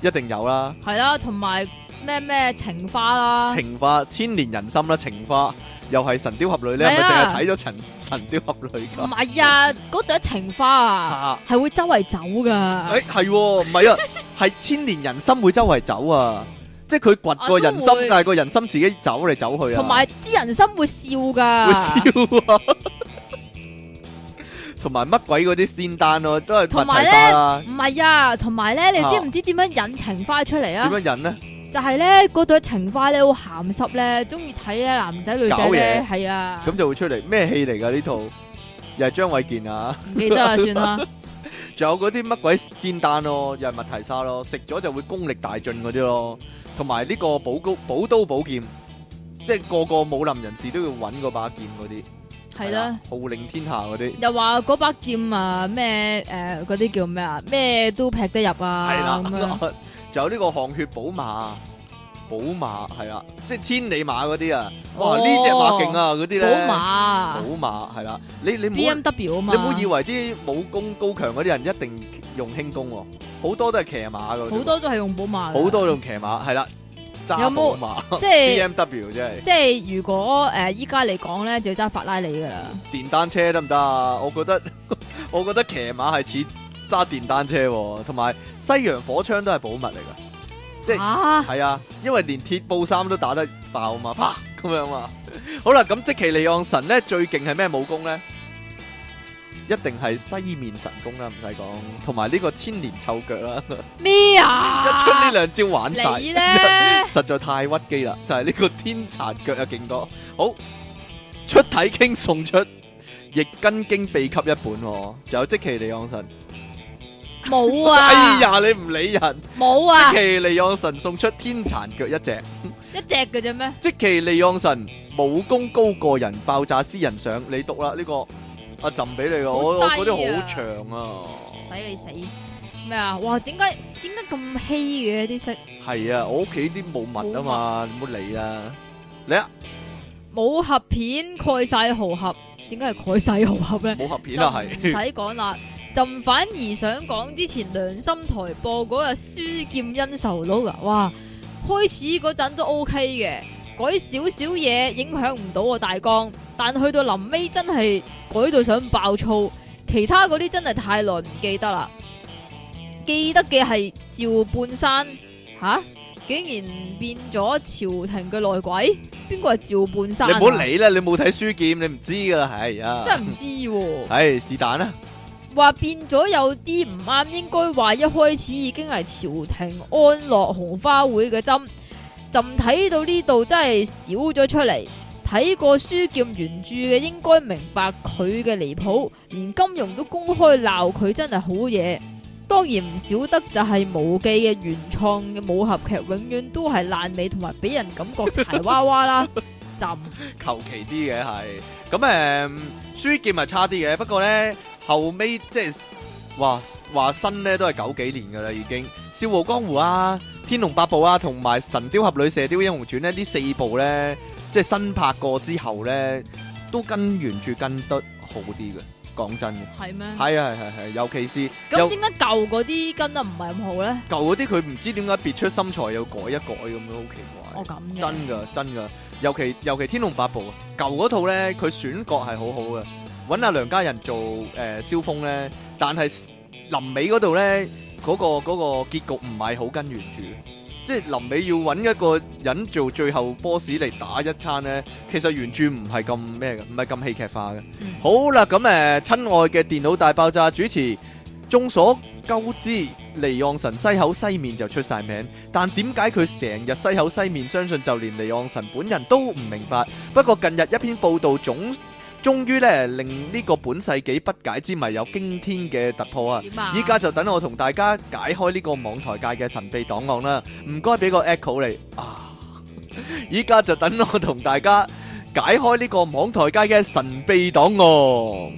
S1: 一定有啦。
S2: 係啦，同埋咩咩情花啦，
S1: 情花千年人心啦，情花又係神雕俠侶咧，係
S2: 係
S1: 咪
S2: 啊
S1: 淨係睇咗神 [LAUGHS] 神雕俠侶
S2: 唔
S1: 噶？
S2: 係啊，嗰朵情花啊，
S1: [LAUGHS] 啊，
S2: 係會周圍走噶，
S1: [LAUGHS] 誒係喎，唔
S2: [LAUGHS]
S1: 係啊，係千年人心會周圍走啊，即係佢掘個人
S2: 啊都
S1: 心，
S2: 會
S1: 但係個人心自己走嚟走去啊，
S2: 同埋啲人心會笑噶，
S1: 會笑啊， [LAUGHS] 同埋乜鬼嗰啲仙丹咯，都係
S2: 同埋
S1: 問題
S2: 呢
S1: 花啦，
S2: 唔係啊，同埋咧，你
S1: 啊
S2: 知唔知點樣引情花出嚟
S1: 點
S2: 啊？
S1: 樣引呢？
S2: 就係咧，嗰朵情花咧好鹹濕咧，中意睇咧男仔女仔咧，
S1: 搞
S2: 係啊，
S1: 咁就會出嚟咩戲嚟㗎呢套？又係張衛健啊！
S2: 唔記得啦，算啦，
S1: [LAUGHS] 仲有嗰啲乜鬼仙丹咯，又係麥提沙咯，食咗就會功力大進嗰啲咯，同埋呢個寶高寶刀寶劍，即係個個武林人士都要揾嗰把劍嗰啲，
S2: 係
S1: 係
S2: 啦。，
S1: 號令天下嗰啲，
S2: 又話嗰把劍啊，咩誒嗰啲叫咩啊，咩都劈得入
S1: 係
S2: 啊，咁樣
S1: 啦，仲有呢個汗血寶馬，寶馬係啦，即係千里馬嗰啲啊，哇
S2: 哦
S1: 呢只馬勁啊嗰啲咧，
S2: 寶馬
S1: 啊寶馬係啦，你你唔
S2: ，B
S1: 好
S2: M W 啊嘛，
S1: 你唔好以為啲武功高強嗰啲人一定用輕功喎，好多都係騎馬㗎，
S2: 好多都係用寶馬㗎，
S1: 好多用騎馬係啦，
S2: 有
S1: 揸寶
S2: 冇
S1: 馬。
S2: 即係
S1: BMW 真係
S2: 即係如果誒依家嚟講咧，就要揸法拉利噶啦，
S1: 電單車得唔得啊？我覺得 [LAUGHS] 我覺得騎馬係似揸電單車喎，同埋西洋火槍都係寶物嚟㗎。即係
S2: 啊
S1: 係啊，因為連鐵布衫都打得爆嘛，啪咁樣嘛。好啦，咁即其利昂神咧最勁係咩武功咧？一定係西面神功啦，唔使講，同埋呢個千年臭腳啦，
S2: 咩
S1: [LAUGHS] 一出呢
S2: 啊？
S1: 兩招玩晒。
S2: 你咧
S1: [LAUGHS] 實在太屈機啦，就係、呢個天殘腳有勁多。好，出體傾送出易筋經秘笈一本、喎，仲有即其利昂神。
S2: 冇
S1: 哎
S2: 啊，
S1: 呀，你唔理人，
S2: 冇啊
S1: 即，其利昂神送出天殘腳一隻，
S2: 一隻嘅啫咩？
S1: 即其利昂神武功高過人，爆炸私人相，你讀啦呢、個阿朕俾你個，我我
S2: 好
S1: 嗰
S2: 低啊
S1: 啲好長啊，
S2: 抵你死咩啊？哇，點解點解咁稀嘅啲色？
S1: 係啊，我屋企啲冇物啊嘛，你唔好理啊，你啊
S2: 武俠片蓋晒豪俠，點解係蓋晒豪俠咧？
S1: 武俠片
S2: 就
S1: 啊
S2: 唔
S1: 係，
S2: 使講啦。朕反而想講之前良心台播嗰日《書劍恩仇錄》啊，哇！開始嗰陣都 OK 嘅，改少少嘢影響唔到我大綱，但去到臨尾真係改到想爆粗，其他嗰啲真係太耐唔記得啦。記得嘅係趙半山吓、竟然變咗朝廷嘅內鬼，邊個係趙半山、
S1: 你
S2: 啊？
S1: 唔好理啦，你冇睇書劍，你唔知噶啦，係啊，
S2: 真係唔知喎、
S1: 唉，是但啦，
S2: 話變咗有啲唔啱，應該話一開始已經係朝廷安樂紅花會嘅針。朕睇到呢度真係少咗出嚟。睇過書劍原著嘅應該明白佢嘅離譜，連金庸都公開鬧佢真係好嘢。當然唔少得就係無記嘅原創嘅武俠劇，永遠都係爛尾同埋俾人感覺柴娃
S1: [LAUGHS]
S2: 娃啦。朕
S1: 求其啲嘅係，咁誒、書劍係差啲嘅，不過咧後尾即係話話新咧都係九幾年噶啦已經，《笑傲江湖》啊，《天龍八部》啊，同埋《神雕俠侶》《射雕英雄傳》咧呢四部咧，即係新拍過之後咧，都跟原著跟得好啲嘅，講真嘅，
S2: 係咩？
S1: 係啊係係係，尤其是
S2: 咁
S1: 有
S2: 點解舊嗰啲跟得唔係咁好呢？
S1: 舊嗰啲佢唔知點解別出心裁又改一改咁樣，好奇怪。
S2: 我咁嘅。
S1: 真噶真噶，尤其尤其《天龍八部》啊，舊嗰套咧，佢選角係好好嘅，揾阿梁家仁做誒、呃、蕭峰咧，但係臨尾嗰度咧，嗰、個嗰、個結局唔係好跟原著，即係臨尾要揾一個人做最後 boss 嚟打一餐咧，其實原著唔係咁咩嘅，唔係咁戲劇化嘅。
S2: 嗯
S1: 好啦，咁誒、呃，親愛嘅電腦大爆炸主持，眾所鳩知，離岸神西口西面就出晒名。但點解佢成日西口西面？相信就連離岸神本人都唔明白。不過近日一篇報導總，終於咧令呢個本世紀不解之謎有驚天嘅突破啊！
S2: 點啊？
S1: 依家就等我同大家解開呢個網台界嘅神秘檔案啦。唔該俾個 echo 嚟啊！依家就等我同大家解開呢個網台界嘅神秘檔案。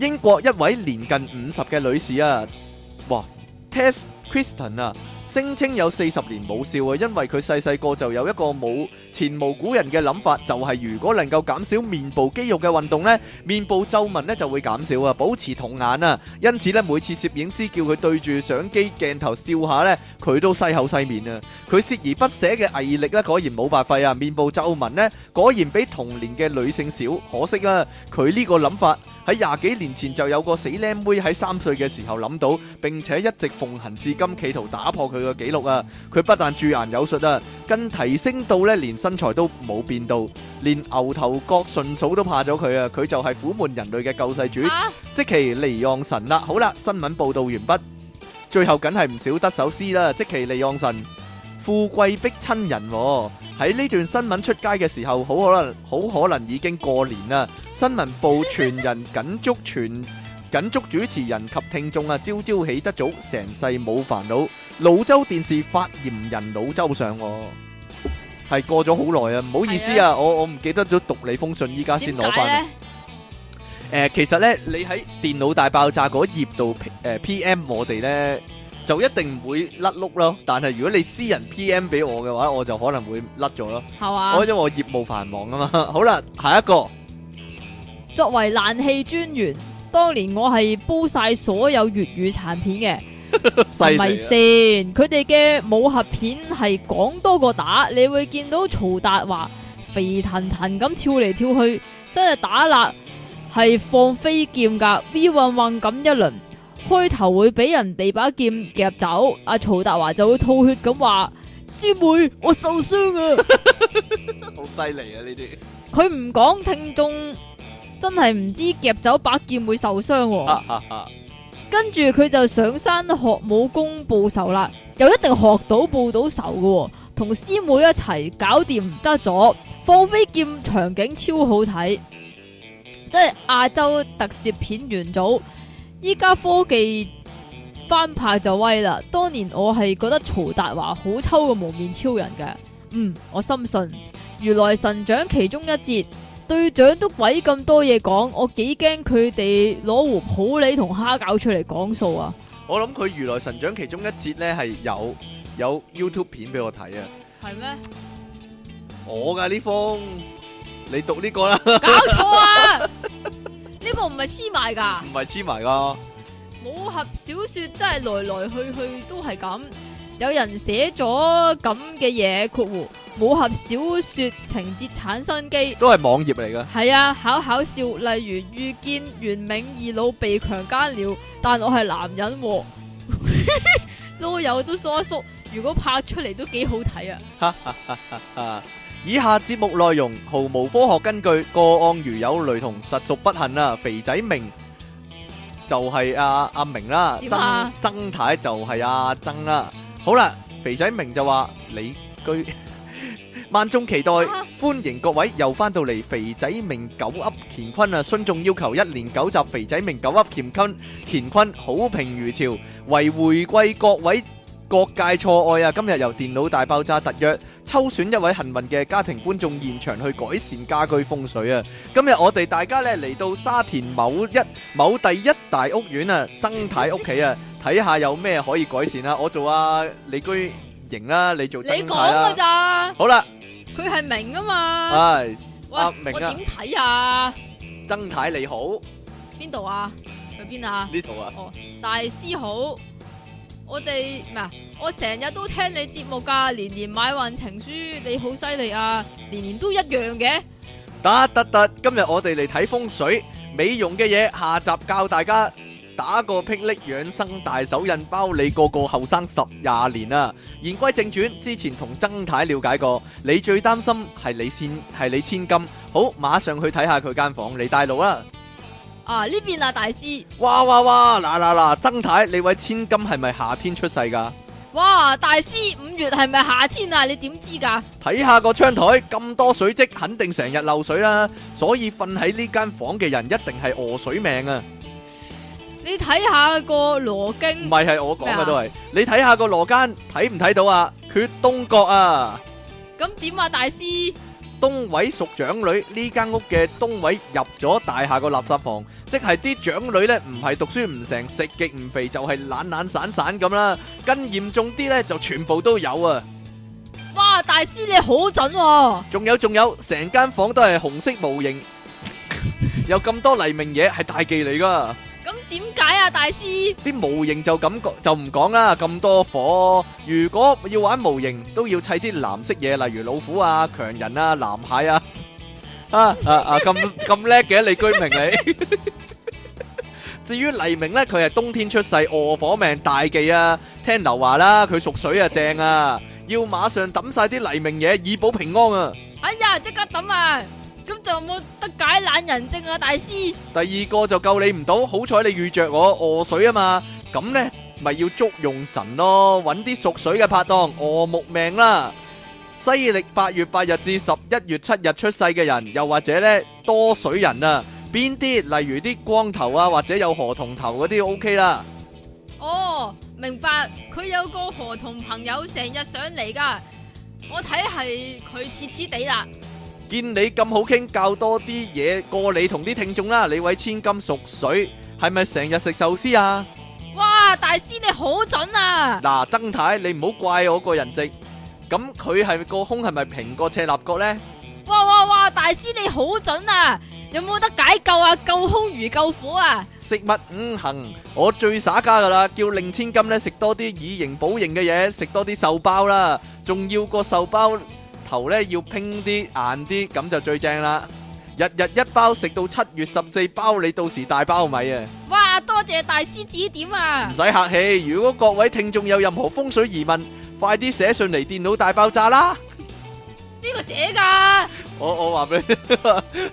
S1: 英國一位年近五十嘅女士啊，哇，Tess Kristen 啊，聲稱有四十年冇笑啊，因為佢細細個就有一個冇前無古人嘅諗法，就係、如果能夠減少面部肌肉嘅運動呢，面部皺紋呢就會減少啊，保持童顏啊。因此呢，每次攝影師叫佢對住相機鏡頭笑下呢，佢都西口西面啊。佢鍥而不捨嘅毅力呢，果然冇白費啊。面部皺紋呢，果然比同年嘅女性少，可惜啊，佢呢個諗法。喺廿幾年前就有個死僆妹喺三歲嘅時候諗到，並且一直奉行至今，企圖打破佢嘅紀錄啊！佢不但駐顏有術啊，更提升到咧連身材都冇變到，連牛頭角順嫂都怕咗佢啊！佢就係苦悶人類嘅救世主，
S2: 啊，
S1: 即其離岸神啦！好啦，新聞報導完畢，最後梗係唔少得首詩啦，即其離岸神。富貴逼親人喎、喺呢段新聞出街嘅時候，好可能好可能已經過年啦。新聞部全人緊祝全緊祝主持人及聽眾啊，朝朝起得早，成世冇煩惱。老州電視發言人老州上、喎，係過咗好耐啊，唔好意思
S2: 係
S1: 啊，我我唔記得咗讀你封信，依家先
S2: 點
S1: 攞翻嚟。
S2: 解咧？
S1: 誒、其實咧，你喺電腦大爆炸嗰頁度誒、PM 我哋咧，就一定唔會甩碌咯。但係如果你私人 PM 俾我嘅話，我就可能會甩咗咯。
S2: 係嘛
S1: 我？因為我業務繁忙啊嘛。 [LAUGHS] 好啦，下一個
S2: 作為冷氣專員，當年我係煲晒所有粵語殘片嘅，
S1: 犀
S2: 係
S1: 利
S2: 咪
S1: 啊
S2: 先？佢哋嘅武俠片係講多過打，你會見到曹達華肥騰騰咁跳嚟跳去，真係打辣，係放飛劍噶，V 混混咁一輪。開頭會俾人哋把劍夾走，阿曹達華就會吐血咁話：師妹，我受傷啊！
S1: 好犀利啊！呢啲
S2: 佢唔講聽眾真係唔知夾走把劍會受傷喎、
S1: 哈哈哈，
S2: 跟住佢就上山學武功報仇啦，又一定學到報到仇嘅喎、同師妹一齊搞掂得咗，放飛劍場景超好睇，即係亞洲特攝片元祖。依家科技翻拍就威啦，當年我係覺得曹達華好抽過無面超人嘅，嗯，我深信如來神掌其中一節。隊長都鬼咁多嘢講，我幾驚佢哋攞壺普洱同蝦餃出嚟講數啊！
S1: 我諗佢如來神掌其中一節咧係有有 YouTube 片俾我睇啊。
S2: 係咩？
S1: 我㗎呢封，你讀呢個啦，
S2: 搞錯 [LAUGHS] 啊！呢個唔係黐埋㗎，
S1: 唔係黐埋㗎。
S2: 武俠小說真係來來去去都係咁，有人寫咗咁嘅嘢，括弧武俠小說情節產生機。
S1: 都係網頁嚟㗎。
S2: 係啊，考考笑，例如遇見袁明二老被強姦了，但我係男人喎、 [LAUGHS] 囉柚都疏一縮，如果拍出嚟都幾好睇啊！
S1: 啊！以下節目內容毫無科學根據，個案如有雷同，實屬不幸啊！肥仔明就係阿阿明啦，
S2: 點
S1: 曾
S2: 啊
S1: 曾太就係阿曾啦。好啦，肥仔明就話你居 [LAUGHS] 萬眾期待。
S2: 啊
S1: 歡迎各位又翻到嚟肥仔明九噏乾坤啊！信眾要求一連九集肥仔明九噏乾坤，乾坤好評如潮，為回歸各位各界錯愛啊！今日由電腦大爆炸特約抽選一位幸運嘅家庭觀眾現場去改善家居風水啊！今日我哋大家呢嚟到沙田某一某第一大屋苑啊，曾太屋企啊，睇下有咩可以改善啦、我做啊李居營啦，你做
S2: 你
S1: 曾
S2: 講
S1: 太啦
S2: 噶。咋？
S1: 好啦，
S2: 佢係明啊嘛。
S1: 唉、
S2: 喂，
S1: 啊
S2: 我
S1: 明啊
S2: 點睇啊？
S1: 曾太你好，
S2: 邊度啊？去邊啊？
S1: 呢度啊，
S2: 大師好，我哋唔係啊，我成日都聽你節目噶，年年買運程書，你好犀利啊！年年都一樣嘅，
S1: 得得得，今日我哋嚟睇風水美容嘅嘢，下集教大家打個霹靂養生大手印，包你個個後生十廿年啊！言歸正傳，之前同曾太了解過，你最擔心係你先係你千金，好馬上去睇下佢間房，你帶路啦！
S2: 啊呢邊啊大師，
S1: 哇哇哇，嗱嗱嗱，曾太，你位千金係咪夏天出世㗎？
S2: 哇大師五月係咪夏天啊？你點知噶？
S1: 睇下個窗台咁多水跡，肯定成日漏水啦。所以瞓喺呢間房嘅人一定係餓水命啊！
S2: 你睇下個羅
S1: 唔
S2: 京，
S1: 係係我講
S2: 咩啊
S1: 嘅都係。你睇下個羅間睇唔睇到啊？缺東角啊！
S2: 咁點啊大師？
S1: 東位屬長女，呢間屋嘅東位入咗大廈個垃圾房，即係啲長女咧唔係讀書唔成，食極唔肥，就係懶懶散散咁啦。更嚴重啲咧就全部都有啊！
S2: 哇，大師你好準喎！
S1: 仲有仲有，成間房都係紅色模型， [LAUGHS] 有咁多黎明嘢係大忌嚟噶。
S2: 咁點解啊，大 [LAUGHS] 師？
S1: 啲模型就咁講就唔講啦，咁多火。如果要玩模型，都要砌啲藍色嘢，例如老虎啊、強人啊、藍蟹啊。啊啊啊！咁咁叻嘅李居明你。至於黎明呢，佢係冬天出世，餓火命大忌啊！聽劉華啦，佢屬水啊，正啊，要馬上抌晒啲黎明嘢，以保平安啊！
S2: 哎呀，即刻抌啊！咁就冇得解懶人症啊，大師。
S1: 第二個就救你唔到，好彩你遇着我餓水啊嘛，咁呢咪要捉用神咯，揾啲屬水嘅拍檔，餓木命啦。西歷八月八日至十一月七日出世嘅人，又或者呢多水人啊，邊啲例如啲光頭啊，或者有河童頭嗰啲 O K 啦。
S2: 哦，明白。佢有個河童朋友成日上嚟噶，我睇係佢似似地啦。
S1: 見你咁好傾，教多啲嘢過你同啲聽眾啦。你位千金屬水，係咪成日食壽司啊？
S2: 哇，大師你好準啊！
S1: 嗱，曾太你唔好怪我個人直。咁佢係個胸係咪平過赤鱲角呢？
S2: 哇哇哇！大師你好準啊！有冇得解救啊？救空如救火啊！
S1: 食物五行，我最耍家噶啦，叫令千金呢食多啲以形補形嘅嘢，食多啲壽包啦，仲要個壽包頭呢要拼啲硬啲，咁就最正啦！日日一包食到七月十四包，你到時大包米啊！
S2: 哇，多謝大師指點啊
S1: 唔！使客氣，如果各位聽眾有任何風水疑問，快啲寫信嚟電腦大爆炸啦！
S2: 邊個寫噶？
S1: 我我話俾你，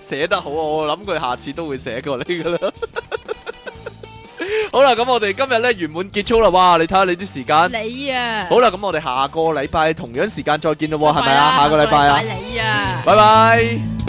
S1: [LAUGHS] 寫得好，我諗佢下次都會寫過呢噶啦。 [LAUGHS] 好啦，咁我哋今日咧圓滿結束啦。哇，你睇下你啲時間。
S2: 你啊！
S1: 好啦，咁我哋下個禮拜同樣時間再見咯喎，係咪
S2: 拜啦
S1: 啊？下個禮拜啊，
S2: 你啊！
S1: 拜拜。